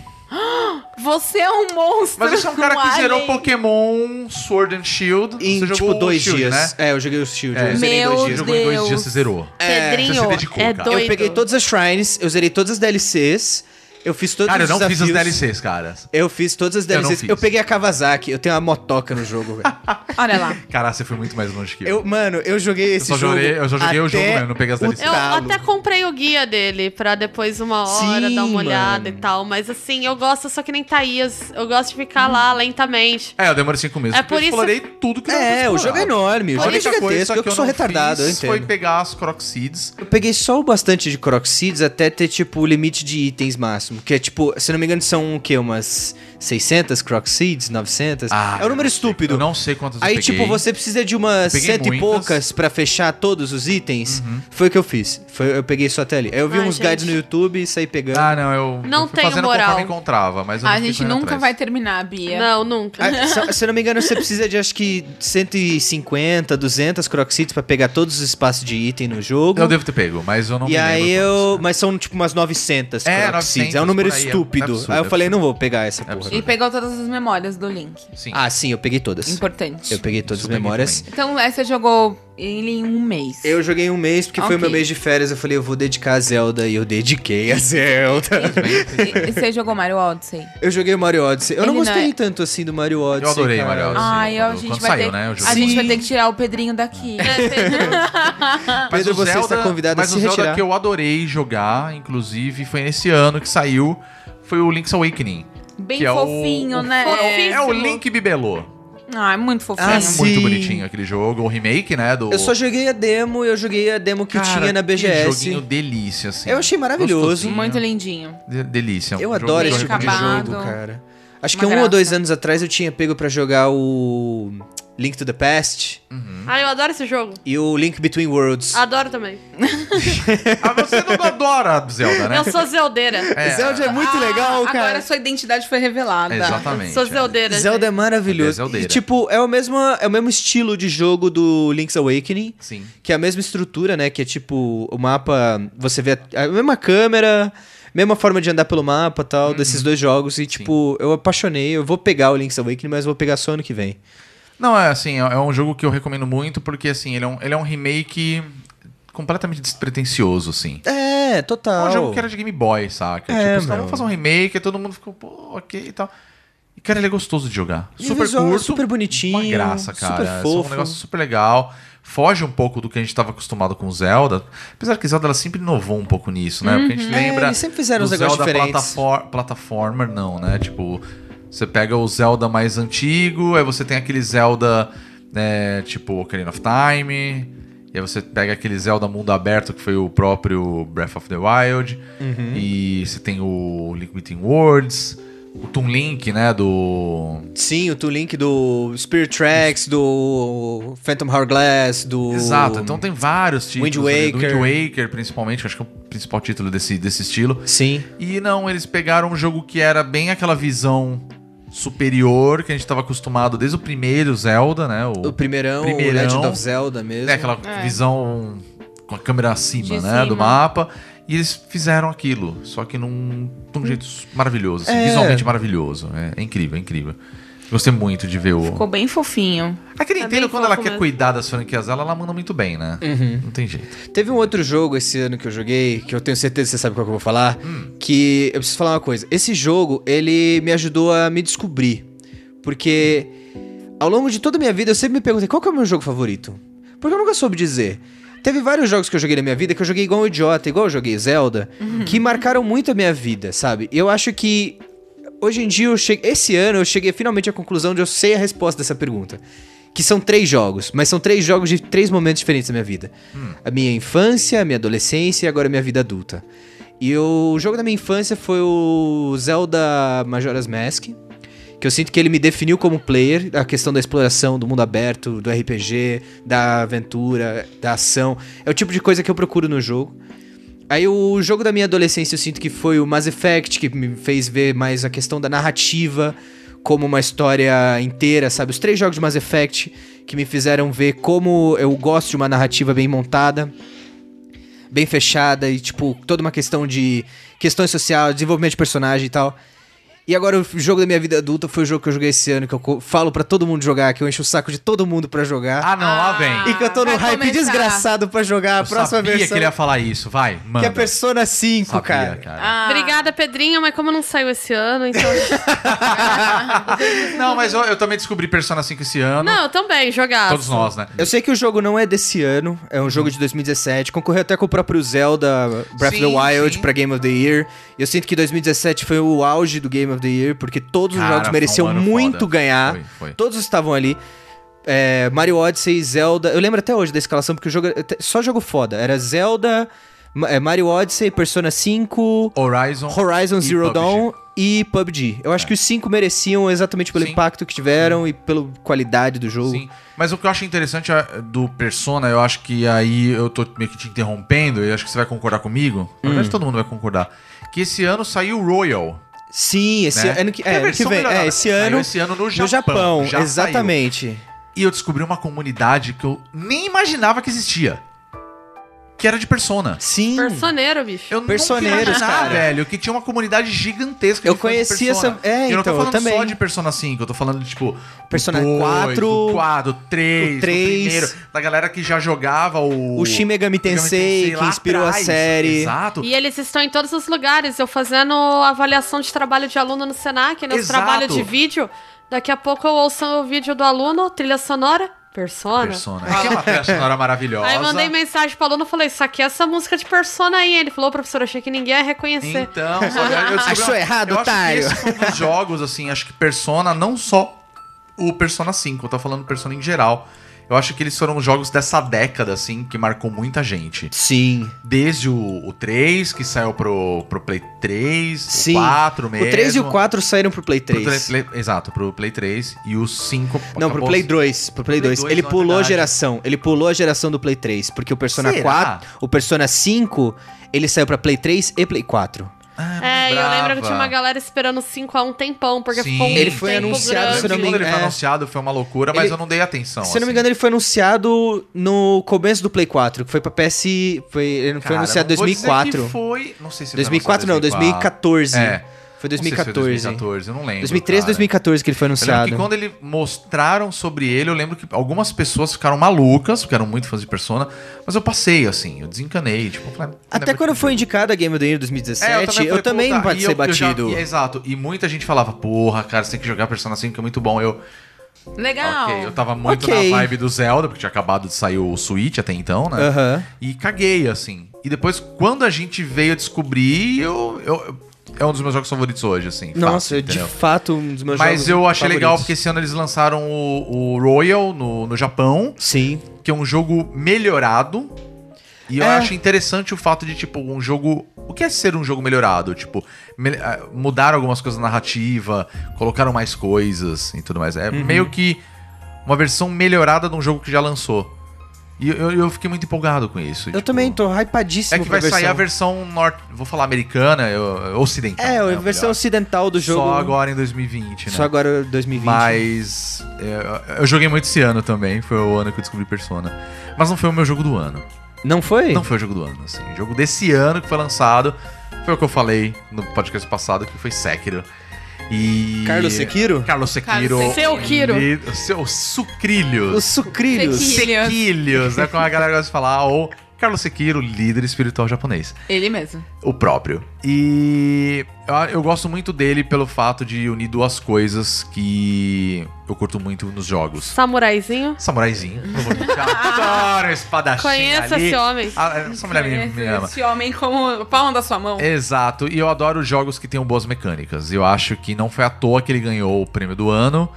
Você é um monstro! Mas esse é um cara que alien. zerou Pokémon Sword and Shield. Em, você tipo, jogou o dois Shield, dias. né? É, eu joguei o Shield. É. Eu zerei em Meu dois Você dias. jogou em dois Deus. dias, você zerou. Você Pedrinho, É, se dedicou, é cara. doido. Eu peguei todas as shrines, eu zerei todas as DLCs, eu fiz todos Cara, eu os não desafios. fiz as DLCs, cara. Eu fiz todas as Eu não DLCs. Eu, fiz. peguei a Kawasaki, eu tenho uma motoca no jogo, velho. Olha um lá. Cara, você foi muito mais longe que eu. Eu, mano, eu joguei esse só jogo. joguei- eu só joguei o jogo até mesmo, não peguei as o DLCs. Eu talo. até comprei o guia dele pra depois uma hora Sim, dar uma olhada mano. e tal. Mas assim, eu gosto só que nem Thaís. Eu gosto de ficar lá lentamente. É, eu demorei cinco meses. É porque por eu isso- explorei tudo que dava pra É, o explorar. jogo é enorme, o A jogo é única gigantesco, coisa eu que não sou retardado, eu fiz foi entendo. É um pegar as Croc Seeds. Eu peguei só o bastante de Croc Seeds até ter, tipo, o limite de itens máximo. Que é, tipo, se não me engano, são o quê? Umas 600 Croc Seeds? 900? é um número estúpido. Ah, Eu não sei quantas Aí, eu peguei. tipo, você precisa de umas Peguei cento e muitas. Uhum. poucas pra fechar todos os itens. Foi o que eu fiz. Foi- eu peguei só até ali. Aí Eu vi Ai, uns gente. guides no YouTube e saí pegando. Ah, não, eu Não eu fui tenho fazendo moral. conforme encontrava, mas eu não A fiquei gente correndo nunca atrás. vai terminar, Bia. Não, nunca. É. Ah, se, se eu não me engano, você precisa de acho que 150, 200 croxites pra pegar todos os espaços de item no jogo. Eu devo ter pego, mas eu não e me lembro é. aí quantos. eu. Mas são tipo umas 900 É, croxites. é 900 um número por aí, é estúpido. absurdo, aí eu falei, absurdo. não vou pegar essa porra. absurdo. E pegou todas as memórias do Link. Sim. Ah, sim, eu peguei todas. Importante. Eu peguei todas Isso as eu peguei memórias. também. Então, aí você jogou ele em um mês. Eu joguei um mês, porque foi o meu Ok. mês de férias. Eu falei, eu vou dedicar a Zelda. E eu dediquei a Zelda. E, e você jogou Mario Odyssey. Eu joguei Mario Odyssey. Eu Ele não não gostei é- tanto assim do Mario Odyssey. Eu adorei cara. Mario Odyssey. Ai, quando, a gente quando vai saiu, ter... né? O jogo. A gente vai ter que tirar o Pedrinho daqui. Ah, Mas Pedro, o você Zelda- está convidado a Mas se o Zelda retirar. que eu adorei jogar, inclusive, foi nesse ano que saiu, foi o Link's Awakening. Bem que é o- fofinho, né? Fofinho. É o Link Bibelô. Ah, é muito fofinho. Ah, é sim. muito bonitinho aquele jogo, o remake, né? Do... Eu só joguei a demo, eu joguei a demo que Cara, tinha na Que BGS. joguinho delícia, assim. Eu achei maravilhoso. Gostosinho, Muito lindinho. de- delícia. Eu Um jogo adoro bem esse tipo de acabado. jogo, cara. Acho Uma que um graça. ou dois anos atrás eu tinha pego pra jogar o Link to the Past Ah, eu adoro esse jogo. e o Link Between Worlds. Adoro também. Né? Ah, você não adora Zelda, né? Eu sou zeldeira. É, Zelda é muito legal, Ah, Agora cara. sua identidade foi revelada. Exatamente. Sou é. zeldeira. né? Zelda é Ele é maravilhoso. zeldeira. E, tipo, é o, mesmo, é o mesmo estilo de jogo do Link's Awakening. Sim. que é a mesma estrutura, né? Que é tipo o mapa, você vê a, a mesma câmera, mesma forma de andar pelo mapa, Uhum. tal, desses dois jogos e tipo, eu apaixonei, eu vou pegar o Link's Awakening, mas eu vou pegar só ano que vem. Não, é assim, é é um jogo que eu recomendo muito, porque assim, ele é um, ele é um remake completamente despretensioso, assim. É, É total. um jogo que era de Game Boy, saca? É, tipo, os caras meu. vão fazer um remake, aí todo mundo ficou, pô, ok e tal. E, cara, ele é gostoso de jogar. E o super visual é curto. super bonitinho, Uma graça, cara. super Esse É fofo. um negócio super legal. Foge um pouco do que a gente estava acostumado com Zelda. Apesar que Zelda ela sempre inovou um pouco nisso, né? Porque a Uhum. gente É, lembra. eles sempre fizeram uns do negócios Zelda diferentes. platafor- plataformer, não, né? Tipo, você pega o Zelda mais antigo, aí você tem aquele Zelda, né, tipo Ocarina of Time, e aí você pega aquele Zelda mundo aberto que foi o próprio Breath of the Wild, Uhum. e você tem o Link Between Worlds, o Toon Link, né, do... Sim, o Toon Link do Spirit Tracks, do Phantom Hourglass, do Exato, então tem vários títulos. Wind ali, Waker. Do Wind Waker, principalmente, que eu acho que é o principal título desse, desse estilo. Sim. E não, eles pegaram um jogo que era bem aquela visão superior que a gente estava acostumado desde o primeiro Zelda, né? O, O primeirão, Primeirão. o Legend of Zelda mesmo. né, aquela visão com a câmera acima, é. De né? Do cima. mapa. E eles fizeram aquilo, só que num, de Hum. um jeito maravilhoso, assim, É. visualmente maravilhoso. É, é incrível, é incrível. Gostei muito de ver o. Ficou bem fofinho. A que É Nintendo, bem quando ela fofo quer mesmo. cuidar das franquias dela, ela manda muito bem, né? Não tem jeito. Teve um outro jogo esse ano que eu joguei, que eu tenho certeza que você sabe qual que eu vou falar, Hum. que eu preciso falar uma coisa. Esse jogo, ele me ajudou a me descobrir, porque ao longo de toda a minha vida eu sempre me perguntei qual que é o meu jogo favorito. Porque eu nunca soube dizer. Teve vários jogos que eu joguei na minha vida que eu joguei igual um idiota, igual eu joguei Zelda, que marcaram muito a minha vida, sabe? Eu acho que hoje em dia eu cheguei, esse ano eu cheguei finalmente à conclusão de eu sei a resposta dessa pergunta. Que são três jogos, mas são três jogos de três momentos diferentes da minha vida. A minha infância, a minha adolescência e agora a minha vida adulta. E o jogo da minha infância foi o Zelda Majora's Mask, que eu sinto que ele me definiu como player, a questão da exploração, do mundo aberto, do RPG, da aventura, da ação. É o tipo de coisa que eu procuro no jogo. Aí o jogo da minha adolescência eu sinto que foi o Mass Effect, que me fez ver mais a questão da narrativa como uma história inteira, sabe? Os três jogos de Mass Effect que me fizeram ver como eu gosto de uma narrativa bem montada, bem fechada e, tipo, toda uma questão de questões sociais, desenvolvimento de personagem e tal. E agora o jogo da minha vida adulta foi o jogo que eu joguei esse ano, que eu co- falo pra todo mundo jogar, que eu encho o saco de todo mundo pra jogar. Ah, não, lá vem. e que eu tô no vai hype começar. desgraçado pra jogar a Eu próxima sabia versão. que ele ia falar isso. Vai, manda. Que é Persona 5, Sabia, cara. Ah, Obrigada, Pedrinho, mas como não saiu esse ano, então. Não, mas eu, eu também descobri Persona 5 esse ano. não, eu também, jogava. Todos nós, né? Eu sei que o jogo não é desse ano, é um jogo de 2017. Concorreu até com o próprio Zelda Breath Sim, of the Wild sim. pra Game of the Year. Eu sinto que 2017 foi o auge do Game of the Year, porque todos os Cara, jogos foi um mereciam ano muito foda. ganhar. Foi, foi. Todos estavam ali. É, Mario Odyssey, Zelda. Eu lembro até hoje da escalação, porque o jogo. é- Só jogo foda. Era Zelda, Ma- é, Mario Odyssey, Persona 5, Horizon. Horizon Então, e Zero PUBG. Dawn e PUBG. Eu acho que os cinco mereciam exatamente pelo É. Sim. impacto que tiveram e pela qualidade do jogo. Sim. Mas o que eu acho interessante é, do Persona, eu acho que aí eu tô meio que te interrompendo, e acho que você vai concordar comigo. Na Hum. verdade, todo mundo vai concordar. Que esse ano saiu o Royal. Sim, esse né? ano que, Que é a é, ano que versão vem. melhorada. É, esse Saiu ano. esse ano no Japão. No Japão, já saiu. exatamente. E eu descobri uma comunidade que eu nem imaginava que existia. Que era de Persona. Sim. Personeiro, bicho. Eu Personeiros, nunca imaginava, cara. velho, que tinha uma comunidade gigantesca Eu de fãs de conheci Persona. essa- é, eu não tô então, eu falando também. só de Persona 5, eu tô falando, tipo, do Persona dois, 4, do 4, do 3, do três. do primeiro, da galera que já jogava o... O Shin Megami Tensei, que lá inspirou a atrás. série. Exato. E eles estão em todos os lugares. Eu fazendo avaliação de trabalho de aluno no Senac, né? Os Exato. trabalhos de vídeo. Daqui a pouco eu ouço o vídeo do aluno, trilha sonora, persona. Persona. Aquela trilha sonora maravilhosa. Aí eu mandei mensagem pro aluno e falei, isso aqui é essa música de persona aí. Ele falou, professor, achei que ninguém ia reconhecer. Então, olha, eu descobri Achou uma- errado, eu acho que otário? esse foi um dos jogos, assim, acho que Persona, não só o Persona 5, eu tô falando Persona em geral. Eu acho que eles foram os jogos dessa década, assim, que marcou muita gente. Sim. Desde o, o 3, que saiu pro, pro Play 3, Sim. o 4 mesmo. O 3 e o 4 saíram pro Play Pro 3. Play- Play- exato, pro Play 3 e o 5. Não, pro Play 2. Pro Play Play 2. dois, Ele na pulou a verdade. geração. Ele pulou a geração do Play 3. Porque o Persona Será? 4. O Persona 5, ele saiu pra Play 3 e Play 4. Ah, É, e eu lembro que tinha uma lembrava. galera esperando 5 a um tempão, porque Sim. ficou um Ele foi tempo anunciado, grande. Eu se lembro eu não que me Quando ele foi engano, é. anunciado, foi uma loucura, mas Ele- eu não dei atenção. Se eu não me assim. engano, ele foi anunciado no começo do Play 4, que foi pra PS. Foi, ele não foi Cara, anunciado em não vou dizer que 2004. Foi, não sei se foi 2004 não, anunciado em 2014. É. Foi Não sei se 2014. Foi 2014, eu não lembro. 2013, cara. 2014 que ele foi Eu lembro anunciado. que quando ele mostraram sobre ele, eu lembro que algumas pessoas ficaram malucas, porque eram muito fãs de Persona, mas eu passei, assim, eu desencanei, tipo, eu É, falei, Até quando foi indicada a Game of the Year 2017, eu também, tá, não pode ser batido. É, exato, e muita gente falava, porra, cara, você tem que jogar Persona 5 que é muito bom. Eu, Legal. ok, eu tava muito Ok. Ah. na vibe do Zelda, porque tinha acabado de sair o Switch até então, né? Aham. E caguei, assim. E depois, quando a gente veio descobrir, eu, eu- é um dos meus jogos favoritos hoje, assim. Nossa, fácil, de entendeu? fato, um dos meus Mas jogos eu achei favoritos. legal porque esse ano eles lançaram o, o Royal no, no Japão, Sim. que é um jogo melhorado. E eu É. acho interessante o fato de, tipo, um jogo. O que é ser um jogo melhorado? Tipo, mel- ah, mudaram algumas coisas na narrativa, colocaram mais coisas e tudo mais. É Uhum. meio que uma versão melhorada de um jogo que já lançou. E eu, eu fiquei muito empolgado com isso. tipo, Eu também tô hypadíssimo É que pra vai sair a versão norte. Vou falar americana, eu- ocidental. É, né, a versão melhor. ocidental do jogo. né? Só agora em 2020, né? Só agora 2020. Mas é, eu, joguei muito esse ano também, foi o ano que eu descobri Persona. Mas não foi o meu jogo do ano. Não foi? Não foi o jogo do ano, assim. O jogo desse ano que foi lançado foi o que eu falei no podcast passado, que foi Sekiro. E. Carlos Sekiro? Carlos Sekiro. Carlos Seu Kiro. E- o Seu Sucrilhos. Os sucrilhos. Sekiro. Sucrilhos. Sequilhos, né? Como a galera gosta de falar. Ou Carlos Sekiro, líder espiritual japonês. Ele mesmo. O próprio. E eu, eu gosto muito dele pelo fato de unir duas coisas que eu curto muito nos jogos. Samuraizinho. Samuraizinho. Eu adoro espadachim Conheça ali. esse homem. Ah, essa mulher me, me ama. É. Esse homem como a palma da sua mão. Exato, e eu adoro jogos que tenham boas mecânicas. Eu acho que não foi à toa que ele ganhou o prêmio do ano,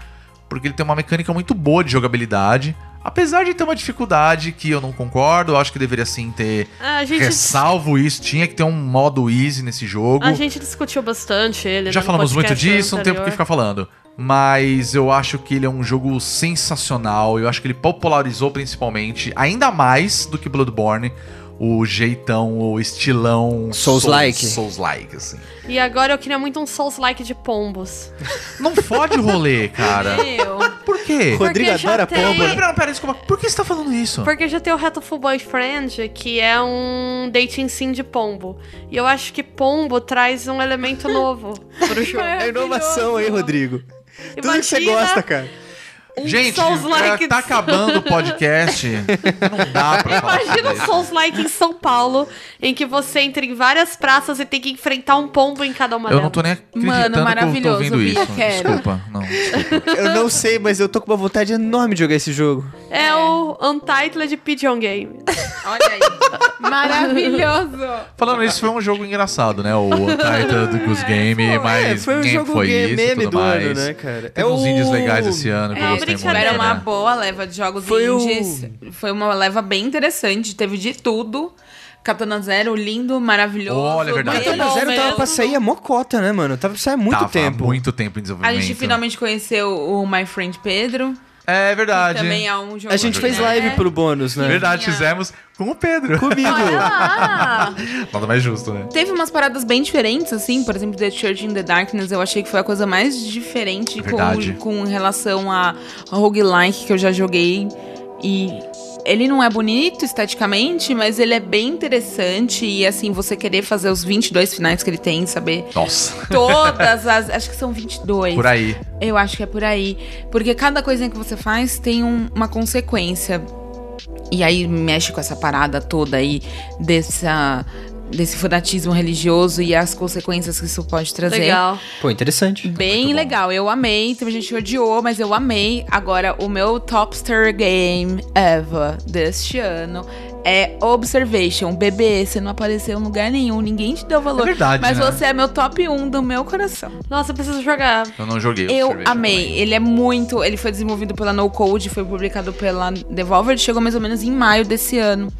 porque ele tem uma mecânica muito boa de jogabilidade. Apesar de ter uma dificuldade que eu não concordo, eu acho que deveria sim ter Ah, A gente, ressalvo isso. Tinha que ter um modo easy nesse jogo. a gente discutiu bastante ele. Já né, no falamos muito podcast disso, não tem por que anterior. ficar falando. Mas eu acho que ele é um jogo sensacional. Eu acho que ele popularizou principalmente, ainda mais do que Bloodborne, o jeitão, o estilão. Souls-like. Souls, like assim. E agora eu queria muito um Souls-like de pombos. Não fode o rolê, cara. Eu. Por quê? Por- Rodrigo Porque já adora tem. pombo. Não, não, pera, desculpa. Por que você tá falando isso? Porque já tem o Hatoful Boyfriend, que é um dating sim de pombo. E eu acho que pombo traz um elemento novo pro jogo. É inovação aí, Rodrigo. Tudo que você Imagina gosta, cara. um Gente, Souls-like é, tá acabando o podcast. Não dá pra falar. Imagina sobre um isso. Souls-like em São Paulo, em que você entra em várias praças e tem que enfrentar um pombo em cada uma Eu delas. não tô nem Mano, acreditando que eu tô maravilhoso, ouvindo Bia, isso. quero. Desculpa, não. Eu não sei, mas eu tô com uma vontade enorme de jogar esse jogo. É, o Untitled Pigeon Game. Olha aí. Maravilhoso. Falando isso, foi um jogo engraçado, né? O Untitled Goose Game, é, mas foi um nem jogo foi game- isso, meme tudo do mais. ano, né, cara? Teve uns indies legais esse ano. que É, eu uma gostei muito, brincadeira, Tiveram uma né? boa leva de jogos Foi o- indies. Foi uma leva bem interessante. Teve de tudo. Katana Zero, lindo, maravilhoso. Olha, é verdade. belo Katana Zero tava mesmo. pra sair a mocota, né, mano? Tava pra sair há muito Tava há tempo. muito tempo em A desenvolvimento. gente finalmente conheceu o My Friend Pedro. É Que verdade. também é um jogo. A gente fez né? live pro bônus, né? Verdade, Tinha. fizemos com o Pedro. Comigo. Ah! Nada mais justo, né? Teve umas paradas bem diferentes, assim, por exemplo, The Church in the Darkness, eu achei que foi a coisa mais diferente Verdade. com, com relação a roguelike que eu já joguei. E ele não é bonito esteticamente, mas ele é bem interessante. E assim, você querer fazer os 22 finais que ele tem, saber Nossa, todas as. Acho que são 22. por aí. Eu acho que é por aí. Porque cada coisinha que você faz tem um- uma consequência. E aí mexe com essa parada toda aí dessa, desse fanatismo religioso e as consequências que isso pode trazer. Legal. Pô, interessante. Bem legal, eu amei. Teve gente que odiou, mas eu amei. Agora, o meu topster game ever deste ano é Observation. Bebê, você não apareceu em lugar nenhum, ninguém te deu valor. É verdade, mas né? você é meu top 1 do meu coração. Nossa, eu preciso jogar. Eu não joguei. Eu cerveja amei. também. Ele é muito. Ele foi desenvolvido pela No Code, foi publicado pela Devolver. Ele chegou mais ou menos em maio desse ano.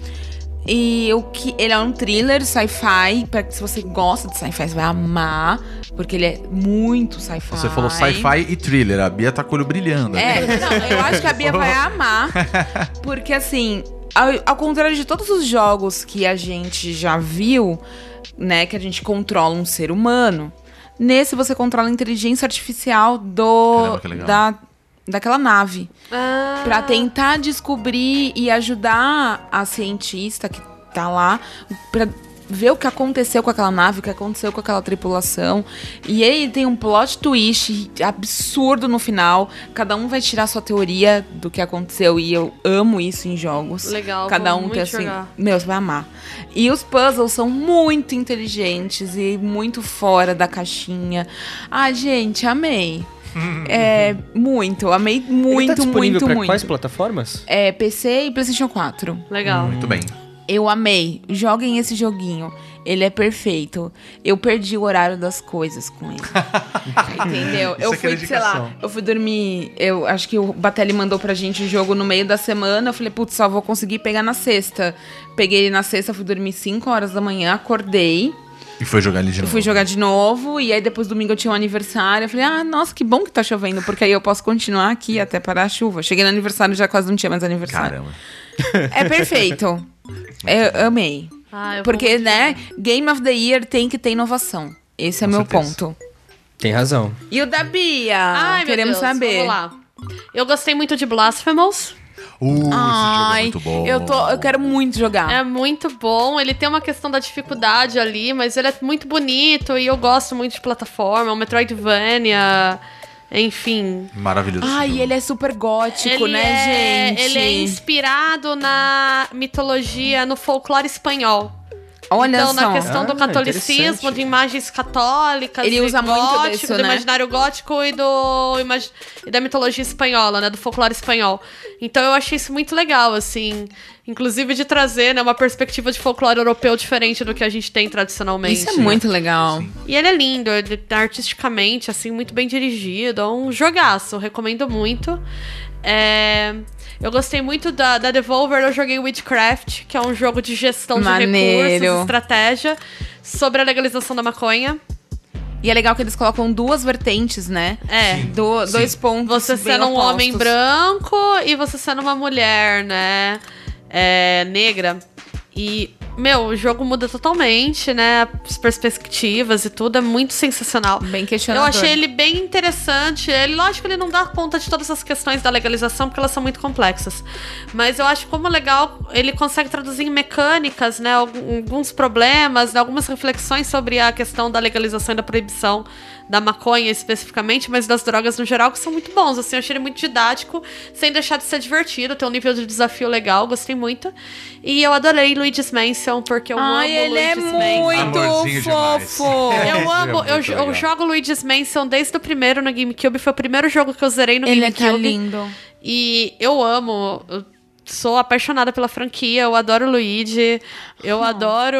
E o que ele é um thriller sci-fi, para que se você gosta de sci-fi você vai amar, porque ele é muito sci-fi. Você falou sci-fi e thriller. A Bia tá com o olho brilhando. É, não, eu acho que a Bia vai amar, porque assim, ao, ao contrário de todos os jogos que a gente já viu, né, que a gente controla um ser humano, nesse você controla a inteligência artificial do Caramba, que legal. da daquela nave Ah, Pra tentar descobrir e ajudar a cientista que tá lá pra ver o que aconteceu com aquela nave, o que aconteceu com aquela tripulação. E ele tem um plot twist absurdo no final. Cada um vai tirar sua teoria do que aconteceu e eu amo isso em jogos. Legal, Cada vou um muito tem assim, jogar. meu, você vai amar. E os puzzles são muito inteligentes e muito fora da caixinha. Ah, gente, amei. é, muito, amei Hum, uhum. Ele tá muito, disponível muito, pra muito. quais plataformas? É, PC e PlayStation 4. legal. Muito bem. Eu amei. Joguem esse joguinho. Ele é perfeito. Eu perdi o horário das coisas com ele. Entendeu? Isso Eu é que é fui, sei lá, dedicação. eu fui dormir. Eu acho que o Batelli mandou pra gente o jogo no meio da semana. Eu falei, putz, só vou conseguir pegar na sexta. Peguei ele na sexta, fui dormir 5 horas da manhã, acordei. E foi jogar ali de Eu novo. fui jogar de novo, e aí depois domingo eu tinha um aniversário. Eu falei, ah, nossa, que bom que tá chovendo, porque aí eu posso continuar aqui até parar a chuva. Cheguei no aniversário já quase não tinha mais aniversário. Caramba. É perfeito. Eu amei. Ah, eu vou- Porque, né, Game of the Year tem que ter inovação. Esse é Com meu certeza. ponto. Tem razão. E o da Bia? Ai, meu ah, Queremos Deus, saber. Vamos lá. Eu gostei muito de Blasphemous. Uh, Ai, esse jogo é muito bom. eu, tô, eu quero muito jogar. É muito bom. Ele tem uma questão da dificuldade ali, mas ele é muito bonito e eu gosto muito de plataforma, É o Metroidvania, enfim. Maravilhoso. esse Ai, jogo. ele é super gótico, ele né, é, gente? Ele é inspirado na mitologia, no folclore espanhol. Olha então, na só. questão do Ah, catolicismo, interessante. de imagens católicas, Ele de usa muito gótico, disso, do né? imaginário gótico e do imag- e da mitologia espanhola, né, do folclore espanhol. Então eu achei isso muito legal, assim, inclusive de trazer, né, uma perspectiva de folclore europeu diferente do que a gente tem tradicionalmente. Isso é muito legal. E ele é lindo, ele tá artisticamente, assim, muito bem dirigido. É um jogaço, recomendo muito. É, Eu gostei muito da, da Devolver, eu joguei Witchcraft, que é um jogo de gestão de Maneiro. recursos, estratégia, sobre a legalização da maconha. E é legal que eles colocam duas vertentes, né? É. Do- Dois pontos. Você bem sendo um opostos. homem branco e você sendo uma mulher, né? é, negra. E, meu, o jogo muda totalmente, né? As perspectivas e tudo. É muito sensacional. Bem Eu questionador. achei ele bem interessante. Ele, lógico, ele não dá conta de todas essas questões da legalização, porque elas são muito complexas. Mas eu acho como legal ele consegue traduzir em mecânicas, né? algu- Alguns problemas, né, algumas reflexões sobre a questão da legalização e da proibição da maconha especificamente, mas das drogas no geral, que são muito bons. Assim, eu achei ele muito didático, sem deixar de ser divertido, tem um nível de desafio legal, gostei muito. E eu adorei Luigi's Mansion, porque eu Ai, amo ele é Luigi's Mansion. muito Amorzinho demais. fofo. Eu É, amo, é eu, muito jo- eu legal. jogo Luigi's Mansion desde o primeiro no é é GameCube, foi o primeiro jogo que eu zerei no Ele tá GameCube. lindo. E eu amo. eu- sou apaixonada pela franquia, eu adoro o Luigi, eu adoro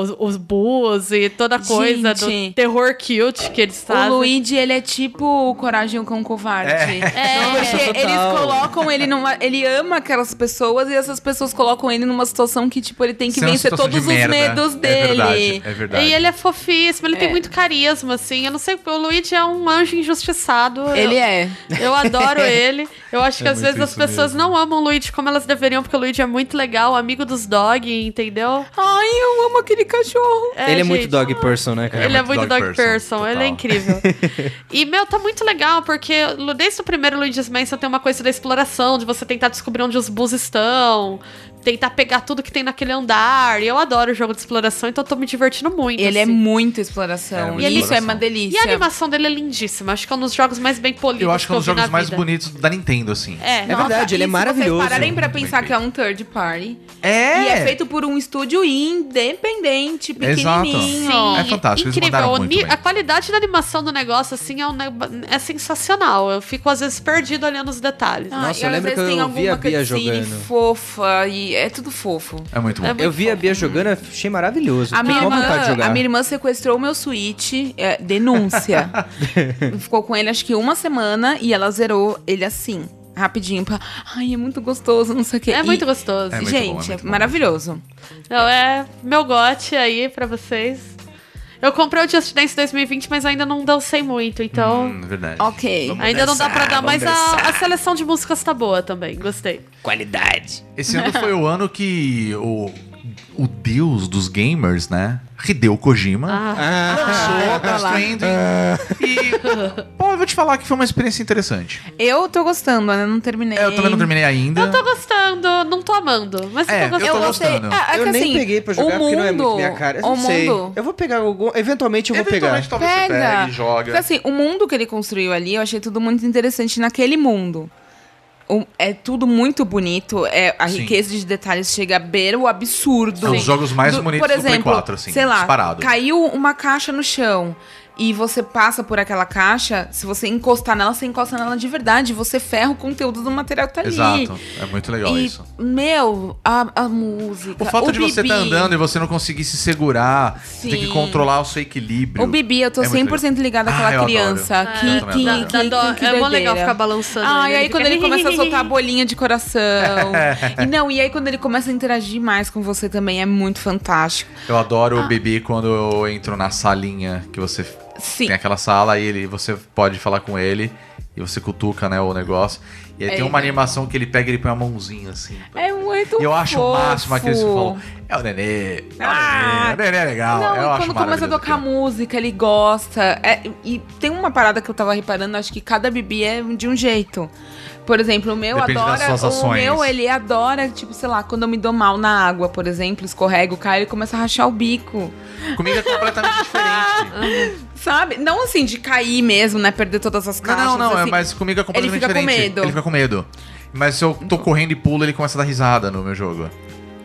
os, os Boos e toda a coisa Gente. do terror cute que eles fazem. O Luigi, ele é tipo o Coragem o Cão Covarde. É. Porque eles colocam ele numa. Ele ama aquelas pessoas e essas pessoas colocam ele numa situação que, tipo, ele tem que Isso é uma vencer situação todos os de merda. medos É dele. verdade, é verdade. E ele é fofíssimo, ele tem muito carisma, assim. Eu não sei, o Luigi é um anjo injustiçado. Ele eu, é. Eu adoro ele. Eu acho que às É muito vezes as isso pessoas não amam o Luigi como elas deveriam, porque o Luigi é muito legal, amigo dos dog, entendeu? Ai, eu amo aquele cachorro. Ele é muito gente. dog person, né, cara? Ele é muito dog person, ele é total. incrível. e, meu, tá muito legal, porque lo- desde o primeiro Luigi's Mansion tem uma coisa da exploração, de você tentar descobrir onde os bus estão, tentar pegar tudo que tem naquele andar. E eu adoro o jogo de exploração, então eu tô me divertindo muito. Ele é assim. muito exploração. É, e muito isso é exploração. uma delícia. E a animação dele é lindíssima. Acho que é um dos jogos mais bem polidos Eu acho que é um dos eu vi jogos na mais vida. bonitos da Nintendo, assim. É. É verdade, ele é e se maravilhoso. vocês pararem pra pensar Bem que é um third party. É! E é feito por um estúdio independente, Exato. pequenininho. Sim, É fantástico, eles incrível. mandaram O muito ni- bem. a qualidade da animação do negócio, assim, é, um neg- é sensacional. Eu fico, às vezes, perdido olhando os detalhes. Ah, Nossa, e eu às lembro vezes que eu tem vi a alguma Bia cutscene jogando. fofa e é tudo fofo. É muito bom. É Eu vi a Bia jogando, achei maravilhoso. A minha, Tenho uma vontade tá de irmã, jogar. a minha irmã sequestrou o meu Switch, é, denúncia. Ficou com ele acho que uma semana e ela zerou ele assim, rapidinho. pra- Ai, é muito gostoso, não sei o quê. É E- muito gostoso. É muito Gente, bom, é é muito bom. maravilhoso. Não, é meu gote aí pra vocês. Eu comprei o Just Dance 2020, mas ainda não dancei muito, então... Hum, verdade. Ok. Ainda não dá pra dar, mas a, a seleção de músicas tá boa também, gostei. é. Esse ano foi o ano que o, o deus dos gamers, né? Hideo Kojima. Ah, lançou tá Death Stranding. É. E, pô, eu vou te falar que foi uma experiência interessante. Eu tô gostando, eu não terminei. É, eu também não terminei ainda. eu tô gostando, não tô amando, mas É, eu tô eu gostando. tô gostei. gostando. É, é que eu nem assim, peguei pra jogar o porque não é muito mundo- minha cara. Eu o não sei. mundo- Eu vou pegar algum. Eventualmente eu vou pegar. Eventualmente, talvez você Pega. pegue e joga. Porque assim, o mundo que ele construiu ali, eu achei tudo muito interessante naquele mundo. O- é tudo muito bonito, é, a Sim. riqueza de detalhes chega a beira o absurdo. É um dos jogos mais bonitos por do Play exemplo, 4, assim, sei lá, disparado. caiu uma caixa no chão e você passa por aquela caixa, se você encostar nela, você encosta nela de verdade, você ferra o conteúdo do material que tá ali. Exato. É muito legal E, isso. meu, a, a música. O fato de você bibi. estar andando e você não conseguir se segurar, Sim. tem que controlar o seu equilíbrio. O Bibi, eu tô É muito 100% ligada Ah, àquela eu criança. É, adoro. Que, que, Eu também adoro. que- Dá dó- que é mó legal doideira. ficar balançando. Ah, né? ele e aí fica- quando ele começa a soltar a bolinha de coração. e não, e aí quando ele começa a interagir mais com você também é muito fantástico. Eu adoro o Bibi quando eu entro na salinha que você Ah. Sim. tem aquela sala e ele você pode falar com ele e você cutuca, né, o negócio. E aí É, tem uma né? animação que ele pega e ele põe a mãozinha assim. É muito E eu acho o máximo fofo. aquele que falou. É o nenê. É o nenê. Ah! O nenê é legal. Não, eu e acho quando começa a maravilhoso tocar aquilo. música, ele gosta. É, e tem uma parada que eu tava reparando, acho que cada bibi é de um jeito. Por exemplo, o meu Depende das adora. suas O ações. meu, ele adora, tipo, sei lá, quando eu me dou mal na água, por exemplo, escorrego, caio, ele começa a rachar o bico. Comigo é completamente diferente. Sabe? Não assim, de cair mesmo, né? Perder todas as não, caixas. não, não. é- assim. mas comigo é completamente fica com diferente. medo. Ele fica com medo. Mas se eu tô correndo e pulo, ele começa a dar risada no meu jogo.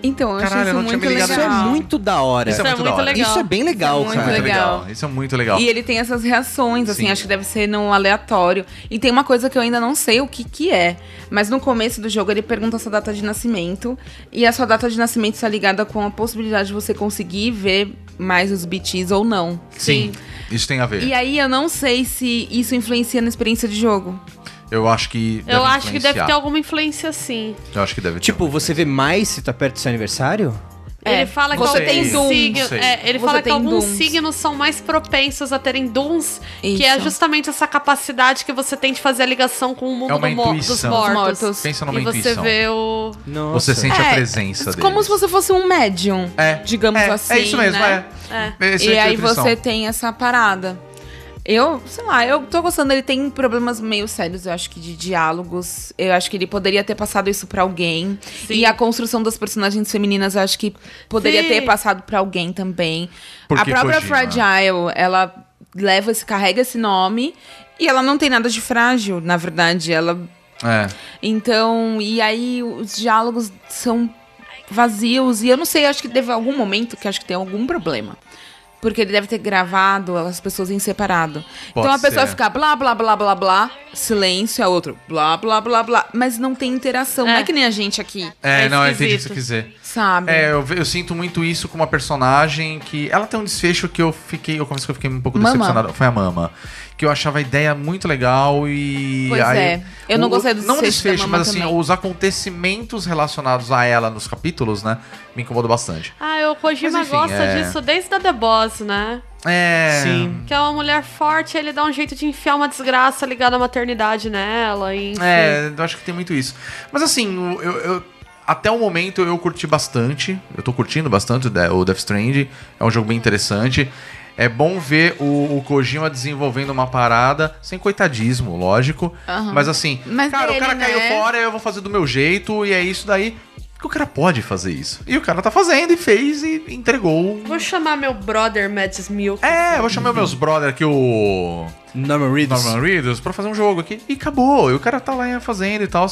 Então, eu Caralho, achei isso eu não tinha muito me ligado legal. Isso é muito da hora. Isso é muito da hora. legal. Isso é bem legal, Isso é muito cara. Muito legal. legal. Isso é muito legal. E ele tem essas reações, assim, Sim. acho que deve ser num aleatório. E tem uma coisa que eu ainda não sei o que que é, mas no começo do jogo ele pergunta a sua data de nascimento, e a sua data de nascimento está ligada com a possibilidade de você conseguir ver mais os BTs ou não. Sim. Isso tem a ver. E é- aí eu não sei se isso influencia na experiência de jogo. Eu acho que. Eu acho que deve influenciar. ter alguma influência, sim. Eu acho que deve ter um Tipo, alguma você vê mais se tá perto do seu aniversário? É, ele fala que você alguns tem dons. signos. Sei. é, ele Você fala que tem alguns dons. signos são mais propensos a terem duns, que é Isso. justamente essa capacidade que você tem de fazer a ligação com o mundo É uma do mo- dos intuição. mortos. Mortos. Pensa numa e você intuição. vê o. Não. Você sente a É, presença dele. Como se você fosse um médium, É. digamos é, assim, É isso mesmo, né? é. é. Esse E é a aí definição. você tem essa parada. Eu, sei lá, eu tô gostando. Ele tem problemas meio sérios, eu acho que de diálogos. Eu acho que ele poderia ter passado isso pra alguém. E a construção das personagens femininas, eu acho que poderia Sim. ter passado pra alguém também. Por a que própria Kojima? Fragile, ela leva esse, carrega esse nome. E ela não tem nada de frágil, na verdade. Ela É. então, e aí os diálogos são vazios e eu não sei, acho que teve algum momento que acho que tem algum problema. Porque ele deve ter gravado as pessoas em separado. Pode então a pessoa ser. fica blá, blá, blá, blá, blá, silêncio, a outro blá, blá, blá, blá. Mas não tem interação. Não é que nem a gente aqui, É, É não, eu entendi o que você esquisito. quiser. sabe? É, eu, ve- eu sinto muito isso com uma personagem que. Ela tem um desfecho que eu fiquei. Eu confesso que eu fiquei um pouco Mama. decepcionado. Foi a Mama. Que eu achava a ideia muito legal e. Pois aí- é. Eu não gostei do Não o desfecho da desfecho, Mama mas assim, também. os acontecimentos relacionados a ela nos capítulos, né? Me incomodou bastante. Ah, o Kojima Mas, enfim, gosta é. disso desde a The Boss, né? É. Sim. Que é uma mulher forte, ele dá um jeito de enfiar uma desgraça ligada à maternidade nela, e enfim. É, eu acho que tem muito isso. Mas assim, o- eu, eu- até o momento eu curti bastante. Eu tô curtindo bastante o De- o Death Strand. É um jogo bem interessante. É bom ver o, o Kojima desenvolvendo uma parada, sem coitadismo, lógico. Aham. Mas assim, Mas cara, o dele, cara né? caiu fora, eu vou fazer do meu jeito, e é isso daí. Que o cara pode fazer isso. E o cara tá fazendo, e fez, e entregou. Vou chamar meu brother Matt Milk. É, eu vou chamar meus brother aqui, o. Norman Reedus. Norman Reedus pra fazer um jogo aqui. E acabou. E o cara tá lá fazendo e tal.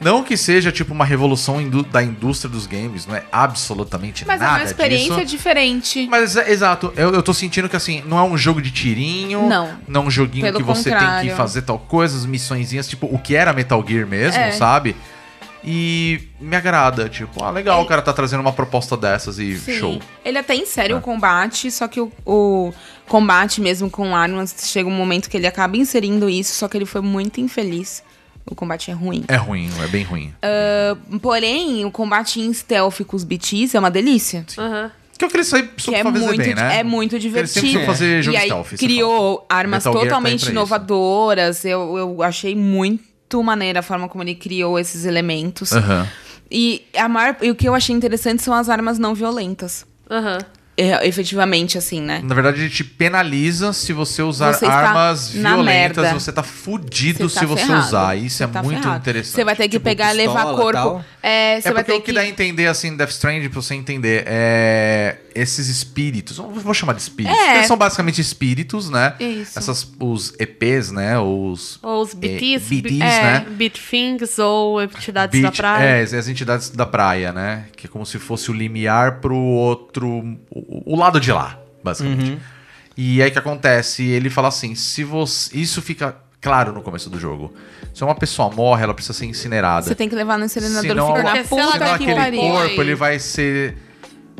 Não que seja, tipo, uma revolução indu- da indústria dos games, não é absolutamente Mas é nada uma experiência disso. diferente. Mas, é- exato, eu, eu tô sentindo que, assim, não é um jogo de tirinho. Não. Não é um joguinho Pelo que você tem que contrário. fazer tal coisa, as missõezinhas, tipo, o que era Metal Gear mesmo, É. sabe? E me agrada, tipo, ah, legal, o cara tá trazendo uma proposta dessas e É. Sim. show. Ah. Ele até insere o combate, só que o, o combate mesmo com armas chega um momento que ele acaba inserindo isso, só que ele foi muito infeliz. O combate é ruim. É ruim, é bem ruim. Ah, Porém, o combate em stealth com os BTs é uma delícia. Aham. Que é o que eles sempre Que é precisam fazer muito, bem, di- né? é muito Eles sempre divertido. precisam fazer jogo e aí stealth. você criou armas Metal Gear tá aí totalmente pra isso. inovadoras. Eu, eu achei muito maneira a forma como ele criou esses elementos. fala. Aham. E, a maior, e o que eu achei interessante são as armas não violentas. Aham. É, efetivamente, assim, né? É. Na verdade, ele te penaliza se você usar Você está armas na violentas. merda. Você tá fudido Você tá se você ferrado. usar. Isso Você é tá muito ferrado. interessante. Você vai ter que Tipo, pegar, levar pistola, corpo. tal. É, você é vai porque ter o que, que. dá a entender, assim, Death Strand, pra você entender, é. Esses espíritos. eu Vou chamar de espíritos. É. porque Eles são basicamente espíritos, né? Isso. Essas, os EPs, né? Os. Ou os É, BTs, BTs, né? Beat Things ou entidades da Beat- praia. É, as entidades da praia, né? Que é como se fosse o limiar pro outro. O, o lado de lá, Uhum. basicamente. E aí o que acontece? Ele fala assim: se você. Isso fica claro no começo do jogo. Se uma pessoa morre, ela precisa ser incinerada. Você tem um que levar no Senão- serenador, fica na Porque se ela puta Senão tá que aquele decompõe- pariu. corpo ele vai ser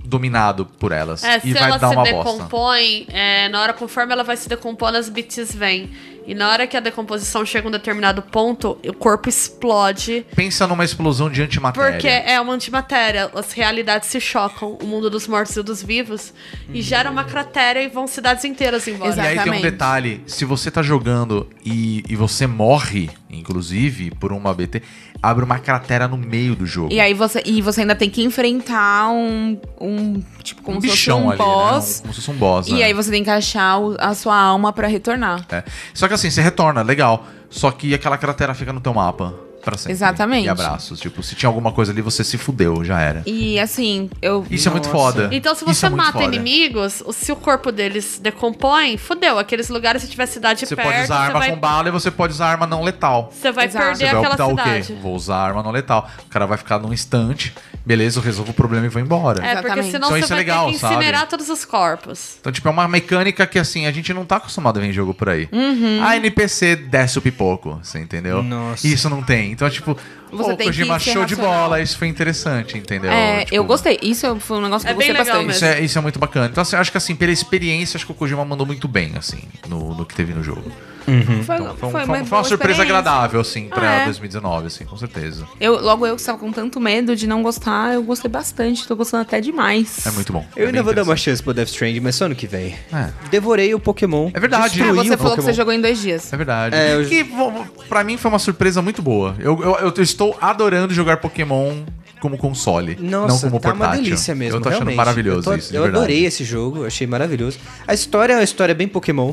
dominado por elas. É, e se vai ela dar se uma bosta. decompõe, é, na hora conforme ela vai se decompondo, as BTs vêm. E na hora que a decomposição chega a um determinado ponto, o corpo explode. Pensa numa explosão de antimatéria. Porque é uma antimatéria, as realidades se chocam, o mundo dos mortos e dos vivos, Uhum. e gera uma cratera e vão cidades inteiras embora. E aí tem um Exatamente. detalhe: se você tá jogando e, e você morre, inclusive, por uma BT, abre uma cratera no meio do jogo. E aí você, e você ainda tem que enfrentar um. um tipo, como um se fosse bichão um ali, né? boss. Um- Como se fosse um boss. E né? aí você tem que achar o- a sua alma pra retornar. É. Só que assim, você retorna, legal. Só que aquela cratera fica no teu mapa. Pra sempre. Exatamente. E abraços. Tipo, se tinha alguma coisa ali, você se fudeu, já era. E assim, eu. Isso é muito foda. Então, se Isso você é muito mata foda. inimigos, o- se o corpo deles decompõe, fudeu. Aqueles lugares, se tiver cidade Você perto, pode usar você arma vai, com bala e você pode usar arma não letal. você vai Exato. Você perder vai aquela optar o cidade. quê? Vou usar arma não letal. O cara vai ficar num instante, beleza, eu resolvo o problema e vou embora. É, porque Exatamente. senão Então, você isso é vai legal, ter que sabe? incinerar todos os corpos. Então, tipo, é uma mecânica que, assim, a gente não tá acostumado a ver em jogo por aí. Uhum. A NPC desce o pipoco, você entendeu? Nossa. Isso não tem. Então, é tipo, Você o tem que Kojima ser show de racional. bola, isso foi interessante, entendeu? É, Tipo, eu gostei. Isso foi um negócio que É eu bem gostei legal bastante. Isso é, isso é muito bacana. Então, assim, eu acho que, assim, pela experiência, acho que o Kojima mandou muito bem, assim, no, no que teve no jogo. Foi, Então, foi, um- foi foi uma, foi boa uma surpresa experiência. agradável, assim, pra Ah, é. 2019, assim, com certeza. Eu, logo eu que estava com tanto medo de não gostar, eu gostei bastante. Tô gostando até demais. É muito bom. Eu é ainda bem vou dar uma interessante. chance pro Death Stranding, mas só ano que vem. É. Devorei o Pokémon. É verdade. Ah, Destruí você o falou que Pokémon. você jogou em dois dias. É verdade. É, eu- Que vo- pra mim foi uma surpresa muito boa. Eu, eu- eu estou adorando jogar Pokémon como console, não Nossa, como tá portátil. uma delícia mesmo, Eu tô achando realmente. maravilhoso eu tô- isso, de Eu verdade. adorei esse jogo, achei maravilhoso. A história é uma história bem Pokémon.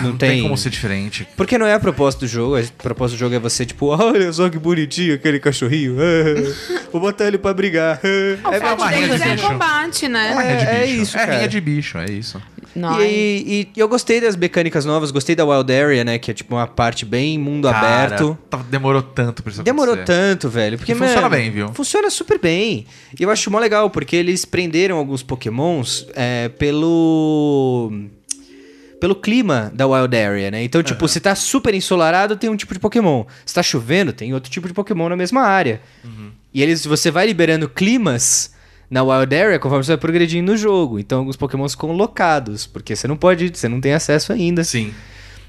Não, Não tem... É, tem... como ser diferente. Porque não é a proposta do jogo. A proposta do jogo é você, tipo, olha só que bonitinho aquele cachorrinho. Vou botar ele pra brigar. é uma Mas rinha de é bicho. combate, É né? uma rinha de é bicho. isso, é cara. rinha de bicho, é isso. Nice. E, e eu gostei das mecânicas novas, gostei da Wild Area, né? Que é tipo uma parte bem mundo Cara, aberto. tá- demorou tanto pra isso Demorou acontecer. tanto, velho. Porque, E funciona mano, bem, viu? Funciona super bem. E eu acho mó legal, porque eles prenderam alguns pokémons é, pelo. Pelo clima da Wild Area, né? Então, tipo, se tá super ensolarado, tem um tipo de Pokémon. Se tá chovendo, tem outro tipo de Pokémon na mesma área. Uhum. E eles, você vai liberando climas na Wild Area conforme você vai progredindo no jogo. Então, alguns Pokémon ficam locados, porque você não pode, você não tem acesso ainda. Sim.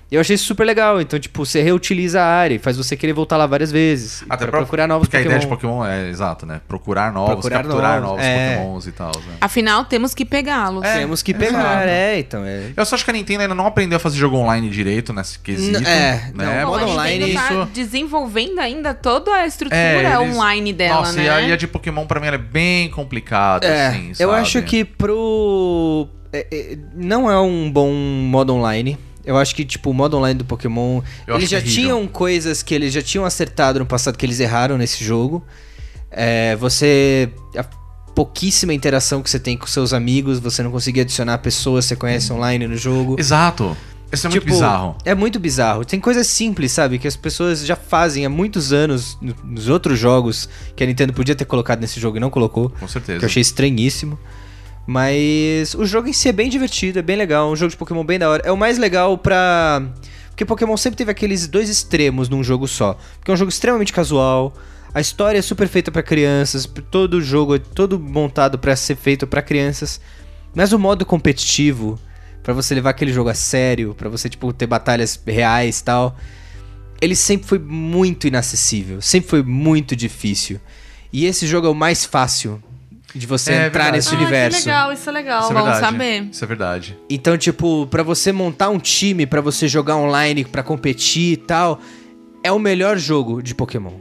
Eu achei isso super legal. Então, tipo, você reutiliza a área e faz você querer voltar lá várias vezes. Até pra pra- procurar novos Porque a Pokémon. ideia de Pokémon é, exato, né? Procurar novos, Procurar capturar novos, novos, é. Pokémons e tal, né? Afinal, temos que pegá-los. Temos que pegar, é, então. É. Eu só acho que a Nintendo ainda não aprendeu a fazer jogo online direito nesse quesito. é, né? Bom, não, modo a Nintendo online, tá isso- desenvolvendo ainda toda a estrutura É, eles- online dela, Nossa, né? e a, e a de Pokémon pra mim ela é bem complicada, É, assim, eu sabe? acho que pro. é, é, não é um bom modo online. Eu acho que, tipo, o modo online do Pokémon. Eu acho eles já terrível. tinham coisas que eles já tinham acertado no passado que eles erraram nesse jogo. É, você. A pouquíssima interação que você tem com seus amigos, você não conseguia adicionar pessoas que você conhece online no jogo. Exato. Isso é muito Tipo, bizarro. É muito bizarro. Tem coisas simples, sabe? Que as pessoas já fazem há muitos anos no- nos outros jogos que a Nintendo podia ter colocado nesse jogo e não colocou. Com certeza. Que eu achei estranhíssimo. Mas o jogo em si é bem divertido, é bem legal. É um jogo de Pokémon bem da hora. É o mais legal pra. Porque Pokémon sempre teve aqueles dois extremos num jogo só. Porque é um jogo extremamente casual. A história é super feita pra crianças. Todo jogo é todo montado pra ser feito pra crianças. Mas o modo competitivo, pra você levar aquele jogo a sério, pra você, tipo, ter batalhas reais e tal ele sempre foi muito inacessível, sempre foi muito difícil. E esse jogo é o mais fácil de você É verdade. entrar nesse Ah, que universo. legal, isso é legal. Isso é Bom, verdade. saber. Isso é verdade. Então, tipo, pra você montar um time, pra você jogar online, pra competir e tal, é o melhor jogo de Pokémon.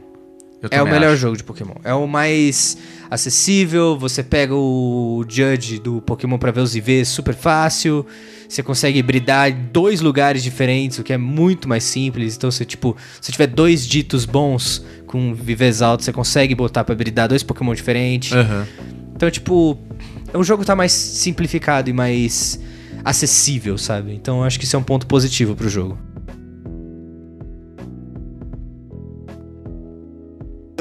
Eu É o também melhor acho. jogo de Pokémon. É o mais acessível, você pega o Judge do Pokémon pra ver os IVs super fácil. Você consegue bridar em dois lugares diferentes, o que é muito mais simples. Então, se tipo, se tiver dois ditos bons com IVs altos, você consegue botar pra bridar dois Pokémon diferentes. Aham. Então, tipo, o jogo tá mais simplificado e mais acessível, sabe? Então, eu acho que isso é um ponto positivo pro jogo.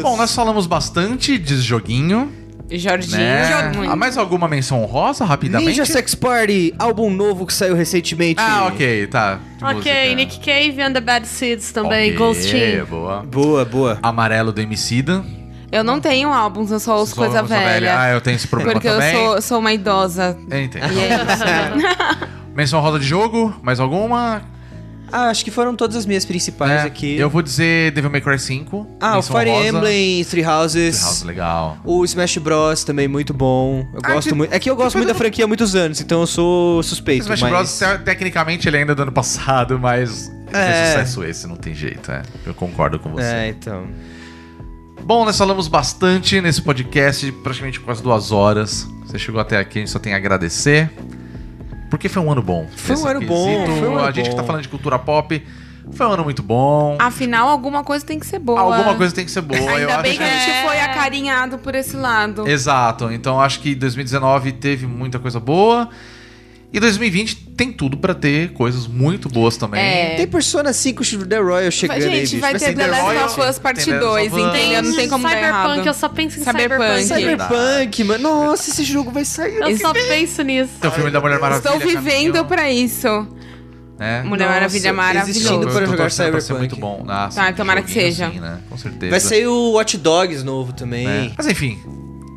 Bom, nós falamos bastante de joguinho, Jorginho, né? muito. Há mais alguma menção honrosa, rapidamente? Ninja Sex Party, álbum novo que saiu recentemente. Ah, ok, tá. ok, Música. Nick Cave and the Bad Seeds também, Ok, Ghost Team. boa. Boa, boa. Amarelo do Emicida. Eu não tenho álbuns, eu só ouço Só coisa velha. Ah, eu tenho esse problema Porque eu também. sou, sou uma idosa. Eu entendo. E é isso. Menção rosa de jogo, mais alguma? Ah, acho que foram todas as minhas principais É, aqui. Eu vou dizer Devil May Cry 5. Ah, o menção Fire rosa. Emblem, Three Houses. House, legal. O Smash Bros também muito bom. Eu Ah, gosto que- muito. É que eu gosto que muito da coisa- franquia há muitos anos, então eu sou suspeito. Smash mas... Bros, te- tecnicamente, ele ainda é do ano passado, mas É. é sucesso esse, não tem jeito, é. Eu concordo com você. É, então. Bom, nós falamos bastante nesse podcast, praticamente quase duas horas. Você chegou até aqui, a gente só tem a agradecer. Porque foi um ano bom. Foi um Nesse ano bom, quesito, foi um ano A gente que tá bom. falando de cultura pop, foi um ano muito bom. Afinal, alguma coisa tem que ser boa. Alguma coisa tem que é. ser boa. eu Ainda acho bem que a gente É. foi acarinhado por esse lado. Exato. Então acho que 2019 teve muita coisa boa. E 2020 tem tudo pra ter coisas muito boas também. É. Tem Persona 5 The Royal é chegando aí, Gente, bicho. vai ter The ser The Last Royal, of Us Parte tem The Last 2, of Us. entendeu? Não tem como dar Cyberpunk, eu errado. só penso em Cyberpunk. Cyberpunk. Cyberpunk, mano. Nossa, esse jogo vai sair. Eu só penso nisso. Tem o filme da Mulher Maravilha. Estou vivendo caminhou, pra isso. né? Mulher Nossa, Maravilha Eu- maravilhoso. existindo eu pra tô jogar torcendo pra ser Cyberpunk. muito bom. Nossa, Tá, tomara que joguinho seja. assim, né? Com certeza. Vai sair o Watch Dogs novo também. né? Mas enfim,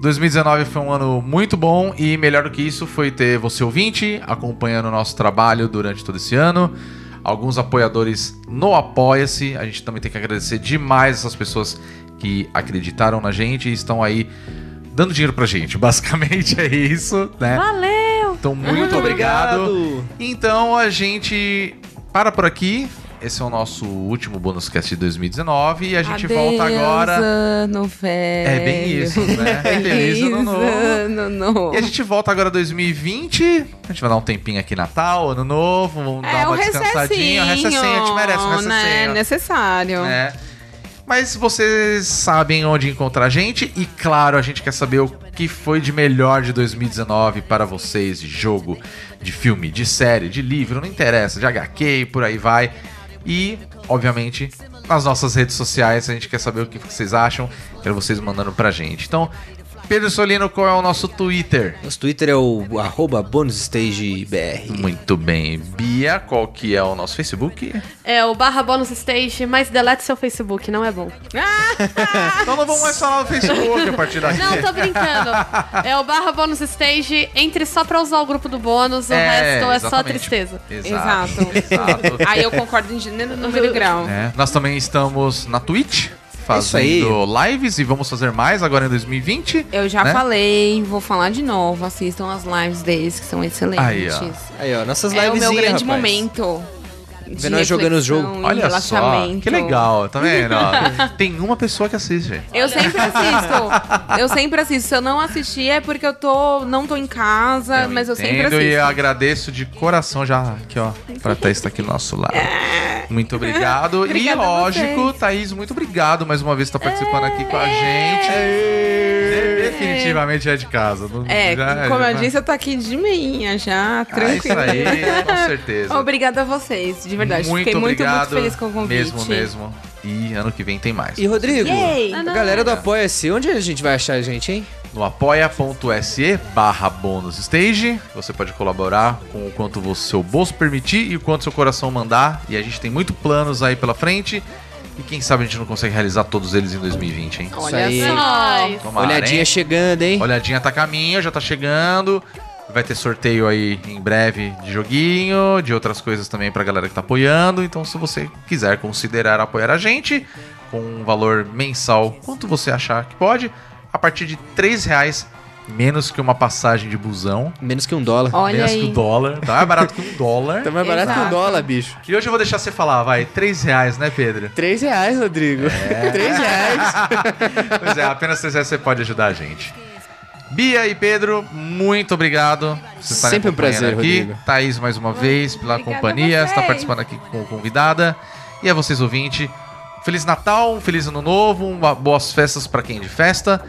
2019 foi um ano muito bom e melhor do que isso foi ter você ouvinte acompanhando o nosso trabalho durante todo esse ano. Alguns apoiadores no Apoia-se. A gente também tem que agradecer demais essas pessoas que acreditaram na gente e estão aí dando dinheiro pra gente. Basicamente é isso, né? Valeu! Então, muito obrigado. Então a gente para por aqui. Esse é o nosso último bonus cast de 2019 e a gente volta Adeus, agora. Ano velho. É bem isso, né? Feliz ano novo. Ano novo. E a gente volta agora 2020. A gente vai dar um tempinho aqui Natal, Ano Novo, vamos É dar o uma recessinho. descansadinha. O recessinho, a gente merece um né? recessinho. necessário. né? Mas vocês sabem onde encontrar a gente e, claro, a gente quer saber o que foi de melhor de 2019 para vocês, de jogo, de filme, de série, de livro, não interessa, de HQ e por aí vai. E, obviamente, nas nossas redes sociais, a gente quer saber o que vocês acham, quero vocês mandando pra gente. Então, Pedro Solino, qual é o nosso Twitter? Nosso Twitter é o arroba bonusstagebr. Muito bem. Bia, qual que é o nosso Facebook? É o barra bônus stage, mas delete seu Facebook, não é bom. Então não vamos mais falar no Facebook a partir daqui. Não, tá- tô brincando. É o barra bônus stage, entre só pra usar o grupo do bônus, o resto é só exatamente. tristeza. Exato. Exato. Aí eu concordo em gênero, número e grau. É, Nós também estamos na Twitch isso aí. fazendo lives e vamos fazer mais agora em 2020. Eu já né? falei, vou falar de novo. Assistam as lives deles, que são excelentes. Aí, ó. Aí, ó, nossas É o livezinhas, meu grande rapaz. momento. Vendo nós jogando reflexão jogo. e Olha só, Um relaxamento. que legal, tá vendo? ó? Tem uma pessoa que assiste. Eu sempre assisto. Eu sempre assisto. Se eu não assistir é porque eu tô, não tô em casa, mas eu sempre entendo assisto. e agradeço de coração já aqui, ó, pra Thaís estar aqui do nosso lado. Muito obrigado. e Obrigada a lógico, Thaís, muito obrigado mais uma vez por estar participando aqui com a gente. É, Definitivamente é de casa. não- É, já- como já- tá. eu disse, eu tô aqui de meinha já, Ah, tranquilo. isso aí, com certeza. Obrigada a vocês, de verdade. Muito Fiquei muito, obrigado. muito feliz com o convite. Mesmo, mesmo. E ano que vem tem mais. E, Rodrigo, Yay! a galera do Apoia-se, onde a gente vai achar a gente, hein? No apoia.se barra bônus stage. Você pode colaborar com o quanto o seu bolso permitir e o quanto seu coração mandar. E a gente tem muito planos aí pela frente. E quem sabe a gente não consegue realizar todos eles em 2020, hein? Isso É aí. Nós. Tomara, Olhadinha hein? chegando, hein? Olhadinha tá a caminho, já tá chegando. Vai ter sorteio aí em breve de joguinho, de outras coisas também pra galera que tá apoiando. Então, se você quiser considerar apoiar a gente com um valor mensal, quanto você achar que pode, a partir de R$ reais menos que uma passagem de busão, Menos que um dólar. Olha menos que o aí. dólar, tá? É barato que um dólar. Tá mais barato que um Exato. dólar, bicho. E hoje eu vou deixar você falar, vai, R$ reais, né, Pedro? Três reais, Rodrigo. Três reais. Pois é, apenas vocês você pode ajudar a gente. Bia e Pedro, muito obrigado. por vocês estarem Sempre um acompanhando prazer, aqui. Rodrigo. Thaís, mais uma vez, pela Obrigada a companhia. Você está vocês. participando aqui como convidada. E a vocês, ouvinte, Feliz Natal, um Feliz Ano Novo, uma- boas festas para quem é de festa.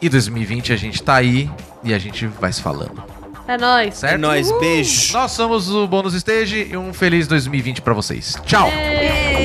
E 2020 a gente tá aí e a gente vai se falando, É nóis. certo? Nós, beijo. Nós somos o Bônus Stage e um feliz 2020 para vocês. Tchau! Ei.